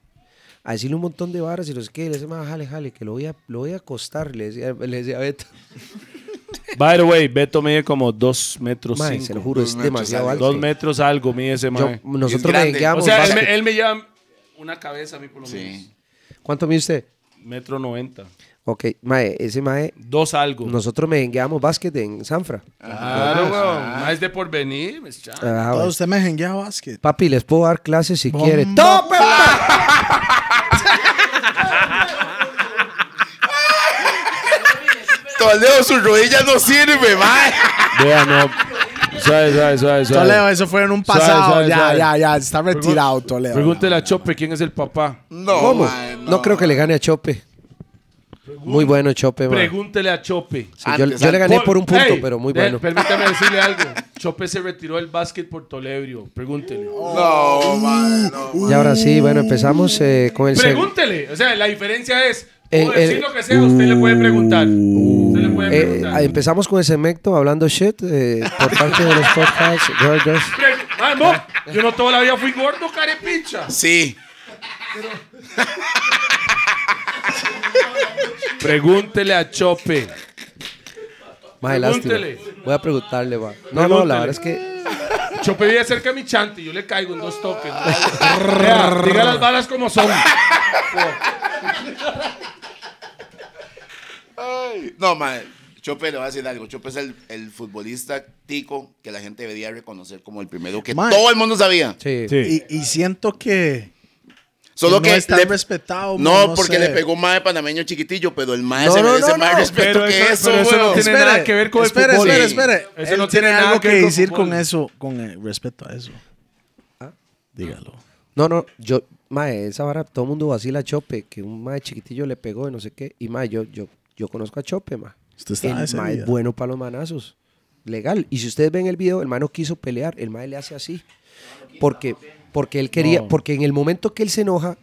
A decirle un montón de varas y los que le dice, mae, jale, jale, que lo voy a, lo voy a acostar, le decía, le decía a Beto. By the way, Beto mide como dos metros Mae, cinco. se lo juro, es metros demasiado algo. alto. Dos metros algo mide ese Yo- mae. Es nosotros grande. le guiamos. O sea, él básquet. me, él me lleva una cabeza a mí por lo menos. Sí. ¿Cuánto mide usted? Metro noventa. Ok, mae, ese mae, Dos algo. nosotros merengueamos básquet en Sanfra. Ah, Claro, weón. Ah. Más de por venir. pues, es cha- Ah, Todo bueno. usted me jenguea Mm, básquet. Papi, les puedo dar clases si quiere. ¡Tope! pues, Toledo, sus rodillas no sirve, mae. Vea, no. Suave, suave, suave, suave. Toledo, eso fue en un pasado. Suave, suave, ya, suave. ya, ya. Está retirado, Toledo. Pregúntele a Chope quién es el papá. No, ¿Cómo? mae, no. creo que le gane a Chope. Muy bueno Chope, mae. Pregúntele a Chope. Sí, yo, Antes, yo le gané por un punto, Ey, pero muy de- bueno. Permítame decirle algo. Chope se retiró del básquet por Tolebrio. Pregúntele. Oh, No, Oh, mae, no. Y ahora sí, bueno, empezamos eh, con el segundo. Pregúntele. O sea, la diferencia es. Eh, puedo decir eh, lo que sea, usted le puede preguntar. usted le puede preguntar. ah, empezamos con el segmento hablando shit eh, por parte de los podcasts. Gordos. Pre- Mamo, yo no toda la vida fui gordo, carepicha. Uh. Sí. Pregúntele a Chope. Mae, lástima. Pregúntele. Voy a preguntarle, va. No, no, la Pregúntele. verdad es que Chope vive cerca de mi chante, yo le caigo en dos toques. Vea, diga las balas como son. Ay, No, mae. Chope le voy a decir algo. Chope es el, el futbolista tico que la gente debería reconocer como el primero que Mae. todo el mundo sabía. sí. Y, y siento que. Solo no que es tan le- respetado. No, man, porque sé. le pegó un mae panameño chiquitillo, pero el mae No, se no, merece no, más no. respeto Pero que eso- eso, pero eso no weón. tiene- nada que ver con el espere, fútbol. Espere, Sí. espere, Eso Él tiene, no tiene nada algo que que, ver con decir fútbol. con eso, con el respecto a eso. Dígalo. ¿Ah? No, no, yo, mae, esa vara, todo el mundo vacila a Chope, que un mae chiquitillo le pegó y no sé qué. Y mae, yo, yo, yo conozco a Chope, mae. Usted está el ese mae día. es bueno para los manazos. Legal. Y si ustedes ven el video, el mae no quiso pelear, el mae le hace así. Porque, porque él quería, porque en el momento que él se enoja,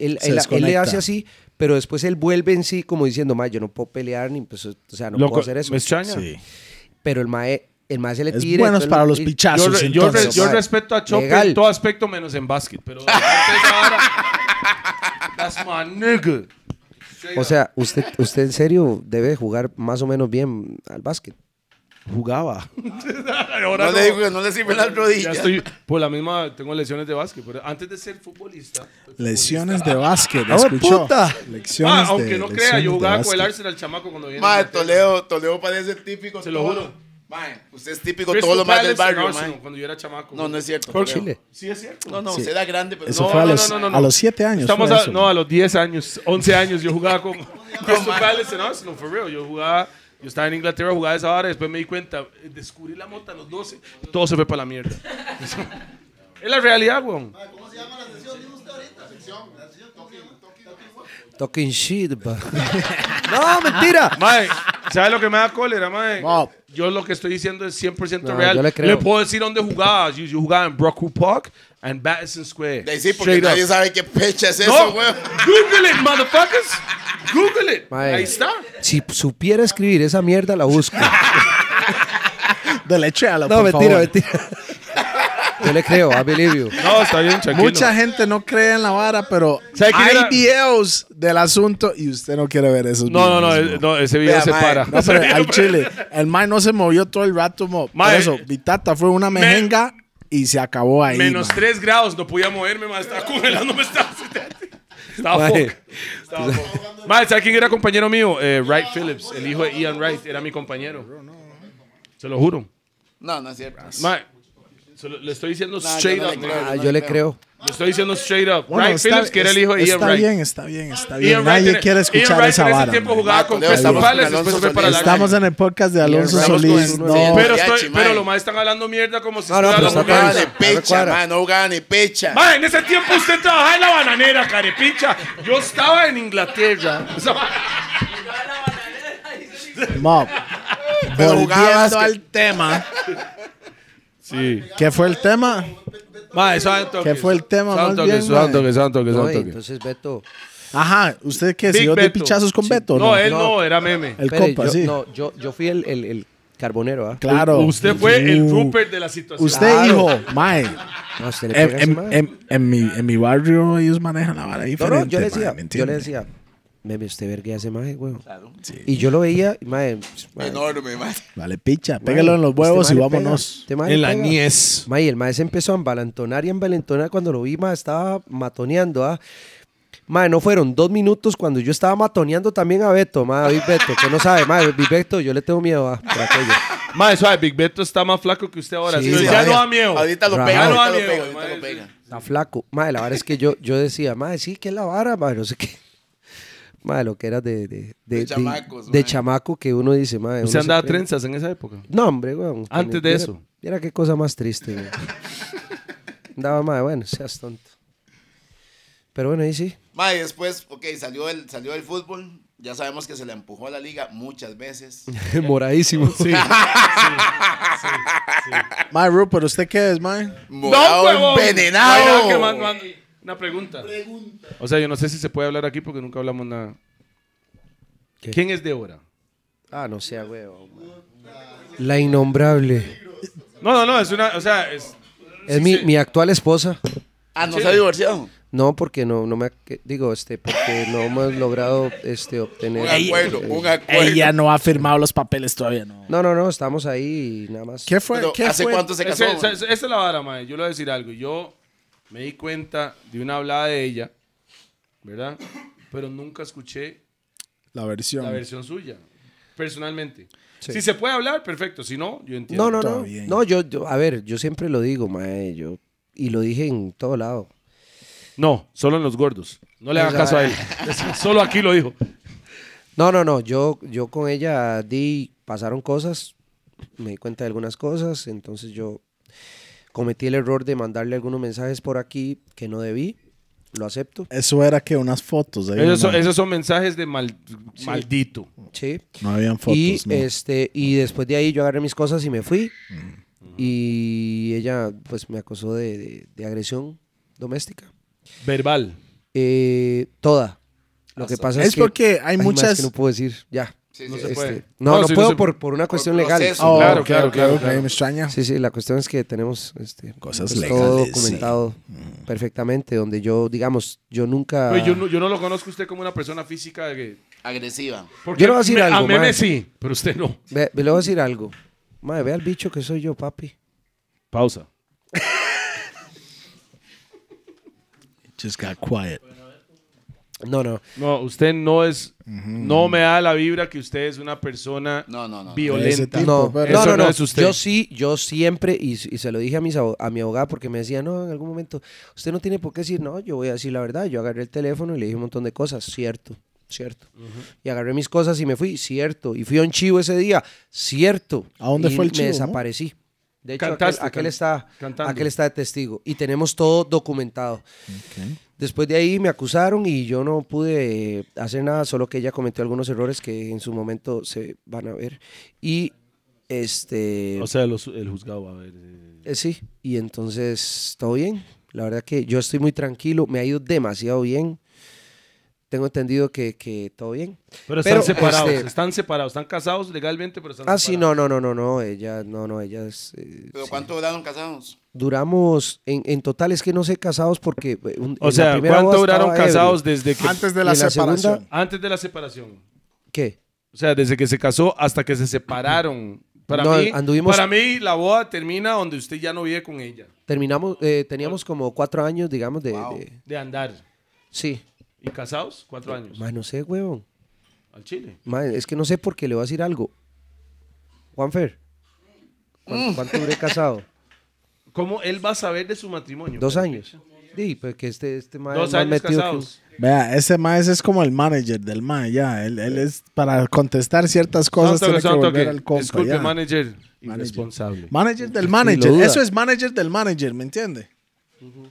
él, él- Se él le desconecta. hace así, pero después él vuelve en sí como diciendo, mae, yo no puedo pelear, ni pues, o sea, no puedo hacer eso. ¿Me extraña? Sí. Pero el mae, el mae se le Es tira. buenos entonces para lo- los y- pichazos. Yo, re- yo re- entonces, yo mae. respeto a Chope Legal. en todo aspecto menos en básquet, pero ahora, that's my nigga. O sea, usted, usted en serio debe jugar más o menos bien al básquet. jugaba. No, ahora le digo que no le sirven las Ya rodillas. estoy por la misma tengo lesiones de básquet, pero antes de ser futbolista. fui Lesiones de básquet, ¡Ah, escuchó. puta! Lecciones futbolista. Ah, aunque de- no crea, lecciones yo de jugaba con el básquet. Arsenal chamaco cuando viene. Mae, Toledo, Toledo parece el típico. Se lo todo- juro. Mae, usted es típico Crystal todo lo más del Palace en barrio, Arsenal, mae. cuando yo era chamaco. No, no es cierto. Por Toledo. Chile. Sí es cierto. No, no, usted era grande, pero Eso no. fue a no, los, no, no, no. a los siete años. Estamos fue a, eso. no, a los 10 años, 11 años yo jugaba con Crystal Palace en Arsenal, for real. Yo jugaba, yo estaba en Inglaterra, jugaba esa hora, después me di cuenta, eh, descubrí la mota a los 12, y todo se fue para la mierda. es la realidad, weón. Talking shit, bro. no, mentira. Mae, ¿sabes lo que me da cólera, mae? Wow. Yo lo que estoy diciendo es 100% No, real. yo le le, creo. puedo decir dónde jugaba. Yo, yo jugaba en Brockwood Park and Madison Square. De ahí sí, porque Straight up. nadie sabe qué pecha es No, eso, weón. Google it, motherfuckers. Google it. Mae. Ahí está. Si supiera escribir esa mierda, la busco. Deletréala, No, por mentira, favor. mentira. Yo le creo, I believe you. No, está bien, tranquilo. Mucha gente no cree en la vara, pero ¿Sabe quién hay era? videos del asunto y usted no quiere ver esos No, no, no, videos, eh, no, ese video Vea, se mae, para. No, pero al chile. El Mae no se movió todo el rato. mo- Por Mae, eso, Vitata fue una mejenga y se acabó ahí. Menos mae. 3 grados, no podía moverme, mae. Estaba congelándome. Estaba, estaba Mae. fuck. Estaba fuck. Mae, ¿sabes quién era compañero mío? Eh, Wright Phillips, el hijo de Ian Wright, era mi compañero. Se lo juro. No, no es cierto. Mae, se lo- le estoy diciendo straight no up, le mae. Ah, yo le creo. Le estoy diciendo straight up. Bueno, Wright está- Phillips, que era el hijo de Ian Está Wright. bien, está bien, está bien. Ian Wright Nadie en- quiere escuchar Ian Wright esa en ese vara. tiempo mae. jugaba Mato, con Leo, Crystal estamos Palace, con después Alonso fue para la Solís. Estamos en el podcast de Alonso Ramos con Solís. el- No, Sí, Pero, Mariachi, estoy, pero mae. los maes están hablando mierda como si No, no, pero estuviera hablando No está jugaba mierda. de bien. No pecha, recuerda. mae, no jugaba de pecha. Mae, en ese tiempo usted trabajaba en la bananera, carepicha. Yo estaba en Inglaterra. O sea, Mo, Pero jugabas volviendo que- al tema. sí. ¿Qué fue el tema? Mae, suave ¿Qué fue el tema más bien, mae? santo, que Pues No, entonces, Beto. Ajá, ¿usted qué? ¿Siguió de pichazos con Beto? No, No, él no, No. era meme. El espere, compa, yo, sí. No, yo, yo fui el, el, el carbonero, ¿ah? Claro. Usted fue el Uh, Rupert de la situación. Usted dijo, mae, No, se le pega en, ese en- man. en- en mi, en mi barrio ellos manejan la vara No, diferente. no, yo le mae, decía, ¿me yo le entiende? decía, me usted verga ese maje, weón. Claro. Y yo lo veía, y, mae, pues, mae, Enorme, mae. Vale, picha, pégalo en los este huevos mae y le pega, vámonos. este mae le pega. niez. Mae, y el mae se empezó a embalantonar y a embalantonar cuando lo vi, mae, estaba matoneando, ah. Mae, no fueron dos minutos cuando yo estaba matoneando también a Beto, mae, Big Beto, que no sabe, mae, Big Beto, yo le tengo miedo ah, por aquello. Mae, suave, Big Beto está más flaco que usted ahora. Sí, sí, sí, ya ahorita- no da miedo. Ahorita lo Rajado. pega, Ya no ahorita da lo miedo, pega, ahorita mae, lo pega. Está flaco. Mae, la verdad es que yo, yo decía, mae, sí, que es la vara, mae, no sé qué. Mae, lo que era de... De, de, de- chamacos, de mae. chamaco que uno dice, mae. ¿Usted uno se andaba prende. trenzas en esa época? No, hombre, weón. Antes de Mira- eso. Mira qué cosa más triste, weón. Andaba mae, bueno, seas tonto. Pero bueno, ahí sí. Mae, después, ok, salió del, salió del fútbol. Ya sabemos que se le empujó a la liga muchas veces. Moradísimo. My Rupert, ¿usted qué es, man? Morado huevón! Oiga, envenenado. que man- man- Una pregunta. O sea, yo no sé si se puede hablar aquí porque nunca hablamos nada. ¿Qué? ¿Quién es Débora? Ah, no sea, weón. mae. La innombrable. No, no, no, es una. O sea, es. Es mi, mi actual esposa. Ah, no se ha divorciado. No, porque no, no me ha- que- digo, este, porque no hemos logrado este obtener. Un acuerdo, un acuerdo. Ella no ha firmado los papeles todavía, no. No, no, no, estamos ahí y nada más. ¿Qué fue? Pero, ¿Qué ¿Hace fue? cuánto se Ese- casó? esa- esa esa es la vara, mae. Yo le voy a decir algo. Yo me di cuenta de una hablada de ella, ¿verdad? Pero nunca escuché La versión. la versión suya, personalmente. Si se puede hablar, perfecto. Si no, yo entiendo. No, no, Está no. bien. No, yo, yo- a ver, yo siempre lo digo, mae, yo y lo dije en todo lado. No, solo en los gordos. No le hagan Esa- caso a él. solo aquí lo dijo. No, no, no. Yo, yo con ella di, pasaron cosas, me di cuenta de algunas cosas, entonces yo cometí el error de mandarle algunos mensajes por aquí que no debí, lo acepto. Eso era que unas fotos. ahí, Esos no, son, esos son mensajes de mal- maldito. Sí. no habían fotos. y no. este, y después de ahí yo agarré mis cosas y me fui. Mm. Y ella pues me acosó de, de- de agresión doméstica. Verbal. Eh, toda. Lo que pasa es, Es que- porque hay ma, es muchas- que no puedo decir, ya. Este, Sí, Este, No sí. se puede. No, no, sí, puedo se- por, por una cuestión legal. proceso. Oh, claro, ok, claro, ok, claro, ok, claro. Me extraña. Sí, sí, la cuestión es que tenemos este, Cosas pues, legales, Todo sí. Mm. documentado perfectamente, donde yo, digamos, yo nunca. Pues yo, no, yo no lo conozco a usted como una persona física de que. Agresiva. Porque Yo le voy a decir me- algo, A meme mae. sí, pero usted no. Ve, ve, le voy a decir algo. Madre, ve al bicho que soy yo, papi. Pausa. Just got quiet. No, no. No, usted no es. No me da la vibra que usted es una persona No, no, no, no. Ese violenta. tipo, No, pero- no, Eso no, no no. es usted. Yo sí, yo siempre, y, y se lo dije a, mis, abo- a mi abogada porque me decía, no, en algún momento, usted no tiene por qué decir, no, yo voy a decir la verdad. Yo agarré el teléfono y le dije un montón de cosas, cierto, cierto. Y agarré mis cosas y me fui, cierto. Y fui a un chivo ese día, cierto. ¿A dónde Y fue el chivo, Me no? desaparecí. De hecho, aquel, Cantaste, aquel can- está, cantando. aquel está de testigo. Y tenemos todo documentado. Después de ahí me acusaron y yo no pude eh, hacer nada, solo que ella cometió algunos errores que en su momento se van a ver. Y este. O sea, los- el juzgado va a ver. eh. eh, sí, y entonces todo bien. La verdad que yo estoy muy tranquilo, me ha ido demasiado bien. Tengo entendido que, que todo bien. Pero están Pero, separados, este- están separados, están casados legalmente, pero están Ah, sí, separados. no, no, no, no, no, ella, no, no, ella es. eh, ¿Pero sí. cuánto duraron casados? Duramos, en, en total es que no sé casados porque. eh, un- en O la sea, primera ¿cuánto boda duraron estaba ebrio. casados desde que. Antes de Y la, la segunda- separación. Antes de la separación. ¿Qué? O sea, desde que se casó hasta que se separaron. Para, No, mí, anduvimos- para mí, la boda termina donde usted ya no vive con ella. Terminamos, eh, teníamos como cuatro años, digamos, de. de- De andar. sí. ¿Y casados? Cuatro años. Más Pues, no sé, huevón. Al Chile. Ma, es que no sé por qué le voy a decir algo. Juanfer, Mm. ¿cuánto, cuánto duré casado? ¿Cómo él va a saber de su matrimonio? ¿Dos años? Sí, pues que este, este ma es Dos más años metido que un- casados. Vea, ese maes es como el manager del mae, ya. Él, él es para contestar ciertas cosas. Son toque, tiene que son volver toque. al compa, Disculpe, ya. manager. Irresponsable. Manager del lo manager. duda. Eso es manager del manager, ¿me entiende?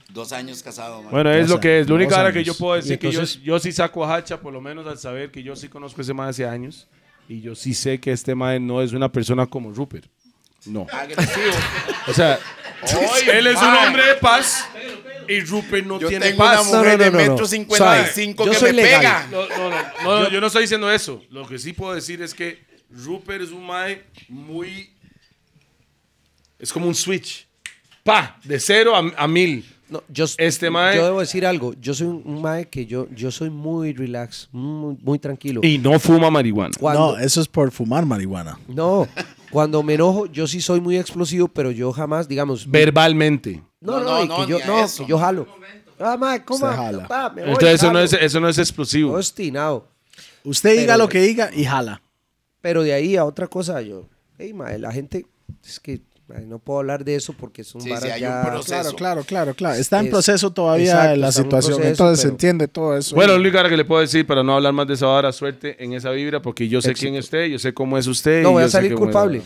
Dos años casados, mae. Bueno, es Dos lo que es. años, Lo único dos ahora que yo años. puedo decir Y entonces- que yo, yo sí saco a Hacha, por lo menos al saber que yo sí conozco a ese mae hace años. Y yo sí sé que este mae no es una persona como Rupert. No. Agresivo. O sea, él es un mae. hombre de paz y Rupert no Yo tiene tengo una paz. No, mujer no, no, no, de no. metro cincuenta y cinco Yo que soy me legal. pega. No, no, no, no, yo no estoy diciendo eso. Lo que sí puedo decir es que Rupert es un mae muy. Es como un switch. Pa, de cero a, a mil. No, yo, s- Este mae- yo debo decir algo. Yo soy un un mae que yo, yo soy muy relax, muy, muy tranquilo. Y no fuma marihuana. Cuando- No, eso es por fumar marihuana. no, cuando me enojo, yo sí soy muy explosivo, pero yo jamás, digamos, Verbalmente. No, no, No, y no, que ni yo, a no, eso. que yo jalo. Ah, mae, ¿cómo? Usted jala. Pa, me voy, Entonces eso no, jalo. es, eh, eso no es explosivo. Obstinado. Usted diga Pero- lo que diga y jala. Pero de ahí a otra cosa, yo, hey, mae, la gente, es que mae, no puedo hablar de eso porque es un Sí, vara sí, hay ya- un proceso. Claro, claro, claro, claro. Está en Es- proceso todavía exacto, está la en situación. proceso, Entonces se pero- entiende todo eso. Bueno, lo único ahora que le puedo decir para no hablar más de esa hora, suerte en esa vibra, porque yo sé Éxito. quién es usted, yo sé cómo es usted. No, y voy a yo sé salir que- bueno, culpable.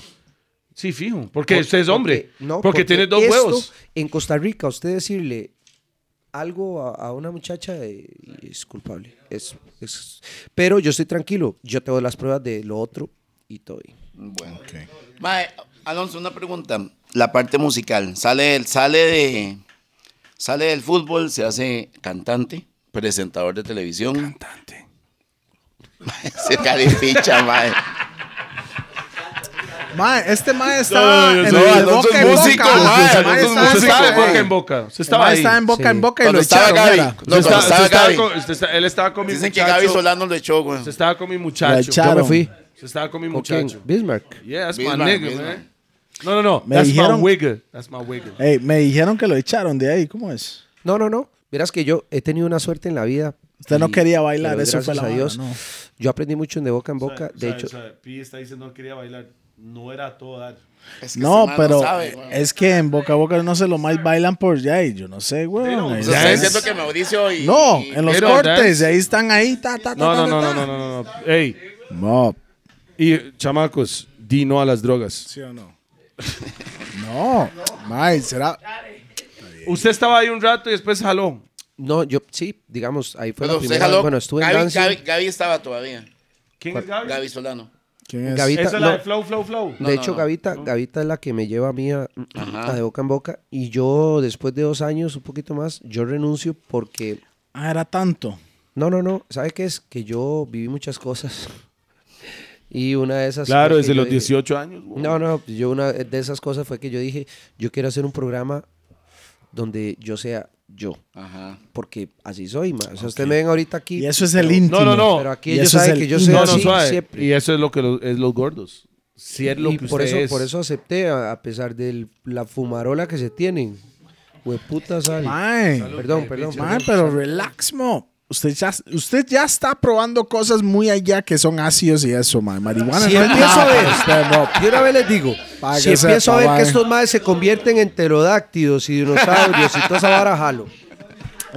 Sí, fijo. Porque Por- usted es hombre. porque- no, porque, tiene dos esto, huevos. En Costa Rica, usted decirle algo a, a una muchacha eh, es culpable. Es, es- pero yo estoy tranquilo. Yo tengo las pruebas de lo otro y todo. Bueno. Mae, Alonso, una pregunta. La parte musical. Sale, sale, de, sale del fútbol, se hace cantante, presentador de televisión. Cantante. se califica, mae. Mae, este mae estaba yo en soy- de no boca soy en músico, boca. mae, Este no mae soy estaba músico, Usted estaba de en boca- boca mae. en boca. el mae Usted estaba estaba ahí. Este en boca en boca y Cuando lo estaba echaron. Gaby. mira. No, Usted cuando estaba está- usted estaba Gaby. con- usted está- él estaba con mi Dicen que muchacho. Gaby Solano lo echó, güey. Usted estaba con mi Lo muchacho. echaron. me fui. Usted estaba con mi ¿Con quién? muchacho. Bismarck. Yeah, that's my Bismarck, nigga, Bismarck. man. No, no, no. Me that's dijeron- my wigger. That's my wigger. Ey, me dijeron que lo echaron de ahí. ¿Cómo es? No, no, no. Verás que yo he tenido una suerte en la vida. Usted no y quería bailar, le doy eso fue gracias la a vara, Dios. no. Yo aprendí mucho en de boca en boca. de hecho, Pi está diciendo no quería bailar. No era todo dar. Es que No, ese mae pero sabe, güey. es que en boca a boca no se lo más bailan por ya y yo no sé, güey. O Ya sea, está es- diciendo que Mauricio y. No, y- en los Pero cortes, dance. ahí están ahí, ta, ta, ta, No, no, ta, no, ta, no, no, ta. no, no. no. Ey, No, y chamacos, di no a las drogas. ¿sí o no? No, mae, será. Usted estaba ahí un rato y después jaló. no, yo sí, digamos, ahí fue Pero la usted primera. jaló- Bueno, estuve en Gaby, Dancing. Gaby, Gaby estaba todavía. ¿Quién es Gaby? Gaby Solano. ¿Quién es? Gavita- Esa es la no, de Flow, Flow, Flow. No, de no, hecho, no. Gavita, Gavita es la que me lleva a mí a, a de boca en boca. Y yo, después de dos años, un poquito más, yo renuncio porque. Ah, era tanto. No, no, no. ¿Sabe qué es? Que yo viví muchas cosas. Y una de esas. fue Claro, que desde yo los dije- 18 años. güey. No, no, yo una de esas cosas fue que yo dije, yo quiero hacer un programa donde yo sea yo, Ajá. porque así soy, más. O sea, ustedes me ven ahorita aquí. Y eso es el íntimo. no, no. Pero aquí Y ellos eso es saben el que yo in- soy No, no, así suave. siempre. Y eso es lo que lo- es los gordos. Si es lo Y que por usted eso, es. por eso acepté, a, a pesar de la fumarola que se tienen. Hueputa sal. Mae, Perdón, perdón. mae, perdón. pero relax, mo. Usted ya, usted ya está probando cosas muy allá que son ácidos y eso, mae. Marihuana Si no es empiezo a nada ver, para usted, mo. yo una vez les digo, Pa' si que sepa, empiezo a ver mae. que estos madres se convierten en pterodáctidos y dinosaurios y toda esa vara, jalo.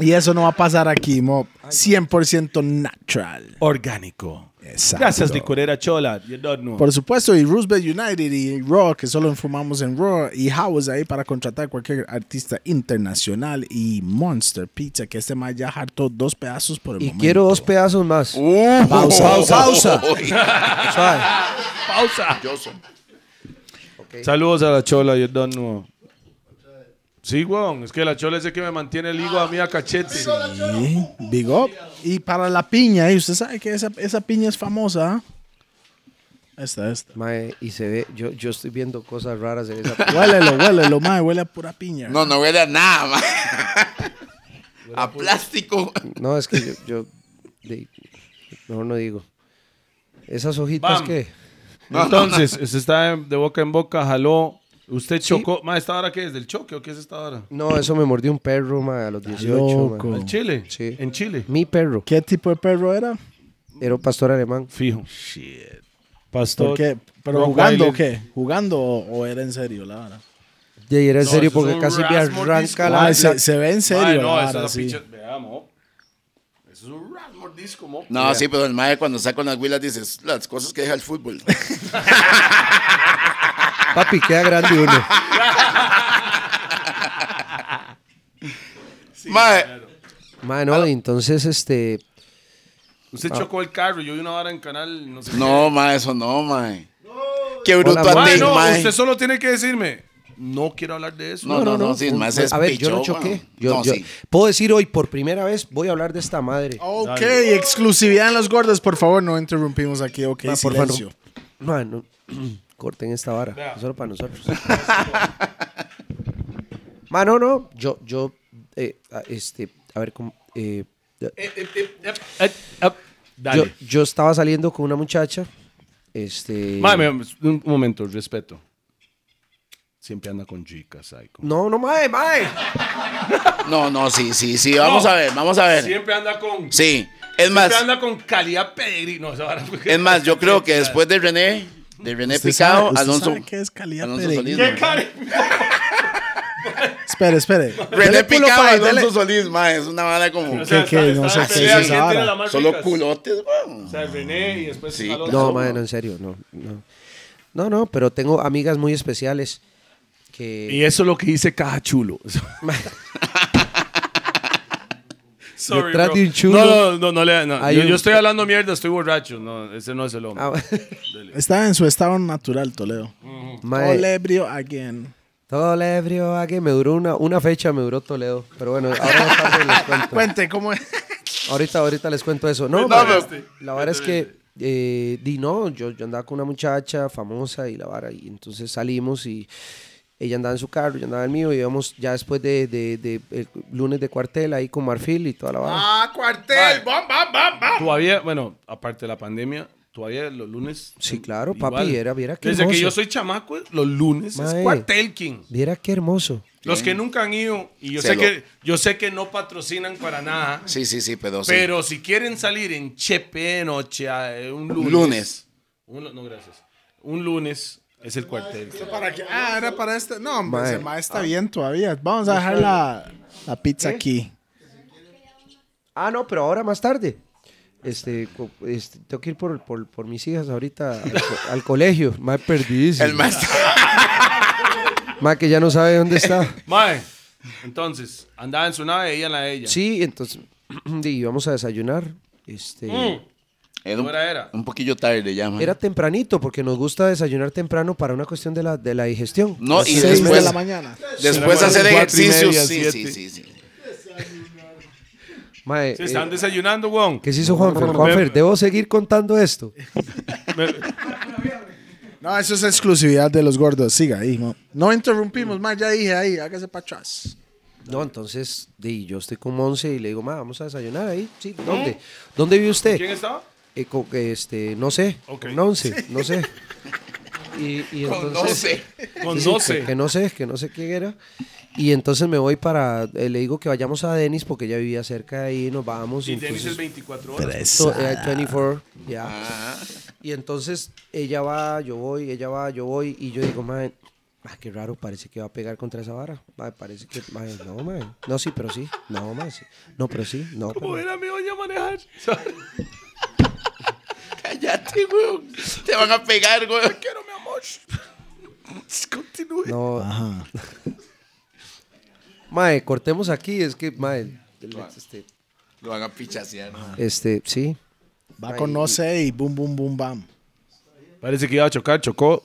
Y eso no va a pasar aquí, mo. 100% natural. Orgánico. Exacto. Gracias, licorera chola. You don't know. Por supuesto, y Roosevelt United y Raw, que solo informamos en Raw, y House ahí para contratar cualquier artista internacional, y Monster Pizza, que este más ya hartó dos pedazos por el Y momento. quiero dos pedazos más. Uh. Pausa, pausa, pausa. ¿Sabe? Pausa. Ah. Yo soy. Saludos a la chola, you don't know. Sí, weón, es que la chola es el que me mantiene el higo a mí a cachete. Sí, big up. Y para la piña, y usted sabe que esa, esa piña es famosa. ¿ah? Esta, esta. Mae, y se ve, yo, yo estoy viendo cosas raras en esa. Huélelo, huélelo, mae, huele a pura piña. No, no huele a nada, mae. A plástico. No, es que yo, yo de- mejor no digo. Esas hojitas Bam. que. Entonces, se está en- de boca en boca, jaló. Usted chocó. Ma, ¿esta hora qué es? ¿Del choque o qué es esta hora? No, eso me mordió un perro, mae, a los 18. mae. loco. ¿En Chile? Sí. ¿En Chile? Mi perro. ¿Qué tipo de perro era? Era un pastor alemán. Fijo. Shit. Pastor. ¿Por qué? ¿Pero Rock jugando o Island. qué? ¿Jugando o, o era en serio la verdad? Y ahí era en No, serio eso es porque un casi me Rasmus arranca disco. la. Mae, se, se ve en serio Ay, la no, esa es vara, la sí. pinche- Veamos. Eso es un rat mordisco, mo. No, sí, pero el mae cuando saca unas huilas dices las cosas que deja el fútbol. Papi, queda grande uno. mae, Mae, no, y entonces este. Usted chocó el carro. Yo vi una hora en canal. No sé no, mae, eso no, mae. Qué bruto Hola, a Mae, ti, no, mae. usted solo tiene que decirme. No quiero hablar de eso. Eh, No, no, no, sí, el mae se A ver, yo despichó, no choqué. mae. Yo, no, yo- sí. Oh, Puedo decir hoy, por primera vez, voy a hablar de esta madre. Ok, exclusividad en los gordos, por favor, no interrumpimos aquí. Ok, Ma, por favor. silencio. Ma, no, corten esta vara. Solo para nosotros. Mano, no. Yo, yo eh, a- este, a ver, cómo, eh, eh, Dale. yo, yo estaba saliendo con una muchacha, este... Mae, me- un momento, respeto. Siempre anda con chicas, psycho. No, no, mae, mae. No, no, sí, sí, sí. Vamos No. a ver, vamos a ver. Siempre anda con. Sí. Es más, Siempre anda con calidad pedigrí. No, esa vara- es más, yo creo que después de René, de René Usted Picado, sabe- usted Alonso. sabe qué es calidad Alonso peregrina. Solís. mae. Espere, espere. René Dele culo Picado, pa' ahí, Alonso dele- Solís, mae, es una bala como. sea, que- que no sé qué es esa vara. Solo culotes, weón. O sea, René y después Sí, Alonso. No, mae, no, en serio, no, no. No, no, pero tengo amigas muy especiales que... Y eso es lo que dice Caja Chulo. Sorry, Detrás bro. de un chulo. No, no, no, no, le- no. Hay Yo, un- yo estoy hablando mierda, estoy borracho. No, ese no es el hombre. Ah, Está en su estado natural, Toledo. mae, Olebrio again. Todo ebrio, ah, que me duró una, una fecha, me duró Toledo. Pero bueno, ahora más tarde les cuento. Cuente, ¿cómo es? Ahorita, ahorita les cuento eso. No, No, este, pero pero- la vara es que, eh, di no, yo, yo andaba con una muchacha famosa y la vara, y entonces salimos y ella andaba en su carro, yo andaba en el mío, y íbamos ya después de, de- de- el lunes de cuartel ahí con Marfil y toda la vara. Ah, cuartel, bam, bam, bam, bam. Todavía, bueno, aparte de la pandemia, todavía los lunes. Sí, claro, papi, era- viera qué Desde que hermoso. yo soy chamaco, los lunes Mae. es cuartel king. Viera qué hermoso. Los que nunca han ido, y yo Se sé, lo- que, yo sé que no patrocinan para nada, Sí, sí, sí, pero sí. pero si quieren salir en Chepe de noche, a, eh, un lunes. Lunes. un lu- no, gracias. Un lunes es el cuartel. ¿Para qué? Ah, era para este. No, hombre, Mae. ese mae está bien todavía. Vamos a dejar la, la pizza aquí. Ah, no, pero ahora más tarde. Este, co- este, tengo que ir por, por- por mis hijas ahorita al, co- al colegio. Más perdidísimo. El maestro. Más que ya no sabe dónde está. Mae, entonces, andaba en su nave y ella en la de ella. Sí, entonces di, íbamos a desayunar. Este, Era un, hora era? un poquillo tarde ya, man. Era tempranito porque nos gusta desayunar temprano para una cuestión de la, de la digestión. No, y Seis de después, la mañana. después Será hacer como cuatro y ejercicios. media, Sí, sí, sí, siete. sí. Mae, Se eh, están desayunando, weón. ¿Qué se hizo Juanfer? Juanfer, debo seguir contando esto. No, eso es exclusividad de los gordos. Siga ahí. No, no interrumpimos, más ya dije ahí, hágase para atrás. No, entonces di, yo estoy con Monse y le digo, ma, vamos a desayunar ahí. Sí, ¿dónde? ¿Dónde vive usted? ¿Quién estaba? Eh, co- este, no sé. Ok. Con once, no sé. Y, y entonces, Con Sí, que- Que, 12. no sé, que no sé quién era. Y entonces me voy para, eh, le digo que vayamos a Denis porque ella vivía cerca de ahí, nos vamos. Y entonces- Denis es Ah. 24 horas. So, eh, 24, ya. Y entonces ella va, yo voy, ella va, yo voy, y yo digo, man, ah, qué raro, parece que va a pegar contra esa vara. Mae, parece que, mae, no, man. No, sí, pero sí. No, man, sí. No, pero sí. No, pero- Era mi olla a manejar. Cállate, weón. Te van a pegar, weón. Quiero, mi amor. Continúe. no. Mae, cortemos aquí, es que, mae, el- este, Lo van a pichasear. ¿no? este, sí. Va con no sé y boom, boom, boom, bam. Parece que iba a chocar, chocó.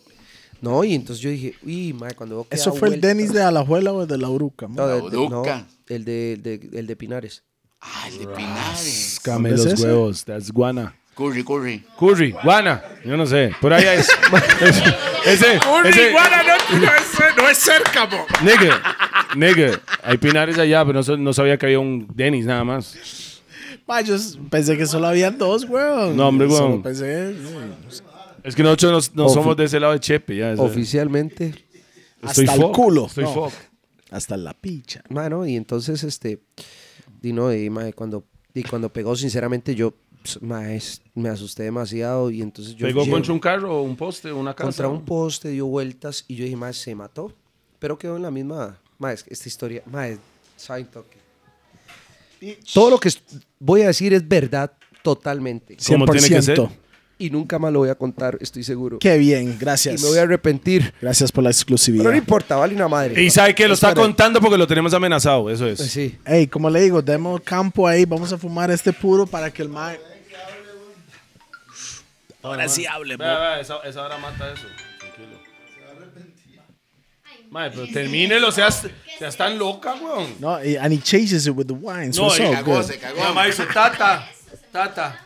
No, y entonces yo dije, uy, mae, cuando veo que ¿Eso da fue el vuelta- Denis de Alajuela o el de la Uruca? No, man? de- de- no, Uruca. el de, el de, el de Pinares. Ah, el de Pinares. Came ¿Es los ese? huevos. That's guana. Curry, curry. Curry, guana. Yo no sé. Por ahí es. ese, ese, ese- no, es, no es cerca, bo. Nigga. Nigga. Hay pinares allá, pero no, so- no sabía que había un Denis nada más. Ma, yo s- pensé que solo habían dos, weón. No, hombre, Solo weón. pensé, mm, Es que nosotros no, no Ofi- somos de ese lado de Chepe. Ya, eso- Oficialmente. estoy Hasta el fuck, culo. Estoy No. fuck. hasta la picha. Mano, y entonces, este, y no, y, mae, cuando, y cuando pegó, sinceramente, yo, ps, mae, es- me asusté demasiado y entonces yo... ¿Pegó llego contra un carro, un poste, una casa? contra un poste, dio vueltas y yo dije, mae, se mató, pero quedó en la misma, mae, es que esta historia, mae, saben toque. Todo lo que est- voy a decir es verdad totalmente ¿Cómo tiene que ser? 100%. y nunca más lo voy a contar, estoy seguro. Qué bien, Y gracias. me voy a arrepentir, Gracias por la pero no exclusividad. importa, vale una madre. Y sabe que lo está Espera. contando porque lo tenemos amenazado, eso es. Sí. Ey, como le digo, demos campo ahí, vamos a fumar este puro para que el mae... Ahora sí hable, Vea, vea, esa, esa hora mata eso. Tranquilo. Mae, pero termínelo, seas, seas tan loca, weón. No, eh, and he chases it with the wine. So No, it's y all Cagó, good. se cagó. Mamá dice, tata, tata.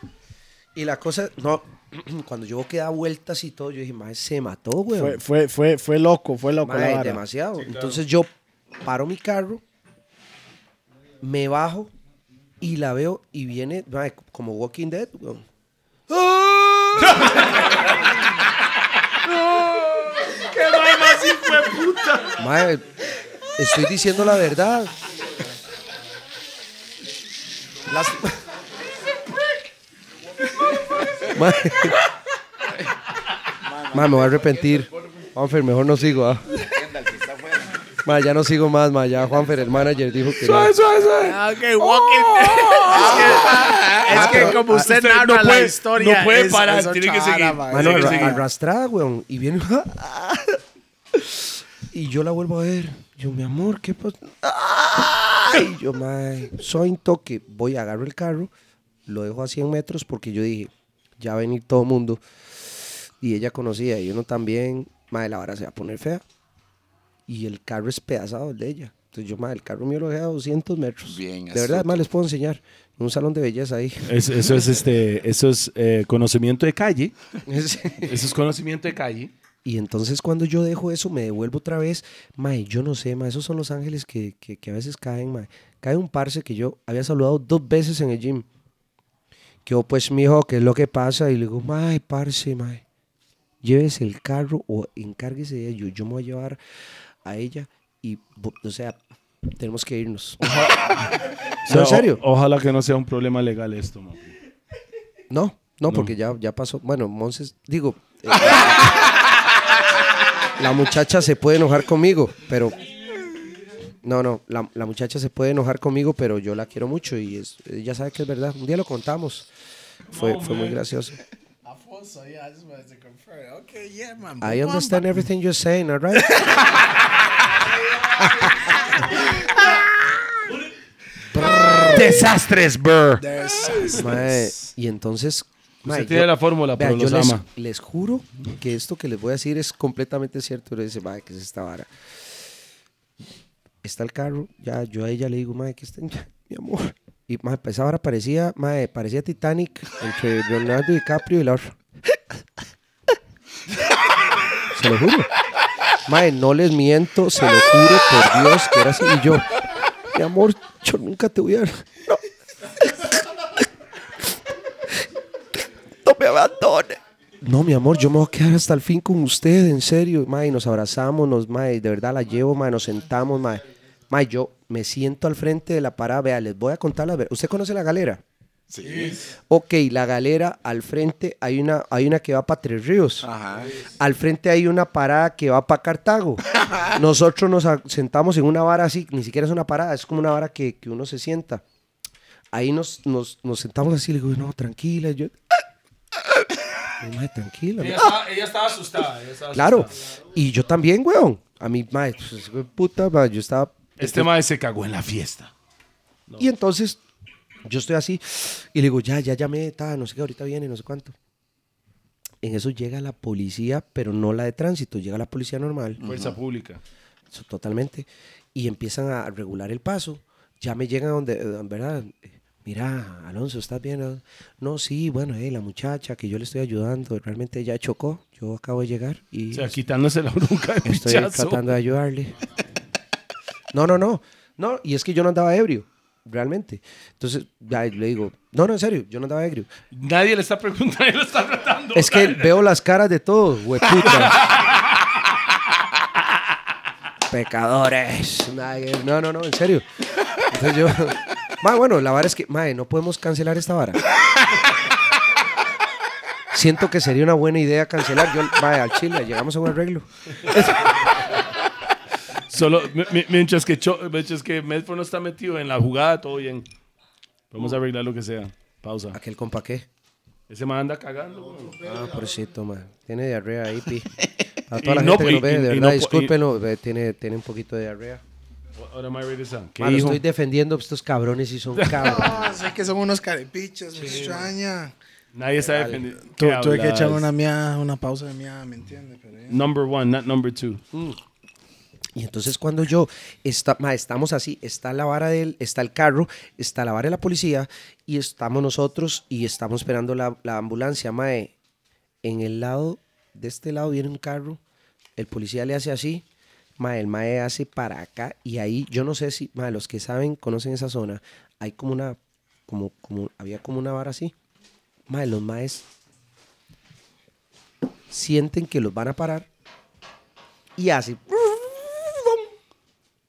Y la cosa, no, cuando yo quedaba vueltas y todo, yo dije, mae, se mató, güey. Fue, fue, fue, fue loco, fue loco la Mae, vara. demasiado. Entonces yo paro mi carro Me bajo y la veo y viene mae, como Walking Dead. weón. Mae, estoy diciendo la verdad. Las- Mae. Mae, me voy a arrepentir. Juanfer, mejor no sigo. ah. Mae, ya no sigo más, mae. Ya Juanfer, el manager, dijo que no. Ah, ok, walking. es que, es que como usted, narra Oh. no la puede- historia. no puede es- parar, es otra tiene que seguir. vara, Mano, Sigue, arra- sigue. arrastrada, weón. Y viene. y yo la vuelvo a ver. Yo, mi amor, ¿qué pasa? Ay, yo, mae, soy un toque. Voy, agarro el carro, lo dejo a 100 metros porque yo dije, ya va a venir todo el mundo. Y ella conocía, y uno también. Mae, la vara se va a poner fea. Y el carro es pedazado el de ella. Entonces yo, mae, el carro mío lo dejé a 200 metros. Bien, De verdad, astuto. mae, les puedo enseñar. Un salón de belleza ahí. Es- eso es, este, eso es eh, conocimiento de calle. Sí. Eso es conocimiento de calle. Y entonces cuando yo dejo eso, me devuelvo otra vez. Mae, yo no sé, mae, esos son los ángeles que, que, que a veces caen, mae. Cae un parce que yo había saludado dos veces en el gym. Que yo, pues, mijo, ¿qué es lo que pasa? Y le digo, mae, parce, mae, llévese el carro o encárguese de ello. Yo me voy a llevar a ella y, bo- o sea, tenemos que irnos. O No, ¿En sea, serio? o- ojalá que no sea un problema legal esto, man. No, no, porque ya, ya pasó. Bueno, Monses, digo. eh, la muchacha se puede enojar conmigo, pero. No, no, la, la muchacha se puede enojar conmigo, pero yo la quiero mucho y es, ella sabe que es verdad. Un día lo contamos. Fue, fue muy gracioso. Also, yeah, I just wanted to confirm. Okay, yeah, man. I understand everything you're saying, all right? Desastres, bro. Pues, Mae, y entonces. mae, Pues, tiene la fórmula, vea, pero yo los les, ama. les juro que esto que les voy a decir es completamente cierto. Pero dice, mae, que es esta vara. Está el carro, ya yo a ella le digo, mae, que está mi amor. Y mae, pues, esa vara parecía, mae, parecía Titanic entre Leonardo DiCaprio y la otra. Se lo juro. Mae, no les miento, se lo juro por Dios que era así. Y yo, mi amor, yo nunca te voy a. No. No me abandone. No, mi amor, yo me voy a quedar hasta el fin con usted, en serio. Mae, nos abrazamos, nos, mae, de verdad la llevo, mae, nos sentamos, mae. Mae, yo me siento al frente de la parada. Vea, les voy a contar la ver- ¿Usted conoce la galera? Sí. Ok, la galera, al frente hay una, hay una que va para Tres Ríos. Al frente hay una parada que va para Cartago. Nosotros nos a- sentamos en una vara así, ni siquiera es una parada, es como una vara que, que uno se sienta. Ahí nos, nos, nos sentamos así, le digo, no, tranquila. Yo, "Ah, "Ay, mae, tranquila. Ella estaba, Ah, ella estaba asustada. ella estaba Claro. asustada. Y yo también, weón. A mí, mae, pues, hijo de puta, mae, yo estaba. Este mae se cagó en la fiesta. Y entonces, yo estoy así y le digo, ya, ya llamé, ta, no sé qué, ahorita viene, no sé cuánto. En eso llega la policía, pero no la de tránsito, llega la policía normal. Fuerza pública. So- Totalmente. Y empiezan a regular el paso. Ya me llegan donde, eh, ¿verdad? Mira, Alonso, ¿estás bien? Alonso?" No, sí, bueno, eh, la muchacha que yo le estoy ayudando, realmente ya chocó. Yo acabo de llegar y O sea, quitándose la bronca de estoy pichazo. tratando de ayudarle. No, no, no. No, y es que yo no andaba ebrio, realmente. Entonces, ya le digo, no, no, en serio, yo no andaba ebrio. Nadie le está preguntando, nadie lo está tratando. Es que veo las caras de todos, hueputa. Pecadores. Nadie- No, no, no, en serio. Entonces yo. Ma, bueno, la vara es que, mae, no podemos cancelar esta vara. Siento que sería una buena idea cancelar. Yo, mae, al chile, llegamos a un arreglo. Solo, mi- mi- mientras que, Cho- mientras que Medford no está metido en la jugada, todo bien. Vamos a arreglar lo que sea. Pausa. Aquel compa qué. Ese mae anda cagando. güey. Ah, pobrecito, mae. Tiene diarrea ahí, pi. A Y toda la no, gente que y- lo ve, y- de y verdad, no po- y- discúlpenlo, eh, tiene, tiene un poquito de diarrea. Ahora mae regresa. ¿Qué Ma, lo dijo? estoy defendiendo, estos cabrones sí son cabrones. Ah, sé que son unos carepichas, me extraña. Nadie está defendiendo. Tu- ¿Qué tuve que hablas? echarme una mía, una pausa de mía, ¿me entiendes? Pero, ya. Number one, not number two. Y entonces cuando yo, está, ma, estamos así, está la vara del, está el carro, está la vara de la policía y estamos nosotros y estamos esperando la, la ambulancia, mae. En el lado, de este lado viene un carro, el policía le hace así, Mae, el mae hace para acá y ahí, yo no sé si, mae, los que saben, conocen esa zona, hay como una, como, como, había como una vara así. Mae, los maes sienten que los van a parar y hacen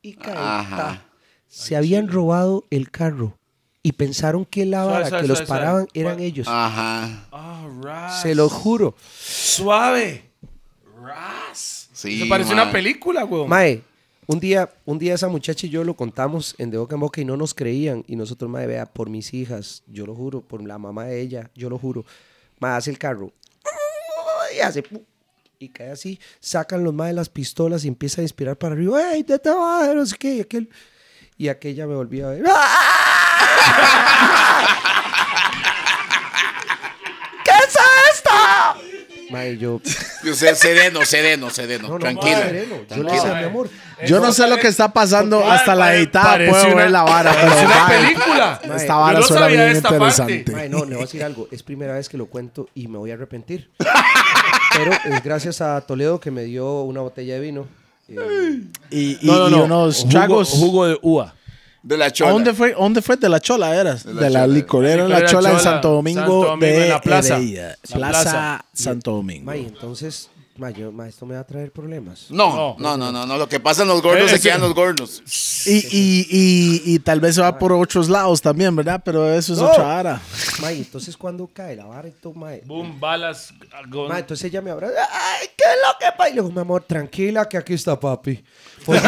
y caen. Ajá. Se habían robado el carro y pensaron que la vara suave, que los suave, suave. paraban eran ellos. Ajá. Ah. Se lo juro. Suave. Sí. Me parece ma. una película, weón. Mae, un día, un día esa muchacha y yo lo contamos en De Boca en Boca y no nos creían. Y nosotros, mae, vea, por mis hijas, yo lo juro, por la mamá de ella, yo lo juro. Mae, hace el carro. Y hace... pu- Y cae así, sacan los mae las pistolas y empieza a inspirar para arriba. ¡Ey, te te vas! No sé qué. Y, aquel, y aquella me volvía a ver. ¿Qué es esto? Mae, yo... Usted sereno, sereno, sereno. No, no, tranquilo. sereno. Yo le tranquilo. decía, mi amor, Yo no sé lo que está pasando hasta la editada. parece Puedo una- ver la vara, pero Es una mae, película. esta vara Yo no suena sabía bien esta parte. interesante. Mae, no, le voy a decir algo. Es primera vez que lo cuento y me voy a arrepentir. Pero es gracias a Toledo que me dio una botella de vino. Eh, Y, y- y unos tragos. de uva. De la ¿A chola. ¿Dónde fue? ¿Dónde fue? De la Chola eras. De la la, Chola. licorera La Licorera Chola en Chola, Santo Domingo Santo Domingo, de en la plaza. Heredia. La Plaza plaza. Santo Domingo. mae, entonces, mae, yo- mae, esto me va a traer problemas. No, no, no, no, no. Lo que pasa en los gordos se Ese- quedan los gordos. Y, y, y, y tal vez se va por otros lados también, ¿verdad? Pero eso es No. otra vara. Mae, entonces cuando cae la barra y todo, mae, Boom, balas. algodón. mae, entonces ella me abraza. ¡Ay, qué es lo que pa-?" Y le digo, mi amor, tranquila, que aquí está papi. Porque,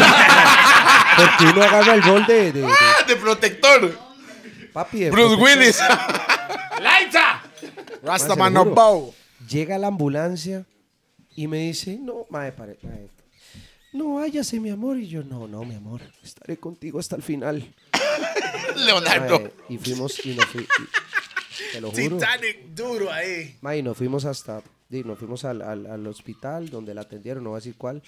porque uno agarra el gol de, de- de Ah, de protector. papi. de- Bruce Willis. ¡Laita! Mae, se lo juro. Llega la ambulancia y me dice, no, mae, pare, mae, no váyase, mi amor. Y yo, no, no, mi amor, estaré contigo hasta el final. Leonardo. Mae, y fuimos y nos fui- y- te lo juro. duro ahí. Mae, y nos fuimos hasta, y nos fuimos al, al- al hospital donde la atendieron, no voy a decir cuál.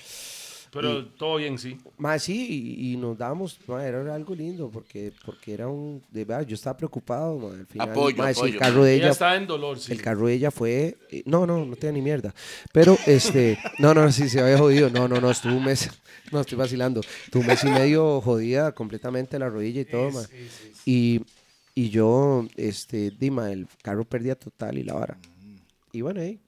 Pero todo bien, sí. Mae, sí, y, y nos damos, mae, era algo lindo porque, porque era un, de verdad, yo estaba preocupado, mae, al final. Apoyo, mae, sí, el apoyo. carro de Ella, ella está en dolor, sí. El carro de ella fue. eh, No, no, no tenía ni mierda. Pero, este. No, no, sí, se había jodido. No, no, no, estuvo un mes. No, estoy vacilando. Estuvo un mes y medio jodida completamente la rodilla y todo, ma. Y, y yo, este, Dima, el carro perdía total y la vara. Y bueno, ahí.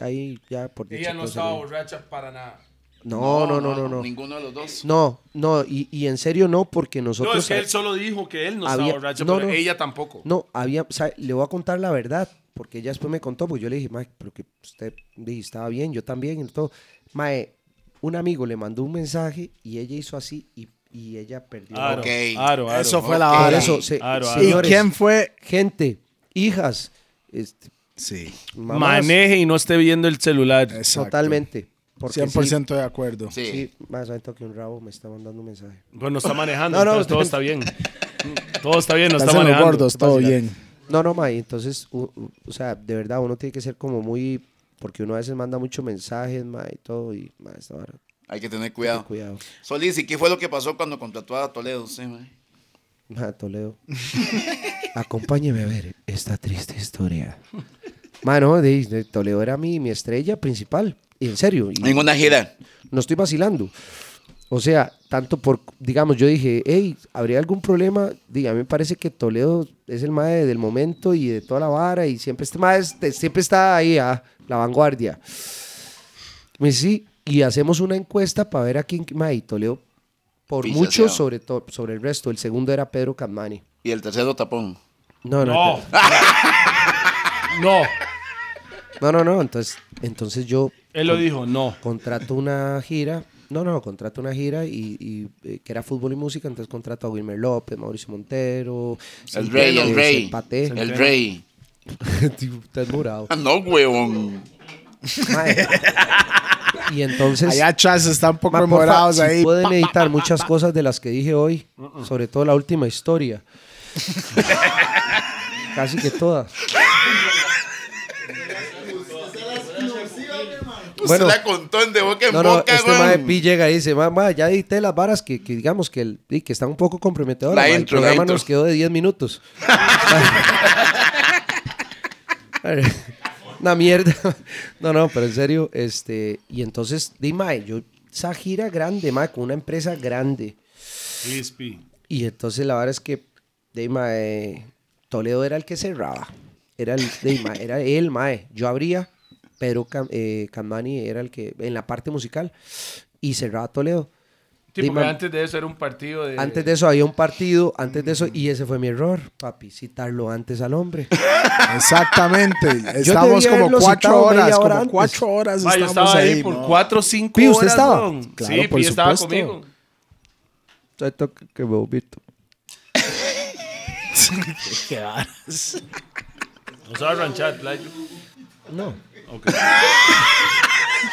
Ahí ya por dicha Ella no cosa, estaba no. borracha para nada. No, no, no, no, no. Ninguno de los dos. No, no, y, y en serio no, porque No, nosotros. es que él solo dijo que él no había- estaba borracho, no, pero no. ella tampoco. No, había, o sea, le voy a contar la verdad, porque ella después me contó, porque yo le dije, mae, pero que usted di, estaba bien, yo también, y todo. Mae, un amigo le mandó un mensaje y ella hizo así y, y ella perdió. Aro, Ok. aro, aro. Eso fue la Ok. Por vara. eso, se- Claro, claro. ¿Y señores, quién fue? gente, hijas, este, Sí, mamás, Maneje y no esté viendo el celular. exacto. totalmente. Porque 100% de acuerdo. Sí, Sí. sí, más alto que un rabo me está mandando un mensaje. Bueno, Pues está manejando, No, no, entonces todo está bien. Todo está bien, no está Estás en los manejando. gordos, todo bien. No, no, May, entonces, u- u- o sea, de verdad uno tiene que ser como muy, porque uno a veces manda muchos mensajes, May, y todo, y, May, esta vara, Hay que tener cuidado. cuidado. Solís, ¿y qué fue lo que pasó cuando contrató a Toledo? Sí, mae? Ma, Ah, Toledo. Acompáñeme a ver esta triste historia. Mano, de, de Toledo era mi, mi estrella principal. Y en serio. y Ninguna gira. No estoy vacilando. O sea, tanto por, digamos, yo dije, hey, ¿habría algún problema? Diga, a mí me parece que Toledo es el mae del momento y de toda la vara y siempre, este mae es- te- siempre está ahí a la vanguardia. Me dice, sí, y hacemos una encuesta para ver a quién, mae, y Toledo, por Fichaseado. mucho sobre, to- sobre el resto. El segundo era Pedro Camani. Y el tercero tapón. No, no, No. No. no, no, no. Entonces, entonces yo Él lo dijo, no. contrato una gira. No, no, contrato una gira y, y, eh, que era fútbol y música, entonces contrato a Wilmer López, Mauricio Montero, El Centeno, rey, el Vicente rey. Paté. El rey. Tío, Estás morado. Ah, no, huevón. Mae. Y entonces, Allá atrás están un poco ma, porfa, morados si ahí. pueden editar muchas cosas de las que dije hoy, Mm, sobre todo la última historia. Casi que todas. Usted Pues la contó en de boca en No, no, boca, este huevón. mae Pi llega y dice, mamá, ya edité las varas que, que digamos que, el- y que están un poco comprometedoras. La mae, intro, el la programa intro. nos quedó de 10 minutos. Una mierda. No, no, pero en serio, este, y entonces, di mae, yo esa gira grande, mae, con una empresa grande. Crispy. Y entonces la verdad es que de, mae, Toledo era el que cerraba. Era el, de, mae, era él, mae. Yo abría, pero Cam, eh, Camani era el que, en la parte musical, y cerraba Toledo. Sí, De, porque mae, antes de eso era un partido de. antes de eso había un partido, antes de eso, y ese fue mi error, papi, citarlo antes al hombre. Exactamente. Estamos debía como haberlo cuatro citado media horas, hora como antes. cuatro horas. Ma, yo estamos estaba ahí, ahí, por ¿no? cuatro o cinco Pi, horas. ¿usted estaba? don. Claro, sí, por Pi estaba supuesto. conmigo. Esto que- que bobito. No se va a ranchar, playo. No.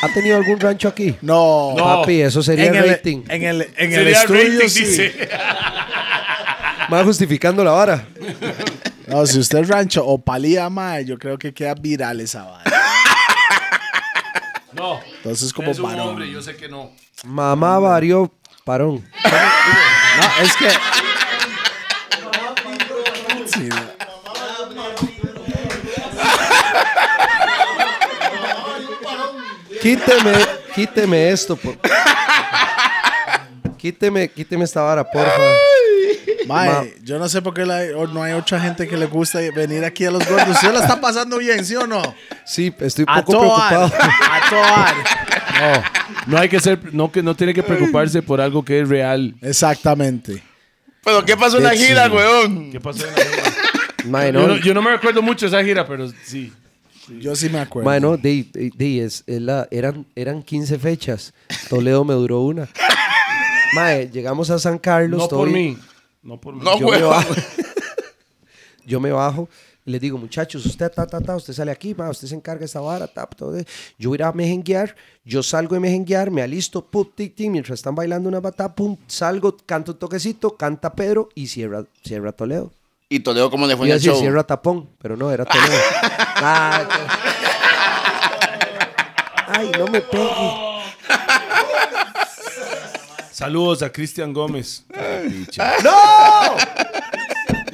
¿Ha tenido algún rancho aquí? No. No. Papi, eso sería En el el, rating. en el, en el Sería estudio, rating, sí. dice. Más justificando la vara. No, si usted es rancho o palía, mae, yo creo que queda viral esa vaina. No. Entonces, como Es un varón. hombre, yo sé que no. Mamá varió parón. No, es que. Sí, no. Quíteme, quíteme esto, por Quíteme, quíteme esta vara, porfa. Mae, yo no sé por qué la- o no hay otra gente que le gusta venir aquí a los gordos. Usted la está pasando bien, ¿sí o no? Sí, estoy A poco toar. preocupado. A toar. No hay que ser, no, que no tiene que preocuparse por algo que es real. Exactamente. Pero ¿qué pasó en la gira, weón? ¿Qué pasó en la gira? Mae, Yo no, no, yo no me recuerdo mucho esa gira, pero sí. Yo sí me acuerdo. mae, no, di- di- di, es- es la- eran, eran 15 fechas. Toledo me duró una. Mae, llegamos a San Carlos. No todo por bien. mí. No por mí. No, yo me weón. bajo. yo me bajo y les digo, muchachos, usted ta, ta, ta, usted sale aquí, ma, usted se encarga de esta vara, ta, todo de- Yo voy a ir a mejenguear, yo salgo de mejenguear, me alisto, pup, tic, tic, mientras están bailando una bata, pum, salgo, canto un toquecito, canta Pedro y cierra, cierra Toledo. Y Toledo, ¿cómo le fue Y en el así show? cierra tapón, pero no, era Toledo. Ah, Ay, no me pegue. Saludos a Cristian Gómez.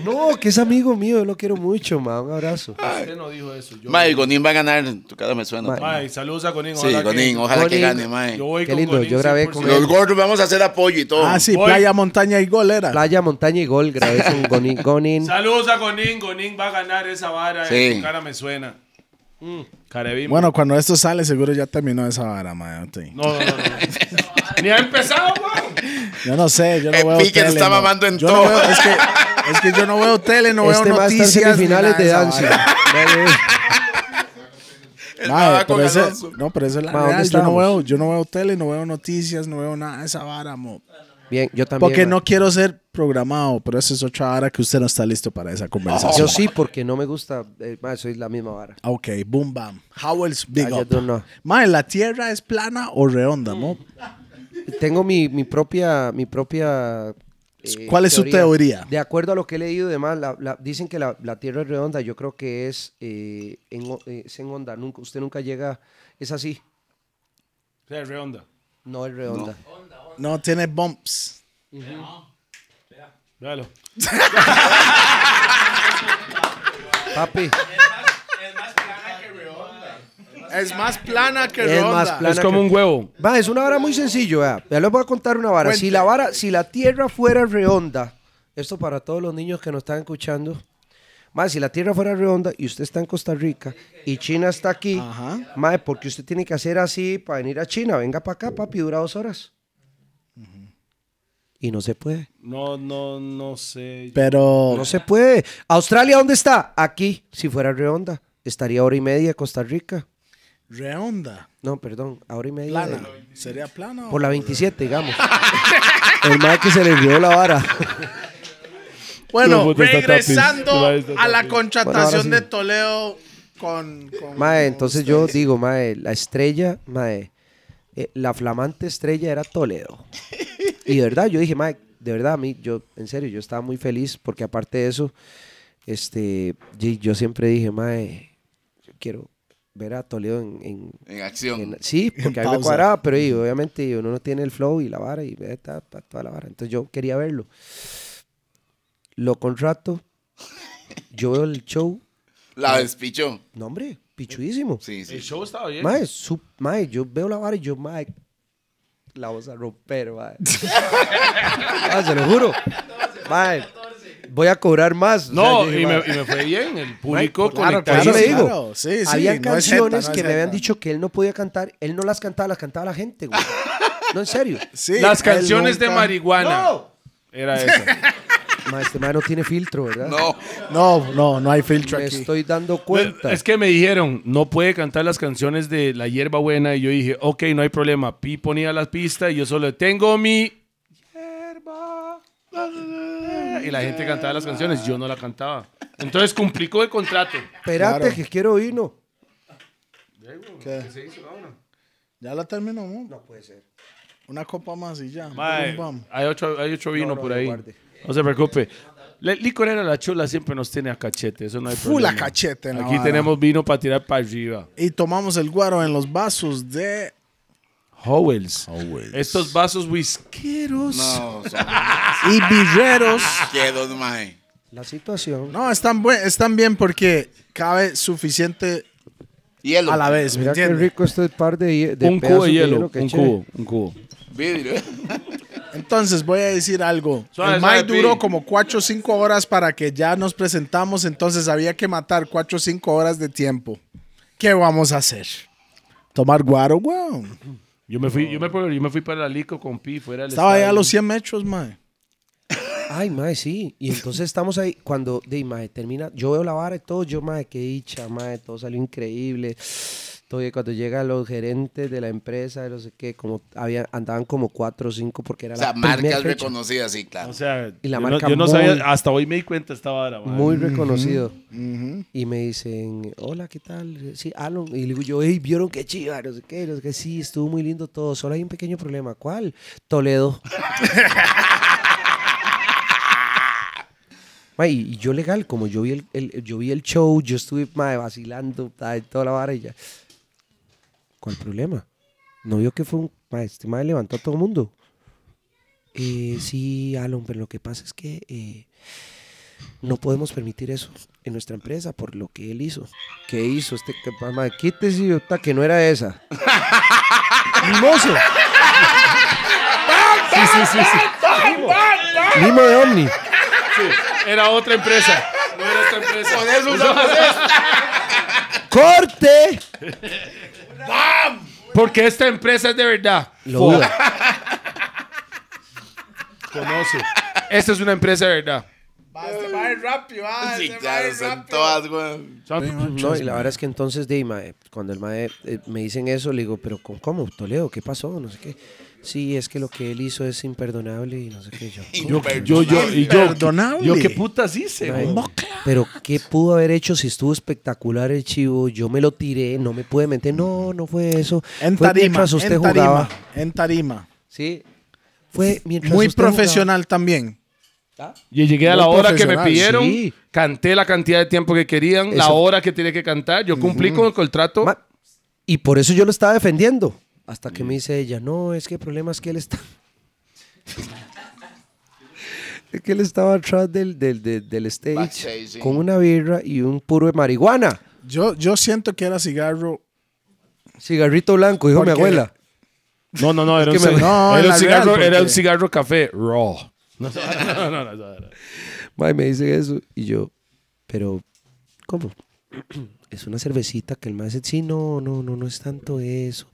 No, que es amigo mío, yo lo quiero mucho, ma. Un abrazo. Ah. Usted no dijo eso. Yo, Mae, Gonín va a ganar. Tu cara me suena. Mae. Mae, saludos a Gonín. Sí, ojalá Gonín, que- ojalá que Gonín. gane, mae. Yo voy Qué con lindo, Gonín yo grabé con 100%. Los gordos vamos a hacer apoyo y todo. Ah, sí, Voy. playa, montaña y gol era. Playa, montaña y gol, grabé con Gonin. Gonin. Saludos a Gonín. Gonín va a ganar esa vara. Sí. eh, tu cara me suena. Mm, Carabín. Bueno, cuando esto sale, seguro ya terminó esa vara, mae. no te- No, no, no. no. Ni ha empezado, weón. Yo no sé, yo no El veo pique tele. se Eh, está no. mamando en yo todo. No veo, es, que, es que yo no veo tele, no este veo va a estar en noticias. ni semifinales nada de esa Dancing. vara. El Mae, tabaco pero ese- ganoso. no, pero eso es la Ma, ¿dónde real. Yo no, estamos? veo, yo no veo tele, no veo noticias, no veo nada de esa vara, mo. Bien, yo también. Porque ma. no quiero ser programado, pero eso es otra vara que usted no está listo para esa conversación. Yo sí, porque no me gusta. eh, ma, soy la misma vara. Ok, boom, bam. Howells, big I up. don't know. Mae, ¿la tierra es plana o redonda, mo? Tengo mi, mi propia. Mi propia eh, ¿Cuál es su teoría? De acuerdo a lo que he leído y demás, la- la- dicen que la, la Tierra es redonda. Yo creo que es, eh, en, o- eh, es en onda. Nunca, usted nunca llega. Es así. O sea, redonda. No es redonda. No tiene bumps. Véalo. Papi, Es más plana que es más plana. Es como que- un huevo. Va, es una vara muy sencilla, vea. Ya les voy a contar una vara. Si la vara, si la tierra fuera redonda, esto para todos los niños que nos están escuchando. Más, si la tierra fuera redonda y usted está en Costa Rica y China está aquí, mae, porque usted tiene que hacer así para venir a China. Venga para acá, papi, dura dos horas. Y no se puede. No, no, no sé. Pero. No se puede. ¿Australia dónde está? Aquí, si fuera redonda, estaría hora y media de Costa Rica. Redonda. No, perdón, a hora y media. de- Plana. ¿Sería plana o.? Por la 27, digamos. El mae que se le dio la vara. Bueno, Fútbol está regresando tapis. Fútbol está a la tapis. contratación Bueno, ahora sí. de Toledo con. con- Mae, entonces yo digo, mae, la estrella, mae, eh, la flamante estrella era Toledo. Y de verdad, yo dije, mae, de verdad, a mí, yo, en serio, yo estaba muy feliz porque aparte de eso, este, yo, yo siempre dije, mae, yo quiero ver a Toledo en... en- En en- acción. sí, porque a mí me pausa. cuadraba, pero y, obviamente y uno no tiene el flow y la vara y eh, ta, ta, toda la vara. Entonces yo quería verlo. Lo contrato, yo veo el show, La despichó. no hombre, pichuísimo. Sí, El sí. show estaba bien. Mae, su- mae, yo veo la vara y yo, mae, la vamos a romper, mae. Ah, se lo juro. Mae, voy a cobrar más. O sea, No, yo dije, y me, mae, y me fue bien. El público Claro, por eso conectadísimo. le digo. Claro, sí, sí, Había no es canciones jeta, no es que me habían jeta. dicho que él no podía cantar. Él no las cantaba, las cantaba la gente, güey. No, en serio. Sí, Las él canciones de nunca- marihuana. ¡No! Era eso. Ma, este mae no tiene filtro, ¿verdad? No, No, no, no hay filtro Me aquí. estoy dando cuenta. Es que me dijeron, no puede cantar las canciones de La Hierba Buena. Y yo dije, ok, no hay problema. Pi ponía las pistas y yo solo tengo mi hierba. buena". Y la gente cantaba las canciones, yo no la cantaba. Entonces cumplí con el contrato. Espérate, Claro. que quiero vino. Ya la terminó, ¿no? No puede ser. Una copa más y ya. Mae, Bum, bum. hay otro, hay otro vino no, por yo ahí. guardé. No se preocupe. La licorera La Chula siempre nos tiene a cachete. Eso no hay Full problema. a cachete en la Aquí vara. tenemos vino para tirar para arriba. Y tomamos el guaro en los vasos de. Howells. Howells. Estos vasos whiskeros. no, son Y birreros. quedos, mae. La situación. No, están, buen- están bien porque cabe suficiente Hielo. a la vez, ¿me Mira qué entiendes? rico este par de, hie- de un pedazos cubo de hielo. que Un eché. cubo. Un cubo. Vidrio. Entonces voy a decir algo. Suave, el Mai suave, duró Pi. como 4 o 5 horas para que ya nos presentamos, entonces había que matar 4 o 5 horas de tiempo. ¿Qué vamos a hacer? Tomar guaro, weón. Yo me fui, yo me, yo me fui para la Lico con Pi fuera del Estaba allá a estadio. los 100 metros, mae. Ay, mae, sí. Y entonces estamos ahí. Cuando, de, mae, termina. Yo veo la vara y todo. Yo, mae, qué dicha, mae. Todo salió increíble. Todo, y cuando llegan los gerentes de la empresa, de no sé qué, como había, andaban como cuatro o cinco porque era O sea, la primera marcas fecha. reconocidas, sí, claro. O sea, Y la yo, no, marca yo no muy- sabía, hasta hoy me di cuenta esta vara, madre. Muy reconocido. Y me dicen, hola, ¿qué tal? Sí, Alan. Y le digo yo, hey, ¿vieron qué chiva? No sé qué, no sé qué. Sí, estuvo muy lindo todo. Solo hay un pequeño problema. ¿Cuál? Toledo. Mae, y yo legal, como yo vi el, el- yo vi el show, yo estuve mae, vacilando, mae, toda la vara y ya. ¿Cuál problema? No vio que fue un... mae, este mae levantó a todo el mundo. Eh, sí, Alan, pero lo que pasa es que... eh, no podemos permitir eso en nuestra empresa por lo que él hizo. ¿Qué hizo este que- mamá? Quítese, idiota, que no era esa. Mimoso. Sí, sí, sí, sí. Mimo de Omni. Era otra empresa. No era otra empresa. ¡Corte! Porque esta empresa es de verdad. Lo dudo. Conoce. Esta es una empresa de verdad. Sí, claro, son todas, güey. No, y la verdad es que entonces, de, mae, cuando el mae eh, me dicen eso, le digo, pero con- ¿cómo? Toledo, ¿qué pasó? No sé qué. Sí, es que lo que él hizo es imperdonable y no sé qué. Yo, Yo, yo, yo, y yo, Imperdonable. yo, ¿qué putas hice? Mae, güey? Pero ¿qué pudo haber hecho si estuvo espectacular el chivo? Yo me lo tiré, no me pude meter. No, no fue eso. En fue tarima, mientras usted en tarima, jugaba. en tarima. Sí. Fue mientras Muy usted jugaba. profesional también. Yo llegué a la Muy hora que me profesional, pidieron, sí. canté la cantidad de tiempo que querían, la Eso- hora que tenía que cantar. Yo cumplí con el contrato. Ma- y por eso yo lo estaba defendiendo. Hasta Mm. que me dice ella, no, es que el problema es que él está. es que él estaba atrás del, del, del, del stage Backstage, sí. con una birra y un puro de marihuana. Yo, yo siento que era cigarro. Cigarrito blanco, dijo mi Porque- abuela. No, no, no, era, que un, me- cigarro- no, era en un la cigarro, real, era un porque- cigarro café raw. No, no, no, no, no, no. Mae, me dice eso. Y yo, pero, ¿cómo? Es una cervecita que el mae dice, sí, no, no, no, no es tanto eso.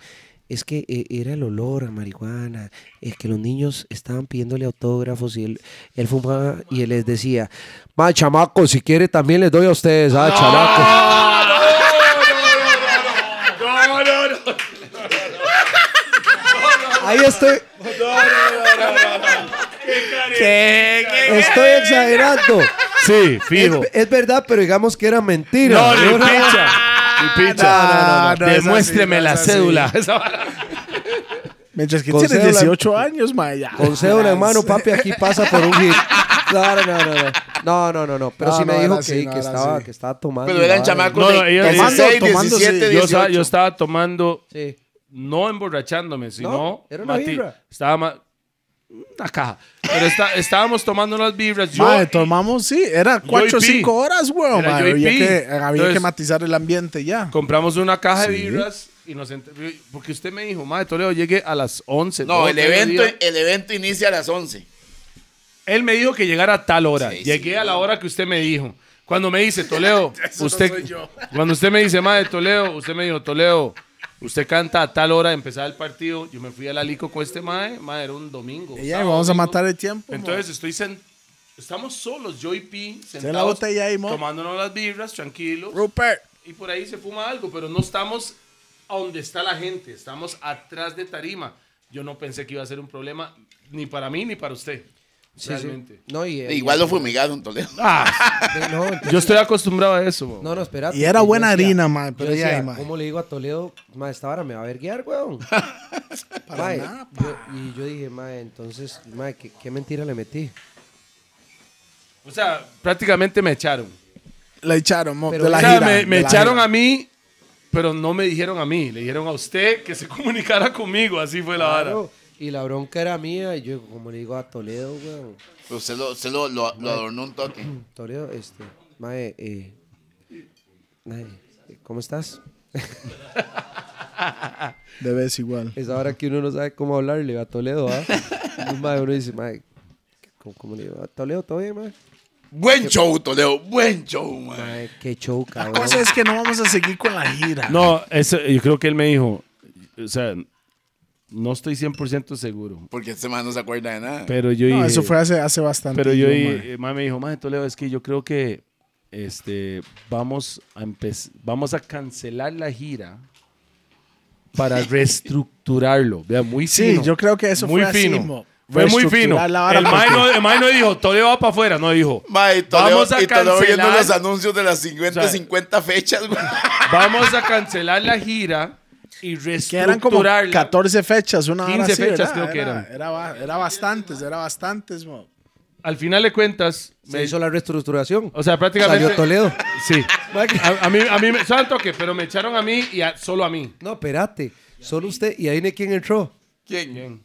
Es que eh, era el olor a marihuana. Es que los niños estaban pidiéndole autógrafos y él, él fumaba y él les decía, ma, chamaco, si quiere también les doy a ustedes, ah, chamaco. Ahí estoy. Estoy exagerando. Sí, Es, fijo. es verdad, pero digamos que era mentira. No, ni Yo no- picha. Ni picha. no, no, no, es Demuéstreme así, no la es así. cédula. Esa vara. Mientras que Con tiene cédula- 18 años, mae. ya. Consejo de mano, papi, aquí pasa por un hit. No, no, no, no. No, no, no, no. Pero No, sí me no, dijo era que, así, no, que era estaba, así. que estaba tomando. Pero y eran vaina. chamacos No, no, de ellos- 16, tomando, 17, yo, estaba, 18. yo estaba tomando, Sí. no emborrachándome, sino. era una Mati, birra. Estaba ma- Una caja. Pero está- estábamos tomando unas vibras. Yo, Mae, tomamos, sí, era 4 o Pi. 5 horas, weón. Era mae, yo y Había, Pi. que, había que Entonces- matizar el ambiente ya. compramos una caja de vibras Y nos ent- porque usted me dijo, madre, Toledo, llegué a las 11. No, todo el el evento, día". el evento inicia a las 11. Él me dijo que llegara a tal hora. Sí, Llegué sí, a la hora que usted me dijo. Cuando me dice, Toledo, usted. cuando usted me dice, madre, Toledo, usted me dijo, Toledo, usted canta a tal hora, empezaba el partido. Yo me fui al alico con este madre. Madre, era un domingo. Y ya, sábado, vamos a domingo. matar el tiempo. Entonces estoy sen- Estamos solos, yo y Pi, la sentados, botella ahí, mo. tomándonos las birras, tranquilos. mo. Rupert. Y por ahí se fuma algo, pero no estamos a donde está la gente, estamos atrás de tarima. Yo no pensé que iba a ser un problema ni para mí ni para usted. Sí, sí. realmente. No, y, Igual lo fumigaron, Toledo. Ah. de- no, entonces- Yo estoy acostumbrado a eso. No, no, espérate. Y era Yo buena decía- harina, mae, yo pero ya, decía, mae. ¿Cómo le digo a Toledo, mae, esta vara me va a verguear, weón? Mae, yo- y yo dije, mae, entonces, mae, ¿qué, qué mentira le metí? O sea, prácticamente me echaron. La echaron, mo, Pero, de la o sea, gira, me, de me la echaron gira. a mí, pero no me dijeron a mí. Le dijeron a usted que se comunicara conmigo. Así fue la vara. Claro, y la bronca era mía, y yo, ¿cómo le digo a Toledo, weón? Usted lo, usted lo, lo- lo adornó un toque. Toledo, este, mae, eh, mae, ¿cómo estás? De vez igual. Es ahora que uno no sabe cómo hablarle a Toledo, ¿ah? Y, mae, uno dice, mae, ¿cómo, cómo le digo? ¿A Toledo, ¿todo bien, mae? Buen show, Toledo. Buen show, man. Mae, qué show, La cabrón. cosa es que no vamos a seguir con la gira. No, eso, yo creo que él me dijo, o sea, no estoy 100% seguro. Porque este man no se acuerda de nada. Pero yo No, dije- eso fue hace, hace bastante. Pero yo mae. y eh, mamá me dijo, madre Toledo, es que yo creo que este, vamos, a empe- vamos a cancelar la gira para reestructurarlo. Vea, muy Sí, fino. yo creo que eso muy fue así, fino. mo. Fue muy fino. Reestructurar la vara El mae porque- no, el mae no dijo, Toledo va para afuera. No dijo, Ma, y Toledo, vamos a y Toledo viendo cancelar- los anuncios de las 50, O sea, 50 fechas, güey. vamos a cancelar la gira y Que eran como reestructurarla. 14 fechas, una hora 15 así, fechas ¿verdad? creo que Era- eran. Era, ba- era bastantes, era bastantes, mo. Al final de cuentas, Se me- hizo la reestructuración. o sea, prácticamente... Salió Toledo. Sí. A, a mí, a mí me... Solo un toque, pero me echaron a mí y a- solo a mí. No, espérate. Solo usted y ahí no hay quien entró. ¿Quién?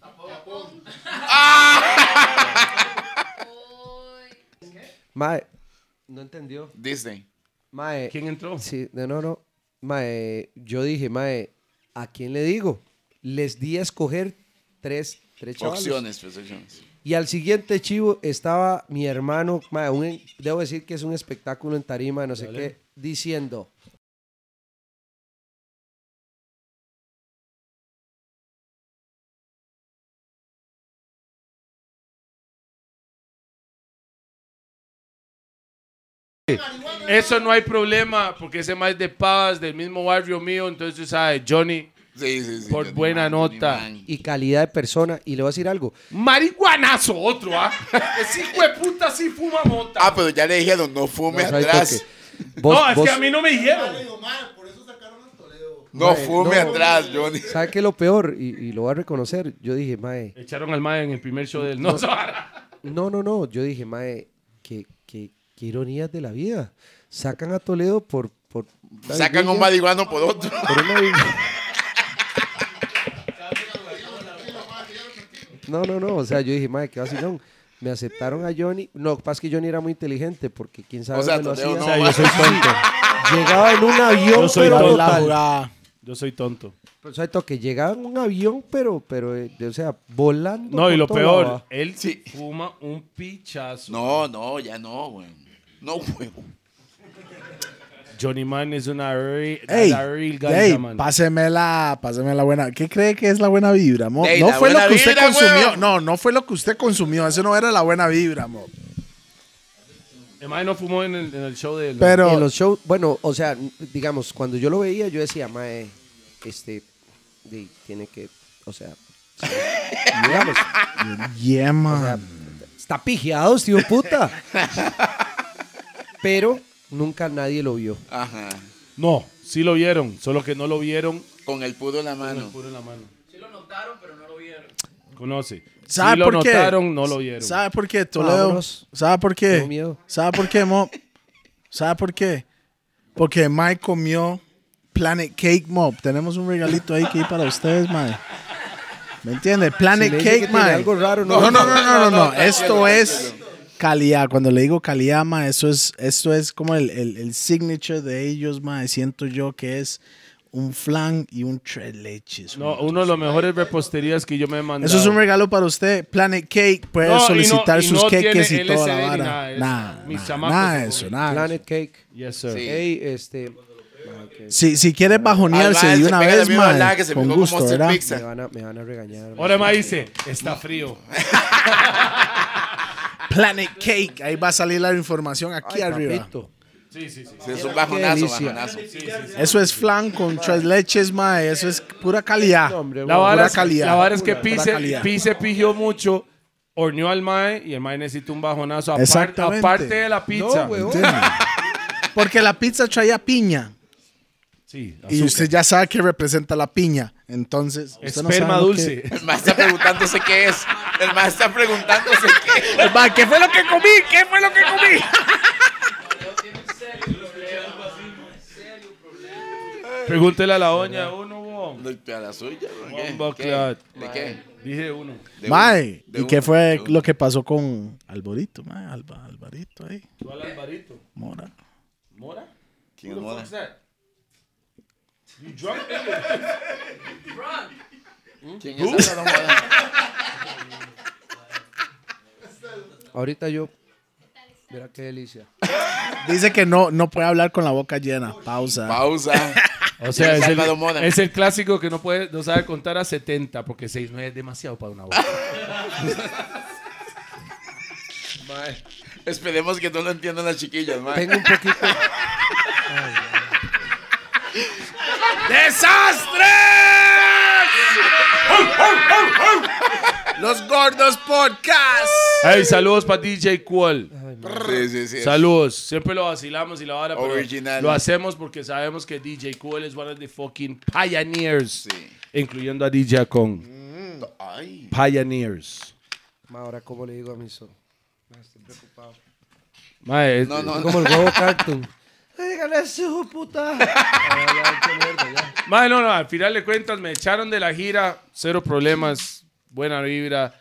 Mae, no entendió. Disney. Mae, ¿Quién entró? sí, no, no, no. Mae, yo dije, mae, ¿a quién le digo? Les di a escoger tres, tres chavales. Opciones, pues, opciones. Y al siguiente chivo estaba mi hermano, mae, un- debo decir que es un espectáculo en tarima, no sé qué, diciendo, Eso no hay problema, porque ese más de Pavas, del mismo barrio mío, entonces, ¿sabes? Johnny, Sí, sí, sí. Por Johnny buena Man, Johnny nota. Man. y calidad de persona, y le voy a decir algo. marihuanazo, otro, ¿ah? Ese hijo de puta sí fuma mota. Ah, pero ya le dijeron, no fume Pues, No, no hay atrás. toque. Vos- no, es vos- que a mí no me dijeron. No fume no. atrás, Johnny. ¿Sabe qué es lo peor? Y, y lo voy a reconocer. Yo dije, mae, Echaron al mae en el primer show del... No, No, no, no. Yo dije, mae, qué, qué, qué ironías de la vida. Sacan a Toledo por... por una Sacan un birria, marihuano por otro. por una birria. No, no, no. O sea, yo dije, mae, qué vacilón. Me aceptaron a Johnny. No, lo que pasa es que Johnny era muy inteligente porque quién sabe O sea, me lo Toledo hacía. no. Llegaba en un avión, Yo soy pero Toledo. total. Yo soy tonto. O sea, que llegaba en un avión, pero, pero, eh, de- o sea, volando. No, y por lo todo peor, lado. él Sí. fuma un pichazo. No, no, ya no, güey. No, güey. Johnny Man es una real, Ey, la real ganja, ey, man. páseme la, páseme la buena. ¿Qué cree que es la buena vibra, mo? Ey, no la fue lo buena que usted vibra, consumió. weón. No, no fue lo que usted consumió. Eso no era la buena vibra, mo. El mae no fumó en el, en el show del... Pero en los shows, bueno, o sea, digamos, cuando yo lo veía, yo decía, mae, este, di, tiene que, o sea, digamos, yeah, man. está pijeado, tío puta. Pero nunca nadie lo vio. Ajá. No, sí lo vieron, solo que no lo vieron Con el puro en la con el mano. puro en la mano. Sí lo notaron, pero no lo vieron. Conoce. ¿Sabe sí lo por qué? notaron, no lo vieron. ¿Sabe por qué, Toledo? Vámonos. ¿Sabe por qué? Tengo miedo. ¿Sabe por qué, mo? ¿Sabe por qué? Porque Mike comió Planet Cake, mo. Tenemos un regalito ahí que ir para ustedes, Mike. ¿Me entiende? Si Planet me dice que Cake, tiene Mike. algo raro, no, No, no, no, no, no, no. Esto es calidad. Cuando le digo calidad, ma, eso es, esto es como el, el- el signature de ellos, ma. Siento yo que es un flan y un tres leches. No, uno de los mejores reposterías que yo me he mandado. Eso es un regalo para usted. Planet Cake puede No, y no- solicitar y sus no tiene queques y toda la LCD ni vara. nada de eso. Nada, Mis nada, chamacos nada se de eso, Ah, nada. de Planet Cake. Yes, sir. Sí. Ey, este. ah, ok. Si, si quieres bajonearse Al mae de se una pega la vez, misma mae, laga que se con pegó con gusto, Monster ¿verdad? Pizza. Me van a, me van a regañar. Ahora más dice, está frío. Planet Cake, ahí va a salir la información aquí arriba. Papito. Sí, sí, sí. Sí, es un bajonazo, delicia. bajonazo. Eso es flan con tres leches, mae. Eso es pura calidad. No, hombre, La weón. vara, Pura es, calidad. la vara es que Pura Pise, calidad. Pise pigió mucho, horneó al Mae y el Mae necesita un bajonazo. apar- Exactamente. aparte de la pizza. No, weón. Porque la pizza traía piña. Sí, Y usted ya sabe que representa la piña. Entonces, usted no Esperma sabe lo dulce. que- El más está preguntándose qué es. El más está preguntándose qué es. El mae, ¿Qué fue lo que comí? ¿Qué fue lo que comí? Pregúntele a la doña uno, weón. A la suya, ¿no? ¿Qué? Bomba ¿Qué? clat. ¿De qué? Dije uno. De Mae, uno, de ¿y qué uno, de fue uno. lo que pasó con Alborito, mae? Alba- Alvarito ahí, ¿Tú al Alvarito? mora. ¿Mora? ¿Quién es moda? You drunk? ¿Quién es Álvaro Moda? Ahorita yo. Mira qué delicia. Dice que no, no puede hablar con la boca llena. Pausa. Pausa. O sea, es el, Álvaro Moda? es el clásico que no puede, no sabe contar a 70 porque 6 no es demasiado para una boca. Mae, Esperemos que no lo entiendan las chiquillas, mae. Tengo un poquito. Los Gordos Podcast. Hey, saludos para DJ Qual. Sí, sí, sí. Saludos. Siempre lo vacilamos y la vara, pero Original. lo hacemos porque sabemos que DJ Qual es one of the fucking pioneers. Sí. Mm. Incluyendo a DJ Con. Ay. Pioneers. Ma, ahora, ¿cómo le digo a mi so? Ma, Estoy preocupado. Mae, No, no, no. Como el huevo cartoon. Dígale ese hijo de puta. Ay, ya, qué mierda, ya. Mae, no, no, al final de cuentas me echaron de la gira, cero problemas, buena vibra.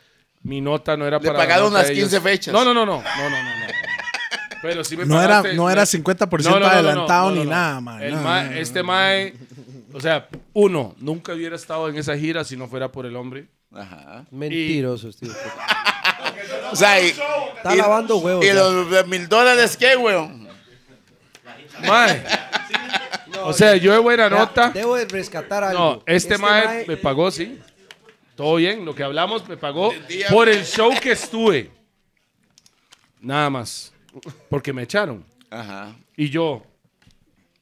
Mi nota no era Le para. la pagaron nota las de 15 fechas. No, no, no, no, no, no, no. no. Pero sí me No era, pagaste- no era 50% No, no, no, no, adelantado no, no, ni no. nada, mae. El no, mae- no, no. Este Mae, o sea, uno, nunca hubiera estado en esa gira si no fuera por el hombre. Ajá. Mentiroso, este tío. O sea, y, Está lavando huevos. y ya. los de mil dólares, ¿qué, weón? Mae. O sea, yo de buena Vea, nota. Debo de rescatar algo. No, este, mae, me pagó, sí. Todo bien, lo que hablamos me pagó día- por el show que estuve. Nada más. Porque me echaron. Ajá. Y yo, o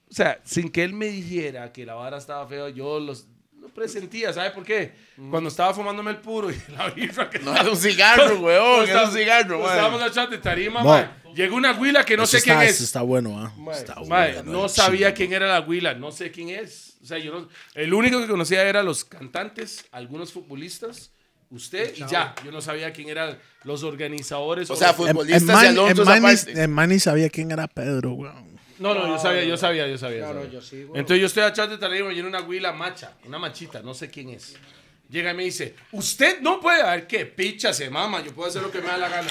sea, sin que él me dijera que la vara estaba fea, yo los, lo presentía, ¿sabe por qué? Cuando estaba fumándome el puro y la birra que No era un cigarro, weón. Cuando Era un estaba- cigarro, cuando weón. Estábamos atrás de tarima, No. mae. Llegó una huila que no Eso sé está, quién eso es. está bueno, ah. Está bueno. Mae, no sabía quién era la huila, no sé quién es. O sea, yo no- el único que conocía era los cantantes, algunos futbolistas, usted y ya. Yo no sabía quién eran los organizadores. O sea, los- fue- En, Futbolistas en y Em, man, Alonso en man ni- aparte. en man ni sabía quién era Pedro, weón. No, no, yo sabía, yo sabía, yo sabía. yo no, sabía. yo sí, güey. Entonces yo estoy atrás de Tarima y era una huila macha, una machita, no sé quién es. Llega y me dice, usted no puede, a ver qué, picha se mama, yo puedo hacer lo que me da la gana.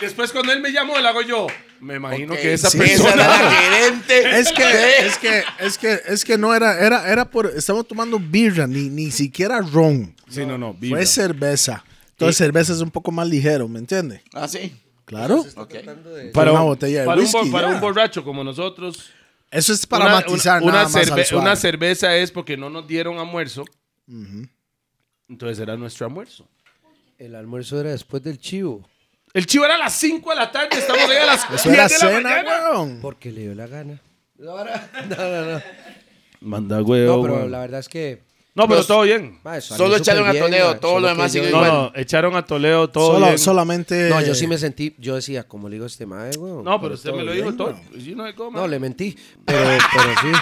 Después cuando él me llamó, le hago yo. Me imagino que esa Sí, persona... era la gerente. Es que, Sí. es que, es que, es que no era, era, era por, estamos tomando birra, ni, ni siquiera ron. Sí, no, no, Fue cerveza. Entonces, cerveza es un poco más ligero, ¿me entiende? Ah, sí. Claro. Ok. Para una botella de para un, whisky. bo- para ya. un borracho como nosotros. Eso es para una- matizar una, nada una más al cerve- suave. una cerveza es porque no nos dieron almuerzo. Entonces era nuestro almuerzo. El almuerzo era después del chivo. El chivo era a las 5 de la tarde, estamos ahí a las 10 Eso de era la cena, mañana. weón. Porque le dio la gana. Ahora- No, no, no. Manda huevo. No, pero weón. la verdad es que. No, pero Los- todo bien. ma, eso Solo salió echaron súper a bien, Toledo, ma, todo lo solo demás que yo- siguió No, igual. no, echaron a Toledo todo Solo- bien. solamente. No, yo sí me sentí. Yo decía, como le digo a este mae, güey. No, pero usted me lo dijo bien, todo. Pues, You know it, go, man. No, le mentí. Pero, pero sí.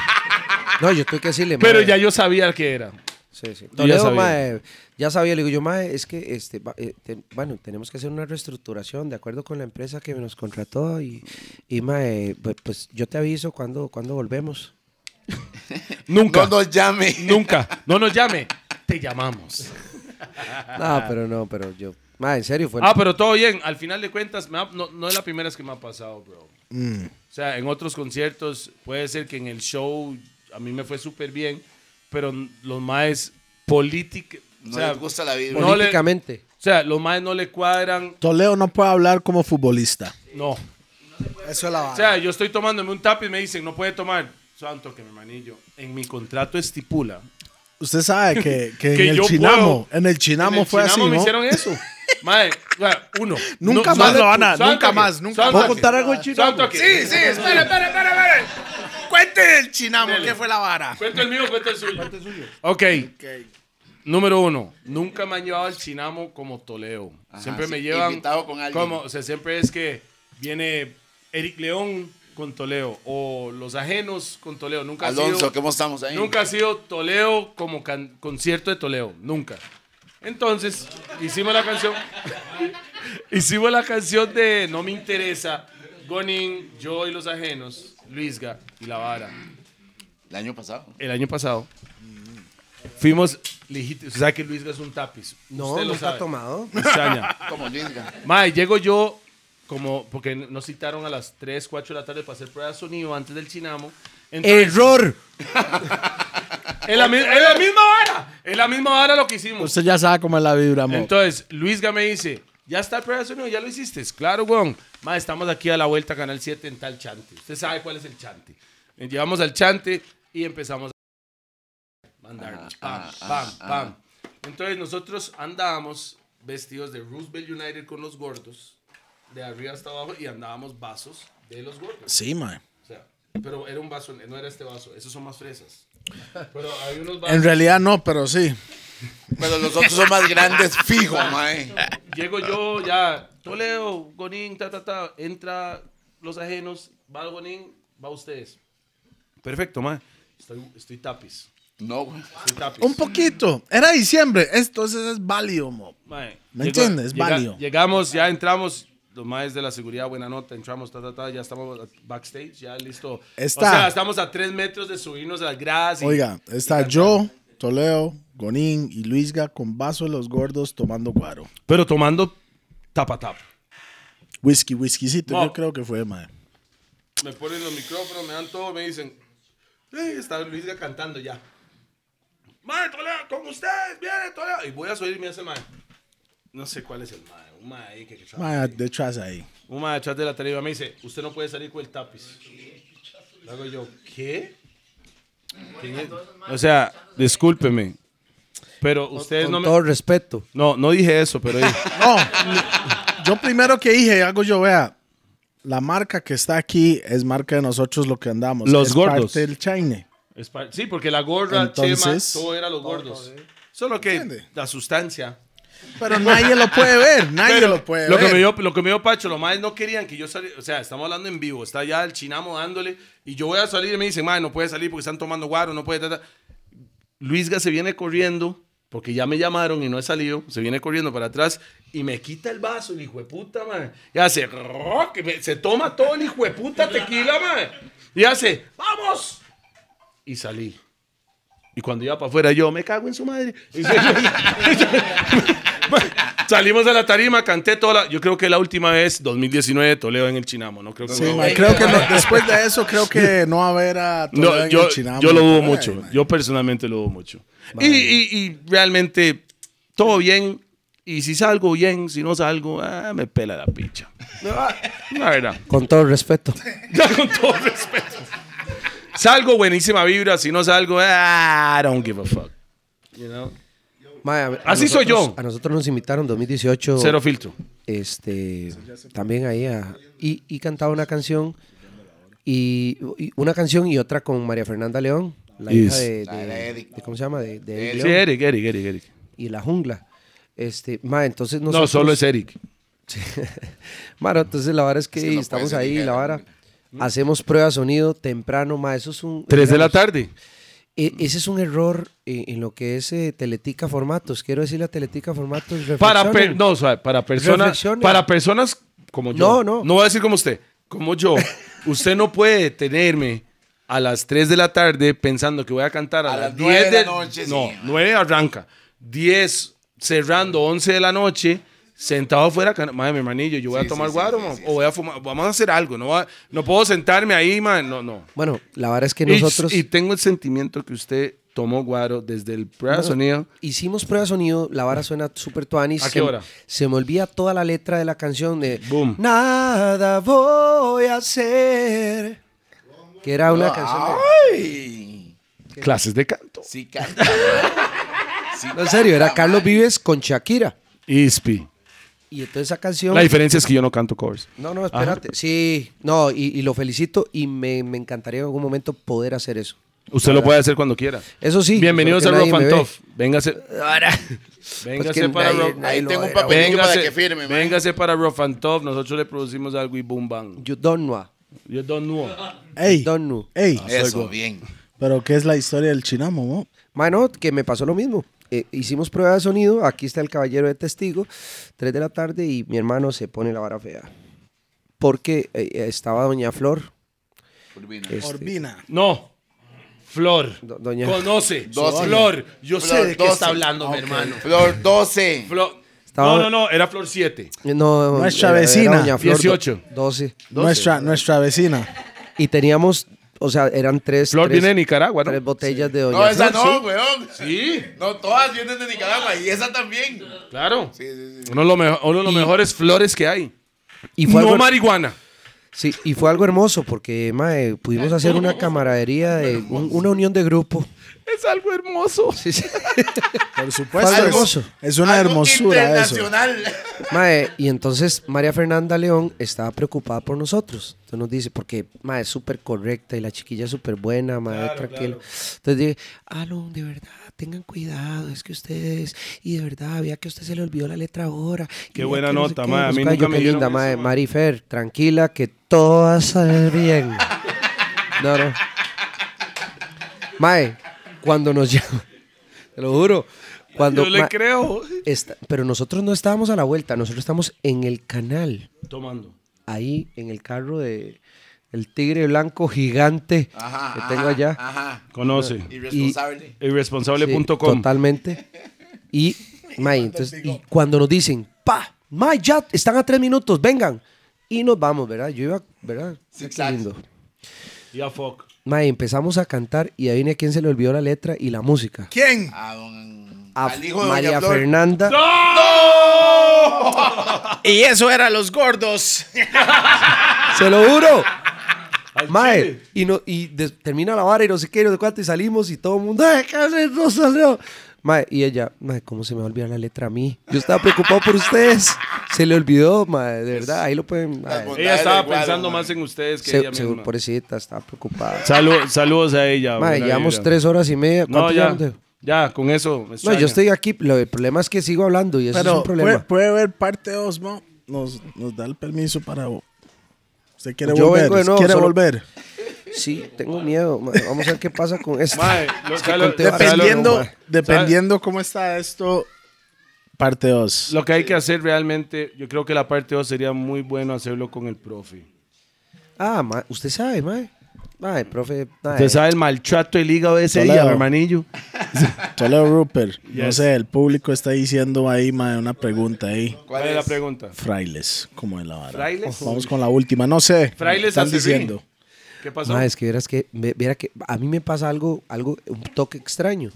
No, yo tuve que decirle. pero mae, ya yo sabía que era. Sí, sí. ya Toledo, sabía. mae, ya sabía, le digo yo, mae, es que, este, va- eh, te- bueno, tenemos que hacer una reestructuración de acuerdo con la empresa que nos contrató y, y mae, pues, pues, yo te aviso cuando, cuando volvemos. Nunca, No nos llame. nunca. No nos llame. Te llamamos. No, pero no, pero yo, mae, en serio, fue... Ah, pero todo bien. Al final de cuentas, me ha- no, no es la primera vez que me ha pasado, bro. Mm. O sea, en otros conciertos, puede ser que en el show a mí me fue súper bien, pero los maes políticos. No les gusta la vida. no le- Políticamente. o sea, los maes no le cuadran. Toledo no puede hablar como futbolista. No. Eso es la O sea, yo estoy tomándome un tap y me dicen, no puede tomar. Santo que mi manillo. En mi contrato estipula. Usted sabe que, que Que en, el yo chinamo, puedo. en el Chinamo, En el fue Chinamo así, me ¿no? hicieron eso. Mae, o sea, uno. Nunca No, más santo- lo van a- santo nunca aquí, más, nunca santo más. aquí. ¿Puedo contar algo del Chinamo? Santo aquí. Sí, sí, espere, espere, espere, espere. Cuente el chinamo, ¿qué fue la vara? Cuento el mío, cuento el suyo. Okay. Número uno, nunca me han llevado al Chinamo como Toleo. Ajá, siempre sí, me llevan. invitado con alguien. Como, o sea, siempre es que viene Eric León con Toleo o los ajenos con Toleo. Nunca ha Alonso, sido- ¿cómo estamos ahí? Nunca ha sido Toleo como can- concierto de Toleo, nunca. Entonces, hicimos la canción. hicimos la canción de No me interesa, Gonin, yo y los ajenos, Luisga y La Vara. El año pasado. El año pasado fuimos legítimos. O sea que Luisga es un tapiz. No, Usted lo nunca sabe. ha tomado. Pistaña. Como Lisga. Mae, llego yo como porque nos citaron a las 3, 4 de la tarde para hacer pruebas de sonido antes del Chinamo. Entonces- ¡Error! Es la, mi- es la misma vara. Es la misma vara lo que hicimos. Usted ya sabe cómo es la vibra, amor. Entonces, Luisga me dice, ¿ya está el prueba de sonido? ¿Ya lo hiciste? Claro, weón. Ma, estamos aquí a la vuelta a Canal 7 en tal chante. Usted sabe cuál es el chante. Eh, Llegamos al chante y empezamos a mandarnos. Pam, pam, pam. Entonces, nosotros andábamos vestidos de Roosevelt United con los gordos, de arriba hasta abajo, y andábamos vasos de los gordos. Sí, man. O sea, pero era un vaso, no era este vaso. Esos son más fresas. Pero hay unos vasos... En realidad no, pero sí. Pero los otros son más grandes, fijo, mae. Llego yo, ya, Toledo, Gonín, ta, ta, ta. Entra los ajenos, va el Gonín, va ustedes. Perfecto, ma. Estoy, estoy tapiz. No, güey. Estoy tapiz. Un poquito. Era diciembre. Entonces es válido, mo. Mae, ¿Me llegó- entiendes? Es llega- válido. Llegamos, ya entramos. Los maes de la seguridad, buena nota, entramos, ta, ta, ta, ya estamos backstage, ya listo. Está. O sea, estamos a tres metros de subirnos a las gradas. y- Oiga, está yo, Toledo, Gonín y Luisga con vaso de los gordos tomando guaro. Pero tomando tapa tapa. Whisky, whiskycito, Mo. yo creo que fue, man. Me ponen los micrófonos, me dan todo, me dicen, "Ey, está Luisga cantando ya. Madre Toledo, con ustedes, viene Toledo. Y voy a subir y me hace madre. No sé cuál es el madre, un madre ahí que, que trabaja Man, ahí. detrás ahí. Un madre atrás de la tele me dice, usted no puede salir con el tapiz. Le hago yo, ¿qué? ¿Quién es?" O sea, discúlpeme, pero ustedes Con no me... todo respeto. No, no dije eso, pero... dije, No, yo primero que dije, algo yo vea. La marca que está aquí es marca de nosotros lo que andamos. Los es gordos. Parte del Chine. Es par- Sí, porque la gorra, Entonces- chema, todo era los gordos. Solo que ¿Entiende? la sustancia... Pero nadie lo puede ver, nadie Pero lo puede que ver. me dio, lo que me dio Pacho, los más no querían que yo saliera. O sea, estamos hablando en vivo. Está ya el chinamo dándole. Y yo voy a salir y me dicen, madre, no puede salir porque están tomando guaro, no puede. Luis Luisga se viene corriendo porque ya me llamaron y no he salido. Se viene corriendo para atrás y me quita el vaso, el hijo de puta, madre. Y hace, rock, y me- se toma todo el hijo de puta tequila, madre. Y hace, vamos. Y salí. Y cuando iba para afuera, yo me cago en su madre. Salimos de la tarima, canté toda la. Yo creo que la última vez, 2019, Toledo en el Chinamo. No creo que. Sí, man, creo que no- después de eso, creo que no va a haber a Toledo No, en yo, el Chinamo. yo lo dudo Ay, mucho. man. Yo personalmente lo dudo mucho. Y, y- y realmente, todo bien. Y si salgo bien, si no salgo, ah, me pela la picha. La verdad. Con todo respeto. Ya con todo respeto. Salgo buenísima vibra, si no salgo, ah, I don't give a fuck. Mae, a- a Así soy nosotros- yo. A nosotros nos invitaron en 2018. Cero filtro. este también ahí a- y, y cantaba una canción y, y una canción y otra con María Fernanda León la hija Yes. de, La de- de Eric. de- cómo se llama de, de Eric Sí, León Eric, Eric, Eric, Eric. y la jungla este ma entonces No, nosotros- solo es Eric. Mano, entonces la vara es que, que no puede estamos ser ahí ligera, la vara Mm. hacemos prueba de sonido temprano ma eso es un Tres de la digamos, tarde. e- ese es un error eh, en lo que es eh, Teletica Formatos quiero decir la Teletica Formatos Para, per- reflexionen. no, o sea, para, personas, Reflexionen. para personas como yo. No, no. No voy a decir como usted. Como yo. usted no puede tenerme a las 3 de la tarde pensando que voy a cantar a, A las las nueve 10 de la noche, No, sí. 9 arranca. 10 cerrando, 11 de la noche. Sentado afuera, can- madre, mi hermanillo, yo voy a tomar guaro, man, o voy a fumar, vamos a hacer algo, no, va- no puedo sentarme ahí, man, no, no. bueno la vara es que Y- nosotros Y, tengo el sentimiento que usted tomó guaro desde el prueba de sonido. Hicimos prueba de sonido, la vara suena súper tuanis. ¿A se- qué hora? Se me olvida toda la letra de la canción de Boom. Nada voy a hacer. Que era una canción. de- ¡Ay! Clases de canto. Sí, canta. Sí No, en serio, era Carlos Vives con Shakira. Ispi. Y entonces esa canción. La diferencia es que yo no canto covers. No, no, espérate. Sí, no, y, y lo felicito y me, me encantaría en algún momento poder hacer eso. Usted lo puede hacer cuando quiera. Eso sí. Bienvenidos a porque Rough nadie and me ve. Tough. Véngase. Véngase que para nadie- Rough. nadie Ahí lo tengo un era, papel. Papelillo para Véngase, que firme, man. véngase para Rough and Tough. Nosotros le producimos algo y boom bang. You don't know. Yo don't know. Ey, Don't know. ey. Ah, Eso, bien. Pero ¿qué es la historia del chinamo, mo? Mano, que me pasó lo mismo. Eh, hicimos prueba de sonido, aquí está el caballero de testigo, 3 de la tarde y mi hermano se pone la vara fea. Porque eh, estaba Doña Flor. este, Orbina. No. Flor. Do- doña- Conoce. Doce. Flor. Yo sé Flor, de qué doce. está hablando, mi hermano. Flor 12. Flor. Ah, Estaba- No, no, no. Era Flor 7. No, Nuestra era- era vecina. Doña Flor, do- 18. 12. Nuestra, nuestra vecina. Y teníamos, o sea, eran tres. Flor tres- viene de Nicaragua, ¿no? Tres botellas de Doña No, esa Flor, no, sí. weón. Sí, No, todas vienen de Nicaragua y esa también. claro. Uno de los, mejo- uno de los mejores flores que hay. Y no fue algo- marihuana. Sí, y fue algo hermoso porque mae, pudimos hacer una camaradería, de, un- una unión de grupo. Es algo hermoso. Sí, sí. Por supuesto. Algo es- hermoso. Es una Algo hermosura eso. internacional. Mae, y entonces María Fernanda León estaba preocupada por nosotros. Entonces nos dice, porque mae es súper correcta y la chiquilla es súper buena, mae, tranquila. Entonces dije, Alon, de verdad, tengan cuidado, es que ustedes, y de verdad, vea que a usted se le olvidó la letra ahora. y Qué vea buena que no sé nota, qué, mae, a no sé mí cuál". Yo, nunca me "Qué dijeron linda, eso, mae, mae". Marifer, tranquila, que todo va a salir bien. No, no. Mae, cuando nos llama, te lo juro. Cuando, Yo le mae, creo. Esta- pero nosotros no estábamos a la vuelta, nosotros estamos en el canal, Tomando. ahí en el carro de el tigre blanco gigante Ajá. que tengo ajá, allá. Ajá. Conoce. Irresponsable. Sí, Irresponsable.com. totalmente. Y, mae, entonces, y cuando nos dicen, pa, mae, ya están a tres minutos, vengan. Y nos vamos, ¿verdad? Yo iba, ¿verdad? Qué exacto. lindo. Ya fuck. Mae, empezamos a cantar y adivine quién se le olvidó la letra y la música. ¿Quién? A don- A al hijo de María Doña Flor. Fernanda. Y eso era los gordos. Se lo juro. Mae, y, no, y de- termina la vara y no sé qué, y no sé cuánto, y salimos y todo el mundo, ¡ay, qué haces, no salió! Mae, y ella, mae, ¿cómo se me va a olvidar la letra a mí? Yo estaba preocupado por ustedes. Se le olvidó, mae, de verdad, ahí lo pueden. mae. bondades Ella estaba del guaro, pensando man. más en ustedes Pues, que Se- ella seguro, misma. pobrecita, estaba preocupada. Salu- saludos a ella. Mae, buena llevamos vibra. tres horas y media. No, ¿Cuánto ya. llevamos de- Ya, con eso. me No, extraña. yo estoy aquí, lo- el problema es que sigo hablando y eso es Pero un problema. pues, puede, puede ver parte 2, mo. Nos, nos da el permiso para. Usted quiere Yo volver. vengo de nuevo, quiere solo- volver. Sí, tengo miedo, mae, vamos a ver qué pasa con esto. pues. Mae, lo- Es que salu- conté varias- Dependiendo, No, mae. dependiendo cómo está esto, parte 2. Lo que hay que hacer realmente, yo creo que la parte 2 sería muy bueno hacerlo con el profe. Ah, mae, usted sabe, mae. Mae, profe, mae. Usted sabe el maltrato del hígado de ese Toledo. día, hermanillo. Toledo Rupert. No Yes. sé, el público está diciendo ahí, mae, una pregunta ahí. ¿Cuál, es la pregunta? Frailes, como es la vara. ¿Frailes? Vamos con la última. No sé. Frailes están hace diciendo. ¿Qué pasó? Mae, es que vieras que, ve- viera que a mí me pasa algo, algo, un toque extraño.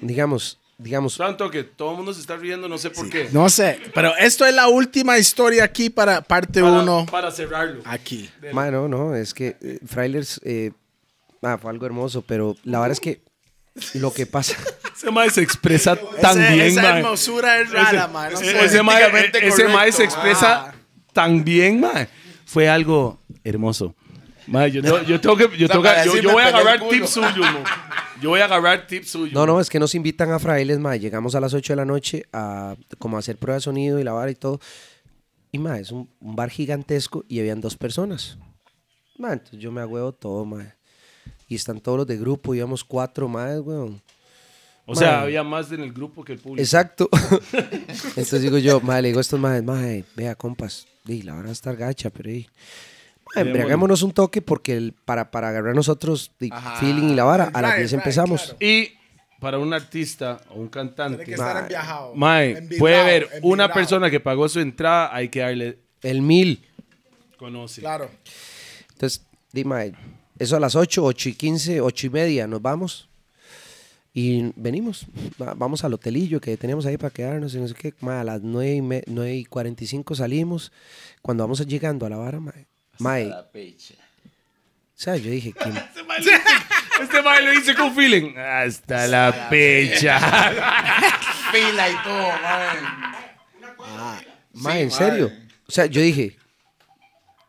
Digamos, digamos, Tanto que todo el mundo se está riendo, no sé por qué. No sé. Pero esto es la última historia aquí para parte Para- 1. Para cerrarlo. Aquí. mae, no, no, es que eh, Frailers, eh, ah, fue algo hermoso, pero la verdad es que lo que pasa, Ese mae se expresa tan Ese- bien, esa mae. hermosura es rara, mae, no ese- sé. ese mae- Políticamente e- ese mae correcto. se expresa tan bien, mae. Fue algo hermoso. Mae, yo, tengo- yo tengo que. Yo, sea, tengo que- para yo- yo decirme voy a pelé el agarrar culo. tips suyos, mo. Yo voy a agarrar tips suyos. no, no, es que nos invitan a Frailes, mae, llegamos a las 8 de la noche a como a hacer pruebas de sonido y la vara y todo, y mae, es un, un bar gigantesco y habían dos personas, mae, entonces yo me agüevo todo, mae, y están todos los de grupo, íbamos cuatro más, weón. O sea, mae. había más en el grupo que el público. Exacto. Entonces digo yo, madre, le digo a estos madres, madre, vea, compas, di, la van a estar gacha, pero ahí. Embriaguémonos un toque porque el- para, para agarrar nosotros di, feeling y la vara, a las 10 empezamos. Y para un artista o un cantante. estar mae, mae, puede haber una persona que pagó su entrada, hay que darle. El mil. Conoce. Claro. Entonces, di, madre, eso a las 8, 8 y 15, 8 y media, nos vamos. Y venimos, va- vamos al hotelillo que teníamos ahí para quedarnos y no sé qué. mae, a las 9 y, me- 9 y 45 salimos. Cuando vamos llegando a la vara, mae, mae, o La pecha. sea, yo dije, ¿quién? Este mae lo hice con feeling. Hasta la pecha. Pila y todo, man. mae, en serio. O sea, yo dije,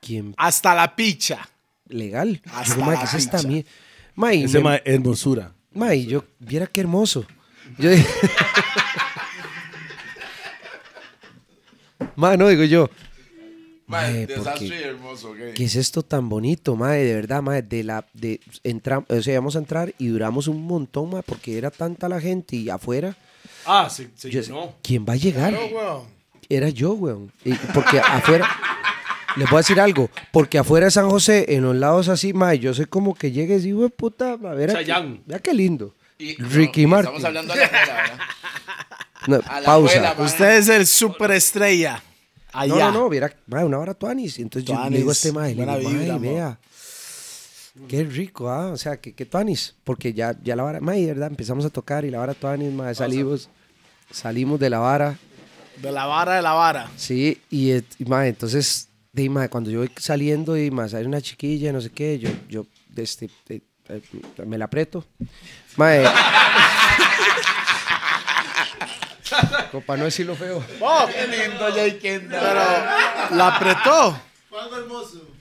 ¿quién Hasta la picha. legal? Hasta Yo, mae, la ¿qué es esta picha. mie- Mae, y Ese me- mae, hermosura. Ma, y yo, viera qué hermoso. Yo dije. ma, no, digo yo. Mae, ¿por desastre qué? hermoso, ok. ¿Qué es esto tan bonito, madre? De verdad, madre. De la, de, entra, o sea, íbamos a entrar y duramos un montón, madre, porque era tanta la gente y afuera. Ah, se, se Yo, llenó. ¿Quién va a llegar? Era yo, weón. Y- porque afuera. Les voy a decir algo. Porque afuera de San José, en los lados así, madre, yo soy como que llegues y, digo, puta, a ver. aquí- Chayanne. Vea qué lindo. Y- Ricky no, Martin. Estamos hablando a la abuela, ¿verdad? No, A la pausa. abuela, man. Usted es el superestrella. Allá. No, no, no, viera, mae, una hora tuanis. Entonces yo le digo a este mae, le Buena digo, mae, vibra, mo. vea, qué rico, ah, o sea, que, que tuanis, porque ya, ya la vara, mae, de verdad, empezamos a tocar y la vara tuanis, mae, salimos, salimos de la vara, De la vara de la vara. sí, y, et- y, mae, entonces, de, mae, cuando yo voy saliendo y, mae, sale una chiquilla, no sé qué, yo, yo, de este, de- eh, me la aprieto, mae. Copa, no decirlo feo. Qué lindo, Jay Kendall. La apretó.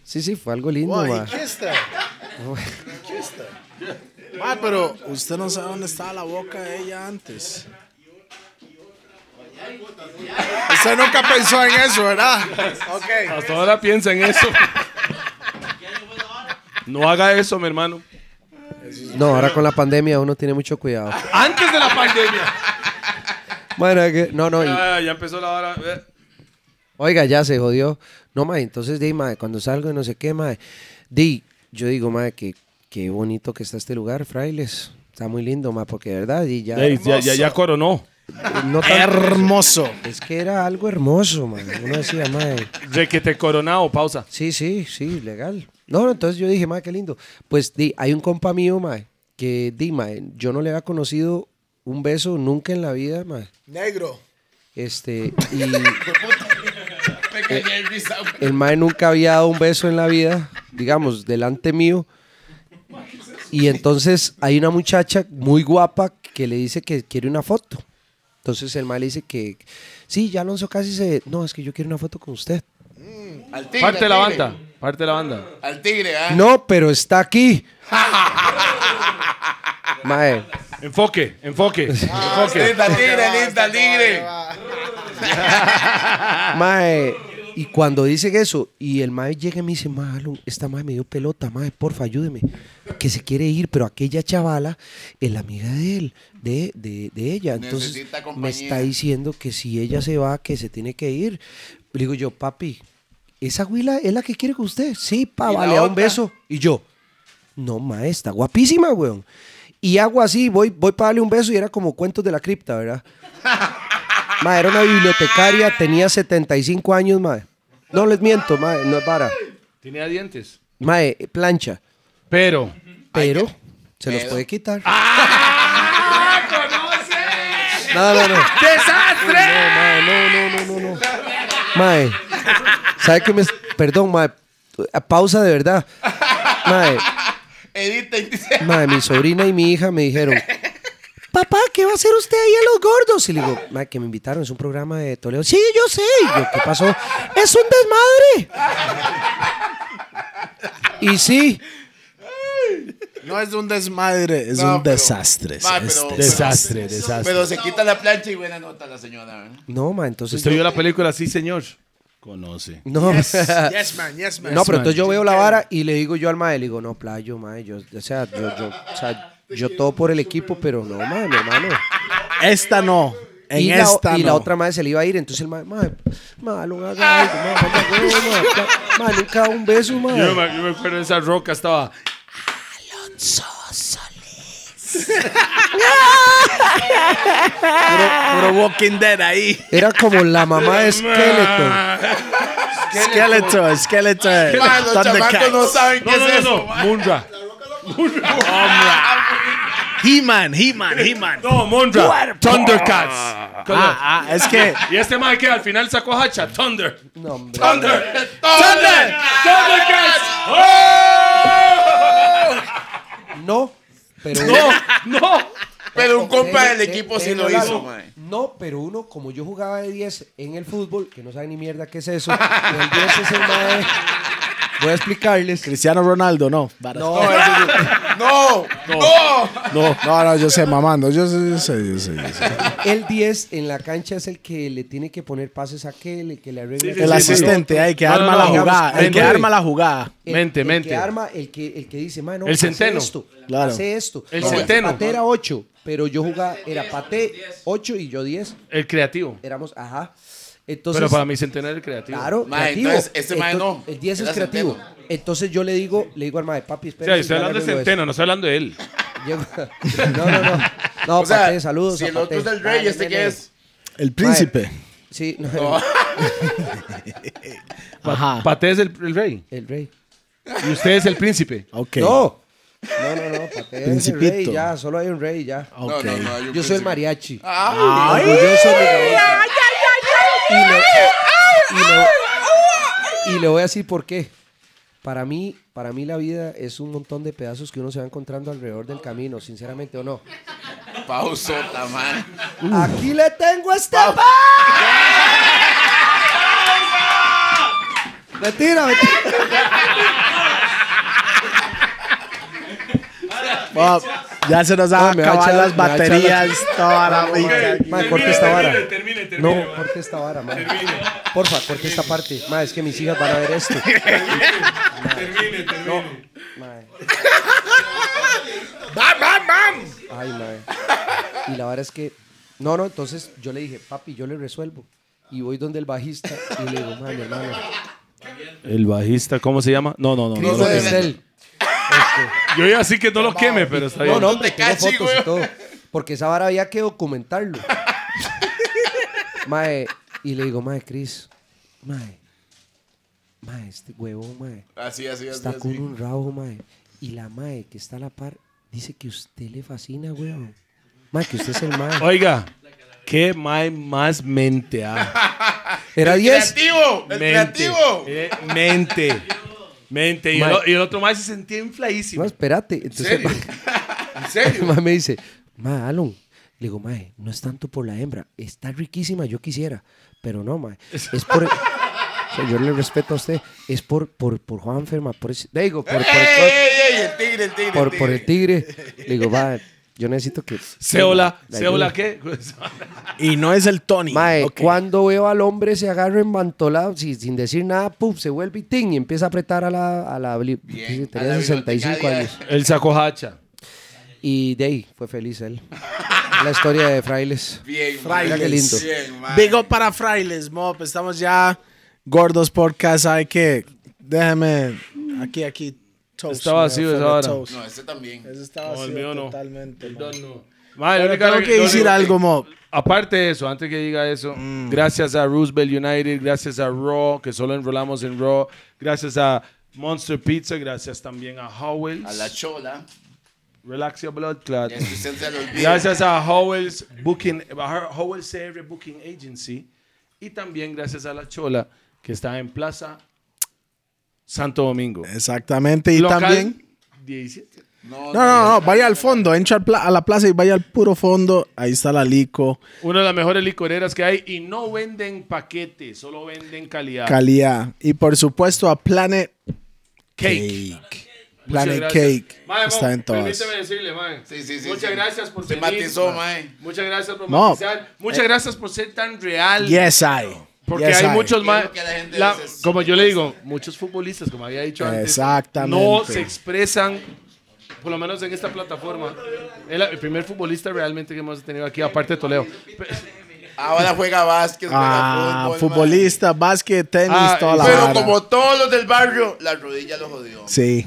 Sí, sí, fue algo lindo, Wow, mae. ¿Y qué está? ¿Qué está? Ma, pero usted no sabe dónde estaba la boca de ella antes. Usted nunca pensó en eso, ¿verdad? Ok. Hasta ahora piensa en eso. No haga eso, mi hermano. No, ahora con la pandemia uno tiene mucho cuidado. Antes de la pandemia. Bueno, que- no, no. y- Ah, ya empezó la hora. eh. oiga, ya se jodió. No, mae, entonces, di, mae, cuando salgo y no sé qué, mae. Di, yo digo, mae, que qué bonito que está este lugar, frailes. Está muy lindo, mae, porque de verdad, y ya. Ey, ya, ya, ya coronó. no tan- Hermoso. es que era algo hermoso, mae. Uno decía, mae. De que te coronado, pausa. Sí, sí, sí, legal. No, no, entonces yo dije, mae, qué lindo. Pues di, hay un compa mío, mae, que di, mae, yo no le había conocido un beso nunca en la vida, mae. Negro. Este, y. Eh, el mae nunca había dado un beso en la vida, digamos, delante mío. Y entonces hay una muchacha muy guapa que le dice que quiere una foto. Entonces el mae le dice que. Sí, ya Alonso casi se. No, es que yo quiero una foto con usted. Al tigre. Parte de la al tigre. banda. Parte de la banda. Al tigre, ¿ah? No, pero está aquí. Mae, Enfoque, enfoque. enfoque. Linda tigre, linda tigre. Ah. mae. Y cuando dicen eso, y el mae llega y me dice, mae, Alon, esta mae me dio pelota, mae, porfa, ayúdeme. Que se quiere ir, pero aquella chavala es la amiga de él, de, de, de ella. Entonces Necesita me compañía. está diciendo que si ella se va, que se tiene que ir. Le digo yo, papi, ¿esa güila es la que quiere con usted? Sí, pa, ¿Y la vale, da un otra? beso. Y yo, No, ma, está guapísima, weón. Y hago así, voy, voy para darle un beso y era como cuentos de la cripta, ¿verdad? ma, era una bibliotecaria, tenía 75 años, ma. No les miento, ma, no es para. Tenía dientes. Ma, eh, plancha. Pero. Pero se los pedo. puede quitar. No, no, no. ¡Desastre! No, no, no, no, no. Mae, ¿sabe qué me.? Perdón, mae. Pausa de verdad. Mae. Edita y dice. Madre, mi sobrina y mi hija me dijeron, papá, ¿qué va a hacer usted ahí a los gordos? Y le digo, "Madre, que me invitaron, es un programa de Toledo. Sí, yo sé. Y yo, ¿qué pasó? Es un desmadre. Y sí, No es un desmadre, es No, un pero- desastre. Ma, es este pero- desastre, desastre. Pero se quita la plancha y buena nota la señora, ¿eh? ¿verdad? no, ma, entonces... ¿Usted yo- vio la película? Sí, señor. Conoce. no, Yes, man, yes, Pues man. no, pero entonces yo veo la vara y le digo yo al mae, le digo, no, playo, mae, yo, o sea, yo, yo, o sea, yo todo por el equipo, pero no, mae, mi hermano. Esta no. En y, esta la, y no. la otra madre se le iba a ir, entonces el madre, madre, madre, lo haga algo, madre, vaya huevo, madre, ya, madre, nunca da un beso, Yo madre. me, yo me acuerdo de esa roca, estaba. Puro Walking Dead ahí. Era como la mamá de Skeletor. Skeletor, Skeletor. Ma, los chamacos Thundercats. no saben qué No, no, es no, eso. no. Munra. Munra. He-Man, He-Man, He-Man. No, Mondra. Thundercats. Ah, ah, es que. Y este mae que al final sacó hacha. Thunder. No, hombre. Thunder. Thunder. Thundercats. ¡Oh! No, pero. No, no. Pero un compa Pero- Eh, del equipo sí pero lo la- hizo, mae. No, pero uno, como yo jugaba de 10 en el fútbol, que no sabe ni mierda qué es eso, el 10 es el mae. Voy a explicarles. Cristiano Ronaldo, no. Varas. No, No, no. no, no, no, yo sé, mamando. Yo sé, yo sé, yo sé. yo sé. el 10 en la cancha es el que le tiene que poner pases a aquel, el que le arregla. Sí, El sí, asistente, no. ay, que No, no, arma no, la digamos, jugada. el El que nueve. arma la jugada. El- Mente, el mente. que arma, el que, el que dice, "Mae, no, El hace centeno. esto, Claro. hace esto. El No, centeno. Paté era 8, pero yo jugaba, era Paté 8 y yo 10. El creativo. Éramos, ajá. Entonces, Pero para mí centenar el creativo. Claro, Mae, creativo. entonces, este mae Entonces, no. El 10 es Era creativo. Centeno. Entonces yo le digo, le digo al mae, papi, O espera. sea, estoy hablando de Centeno, no estoy hablando de él. No, no, no. No, O sea, Paté, saludos. si a el otro Paté. es del rey, Mae, ¿este nene, qué nene. es? Oh. El príncipe. Sí, no, Ajá. Paté es el, el rey. el rey. Y usted es el príncipe. Ok. No. No, no, no, Paté es el rey Principito. ya, solo hay un rey ya. Ok. Ah, No, no, no, hay un Yo soy el príncipe. mariachi. Ay, Orgulloso de mi negocio. Y le- y le- y le voy a decir por qué. Para mí, para mí la vida es un montón de pedazos que uno se va encontrando alrededor del camino, sinceramente o no. pausota, mae. Aquí le tengo este pa. Mentira, mentira. Bob, ya se nos han No, me va a acabado echar- las me va a echar baterías. Toda la Mae, vida. mae, corte esta vara. termine, No, corte esta vara, mae. Porfa, corte esta parte. Mae, es que mis hijas van a ver esto. termine, termine. Mae. ¡Bam, bam, bam! Ay, mae. Y la verdad es que. No, no, entonces yo le dije, papi, yo le resuelvo. Y voy donde el bajista y le digo, mae, mi hermano. El bajista, ¿cómo se llama? No, no, no. Chris no, no. Cristel. Este, Yo ya sí que no lo queme, pero está no, bien. no, No te hombre, tengo caches, fotos güey. y todo. Porque esa vara había que documentarlo. mae, y le digo, mae, Chris, mae, mae, este huevón, mae, Así, así, así. está así. con un rabo, mae. Y la mae que está a la par dice que usted le fascina, huevón. Mae, que usted es el mae. Oiga, qué mae más mente ah. Era 10. ¡Creativo! ¡El Mente. creativo! Eh, mente. Mente. Y el, Mae. o- y el otro mae se sentía No, infladísimo. espérate. Entonces, serio? ¿En el serio? mae me dice, mae, Alon. Le digo, mae, no es tanto por la hembra. Está riquísima, yo quisiera. Pero no, mae. Es por... o sea, yo le respeto a usted. Es por, por, por Juan Ferma. Por, ese- le digo, por, por, ¡Ey, ey, ey! El tigre, el tigre. por- el por tigre. el tigre. Le digo, mae, yo necesito que... Seola. la Seola, ayuda". ¿qué? Y no es el Tony. Mae, Ok. cuando veo al hombre se agarra embantolado si- sin, decir nada, puf, se vuelve y ting, y empieza a apretar a la... A la, bli- Bien, tenía a la 65 bibliotecaria. años. El saco hacha. Y de ahí fue feliz él. La historia de Frailes. Bien, Mira qué lindo. Bien, mae. Big up para Frailes, Mop. Estamos ya gordos podcast. Hay que. Déjame. Aquí, aquí. Toast, Está vacío me esa ofende hora. toast. No, este también. Eso está vacío el mío no. Ah, totalmente. Mop. Mae, Pero la única- tengo que lo decir único- algo, Mm. Mop. Aparte de eso, antes que diga eso, gracias a Roosevelt United, gracias a Raw, que solo enrolamos en Raw, gracias a Monster Pizza, gracias también a Howells, A la chola. Relax Your Blood Clot, Ya si usted se lo olvida. gracias a Howells Booking, a Howells CR Booking Agency, y también gracias a La Chola, que está en Plaza Santo Domingo. Exactamente. Eh, Y Local también. 17. No, No, no, no, vaya al fondo, entra al pla- a la plaza y vaya al puro fondo. Ahí está la Lico, Una de las mejores licoreras que hay, y no venden paquetes, solo venden calidad. calidad. Y por supuesto a Planet Cake. Cake. Muchas Planet gracias. Cake Mae, está Mo, en todas. Permíteme decirle, mae. Sí, sí, sí, Muchas sí. gracias por Se venir. matizó, mae. mae. Muchas gracias por Mo. matizar. Muchas gracias por ser tan real. Eh. Yes, I. Porque Yes, hay I. muchos ¿Qué es más. lo que la gente dice? como yo le digo, muchos futbolistas, como había dicho antes, Exactamente. no se expresan, por lo menos en esta plataforma. Es la- el primer futbolista realmente que hemos tenido aquí, aparte de Toledo. Ahora juega básquet, juega Ah, fútbol, mae. futbolista, básquet, tenis, Ah, toda la Pero vara. como todos los del barrio, la rodilla lo jodió. Sí.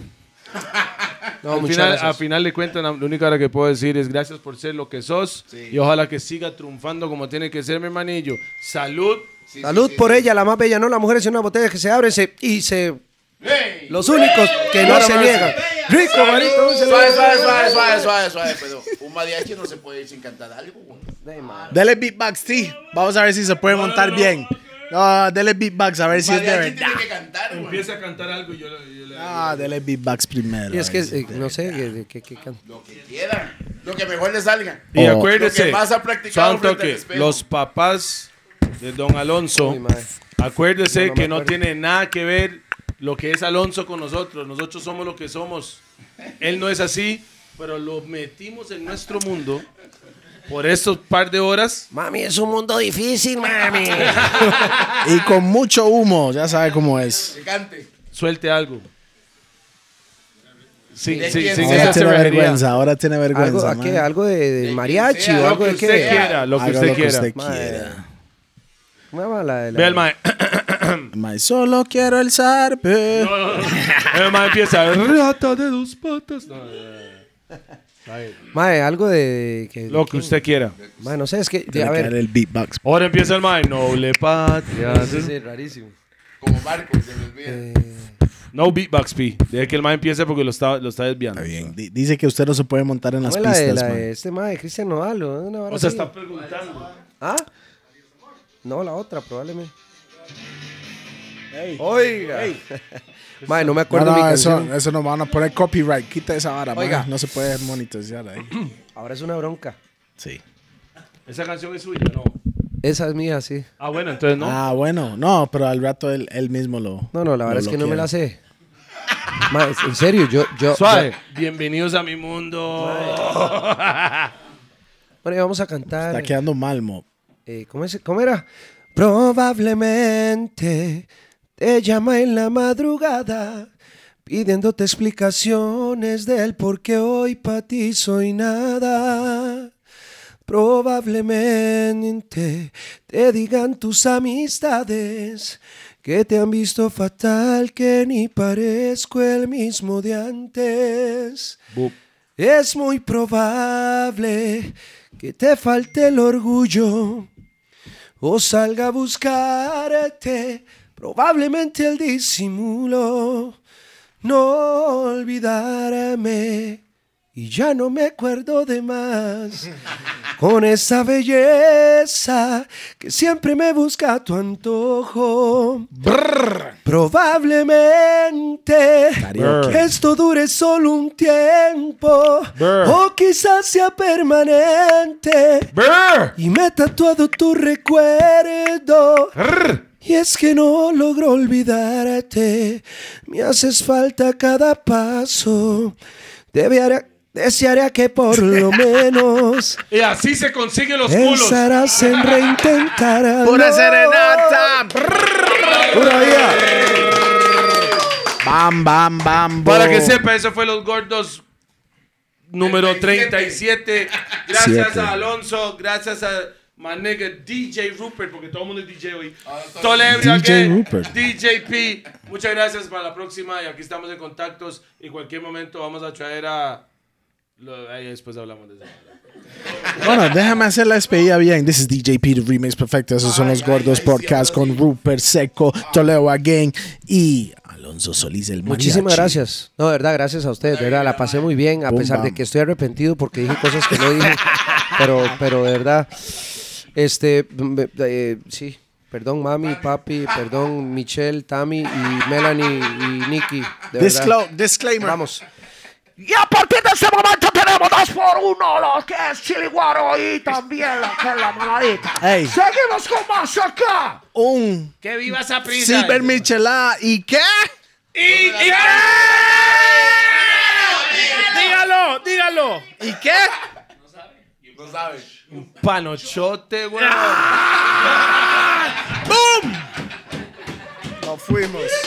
No, al muchas final, gracias. a final de cuentas, la- lo único ahora que puedo decir es gracias por ser lo que sos y ojalá que siga triunfando como tiene que ser, mi hermanillo. Salud. Salud por ella, la más bella, no. La mujer es una botella que se abre se- y se Los únicos que no se niegan. Rico, manito. un saludo. Suave, suave, suave, suave, suave, suave, pero un mariachi no se puede ir sin cantar algo, güey. Dele beatbox, sí. Vamos a ver si se puede montar bien. No, dele beatbox a ver si es de Mariachi verdad. tiene que cantar, güey. Empieza a cantar algo y yo le. yo le- Ah, dele beatbox primero. Y es que, a ver si- eh, no sé, eh, ¿qué, qué can- Lo que quieran, lo que mejor les salga. Y Oh. Lo acuérdese, que más ha practicado suave un frente al toque, espejo. los papás de don Alonso, Uy, mae. acuérdese No, no me que no acuerdo. tiene nada que ver lo que es Alonso con nosotros. Nosotros somos lo que somos. Él no es así, pero lo metimos en nuestro mundo por estos par de horas. Mami, es un mundo difícil, mami. Y con mucho humo, ya sabe cómo es. Que cante. Suelte algo. Sin, De sin- quien sin sea. Ahora esa tiene cerrajería. vergüenza, ahora tiene algo, vergüenza. ¿a qué? man. algo de, de quien mariachi o sea, lo algo que de qué. usted quiera, lo que Haga usted quiera. usted Mae. quiera. Una bala de la- Ve al mae. Mae, solo quiero el zarpe. El mae empieza. Rata de dos patas. No, no, no. Mae, algo de. Que, Lo que usted quiera. Mae, no sé, es que. Tiene a que ver. dar el beatbox. Ahora empieza el mae. Noble patria. Sí, sí, rarísimo. Como Marco, se me olvida. No beatbox, P. Deje que el mae empiece porque lo está, lo está desviando. Está bien. Di- Dice que usted no se puede montar en las ¿Cómo es la de, pistas, la man. de este mae, Cristian Nodal? o una vara O sea, así? está preguntando. ¿Ah? No, la otra, probablemente. Oiga. Mae, no me No, acuerdo mi no, canción. eso, eso nos van a poner copyright. Quita esa vara, man. Oiga. No se puede monitorear ahí. Ahora es una bronca. Sí. Esa canción es suya, ¿no? Esa es mía, sí. Ah, bueno, entonces no. Ah, bueno. No, pero al rato él, él mismo lo. No, no, la verdad es que no me bloquea. la sé. Mae, en serio, yo. yo Suave. yo- Bienvenidos a mi mundo. bueno, ya vamos a cantar. Está quedando mal, mo. Eh, ¿cómo, es- cómo era? Probablemente te llama en la madrugada pidiéndote explicaciones del por qué hoy para ti soy nada. Probablemente te digan tus amistades que te han visto fatal, que ni parezco el mismo de antes. Es muy probable que te falte el orgullo o salga a buscarte, probablemente el disimulo. No olvidarme y ya no me acuerdo de más. Con esa belleza que siempre me busca a tu antojo. Probablemente que esto dure solo un tiempo. O quizás sea permanente. Y me he tatuado tu recuerdo. Y es que no logro olvidarte. Me haces falta cada paso. Desearía, desearía que por lo menos Y así se consiguen los culos. pensarás en reintentar algo. ¡Una serenata! ¡Pura vida! ¡Bam, bam, bam! bo. Para que sepa, eso fue Los Gordos número 37. Gracias Siete. a Alonso, gracias a my nigga DJ Rupert, porque todo el mundo es DJ hoy. Tolebra, DJ que- Rupert. DJ P. Muchas gracias para la próxima y aquí estamos en contactos y cualquier momento vamos a traer a... lo- ahí después hablamos de eso. Bueno, déjame hacer la despedida bien. This is DJ Peter Remix Perfecto. Esos son los gordos podcast con Rupert Seco, Toledo Again y Alonso Solís, el mariachi. Muchísimas gracias. No, de verdad, gracias a ustedes. De verdad, la pasé muy bien, a Bum, pesar de bam. que estoy arrepentido porque dije cosas que no dije. pero, pero de verdad, este, m- m- eh, sí. Perdón, mami, papi, perdón, Michelle, Tammy y Melanie y Nikki. De verdad. Disclo- disclaimer. Vamos. Y a partir de ese momento tenemos dos por uno, lo que es chiliguaro y también lo que es la manadita. Ey. Seguimos con más acá. Un ¡Que viva esa prisa! Silver Michelá y qué? ¿Y qué? ¡Dígalo! ¡Dígalo! ¿Y qué? Panochote, Ah, güey. Nos fuimos.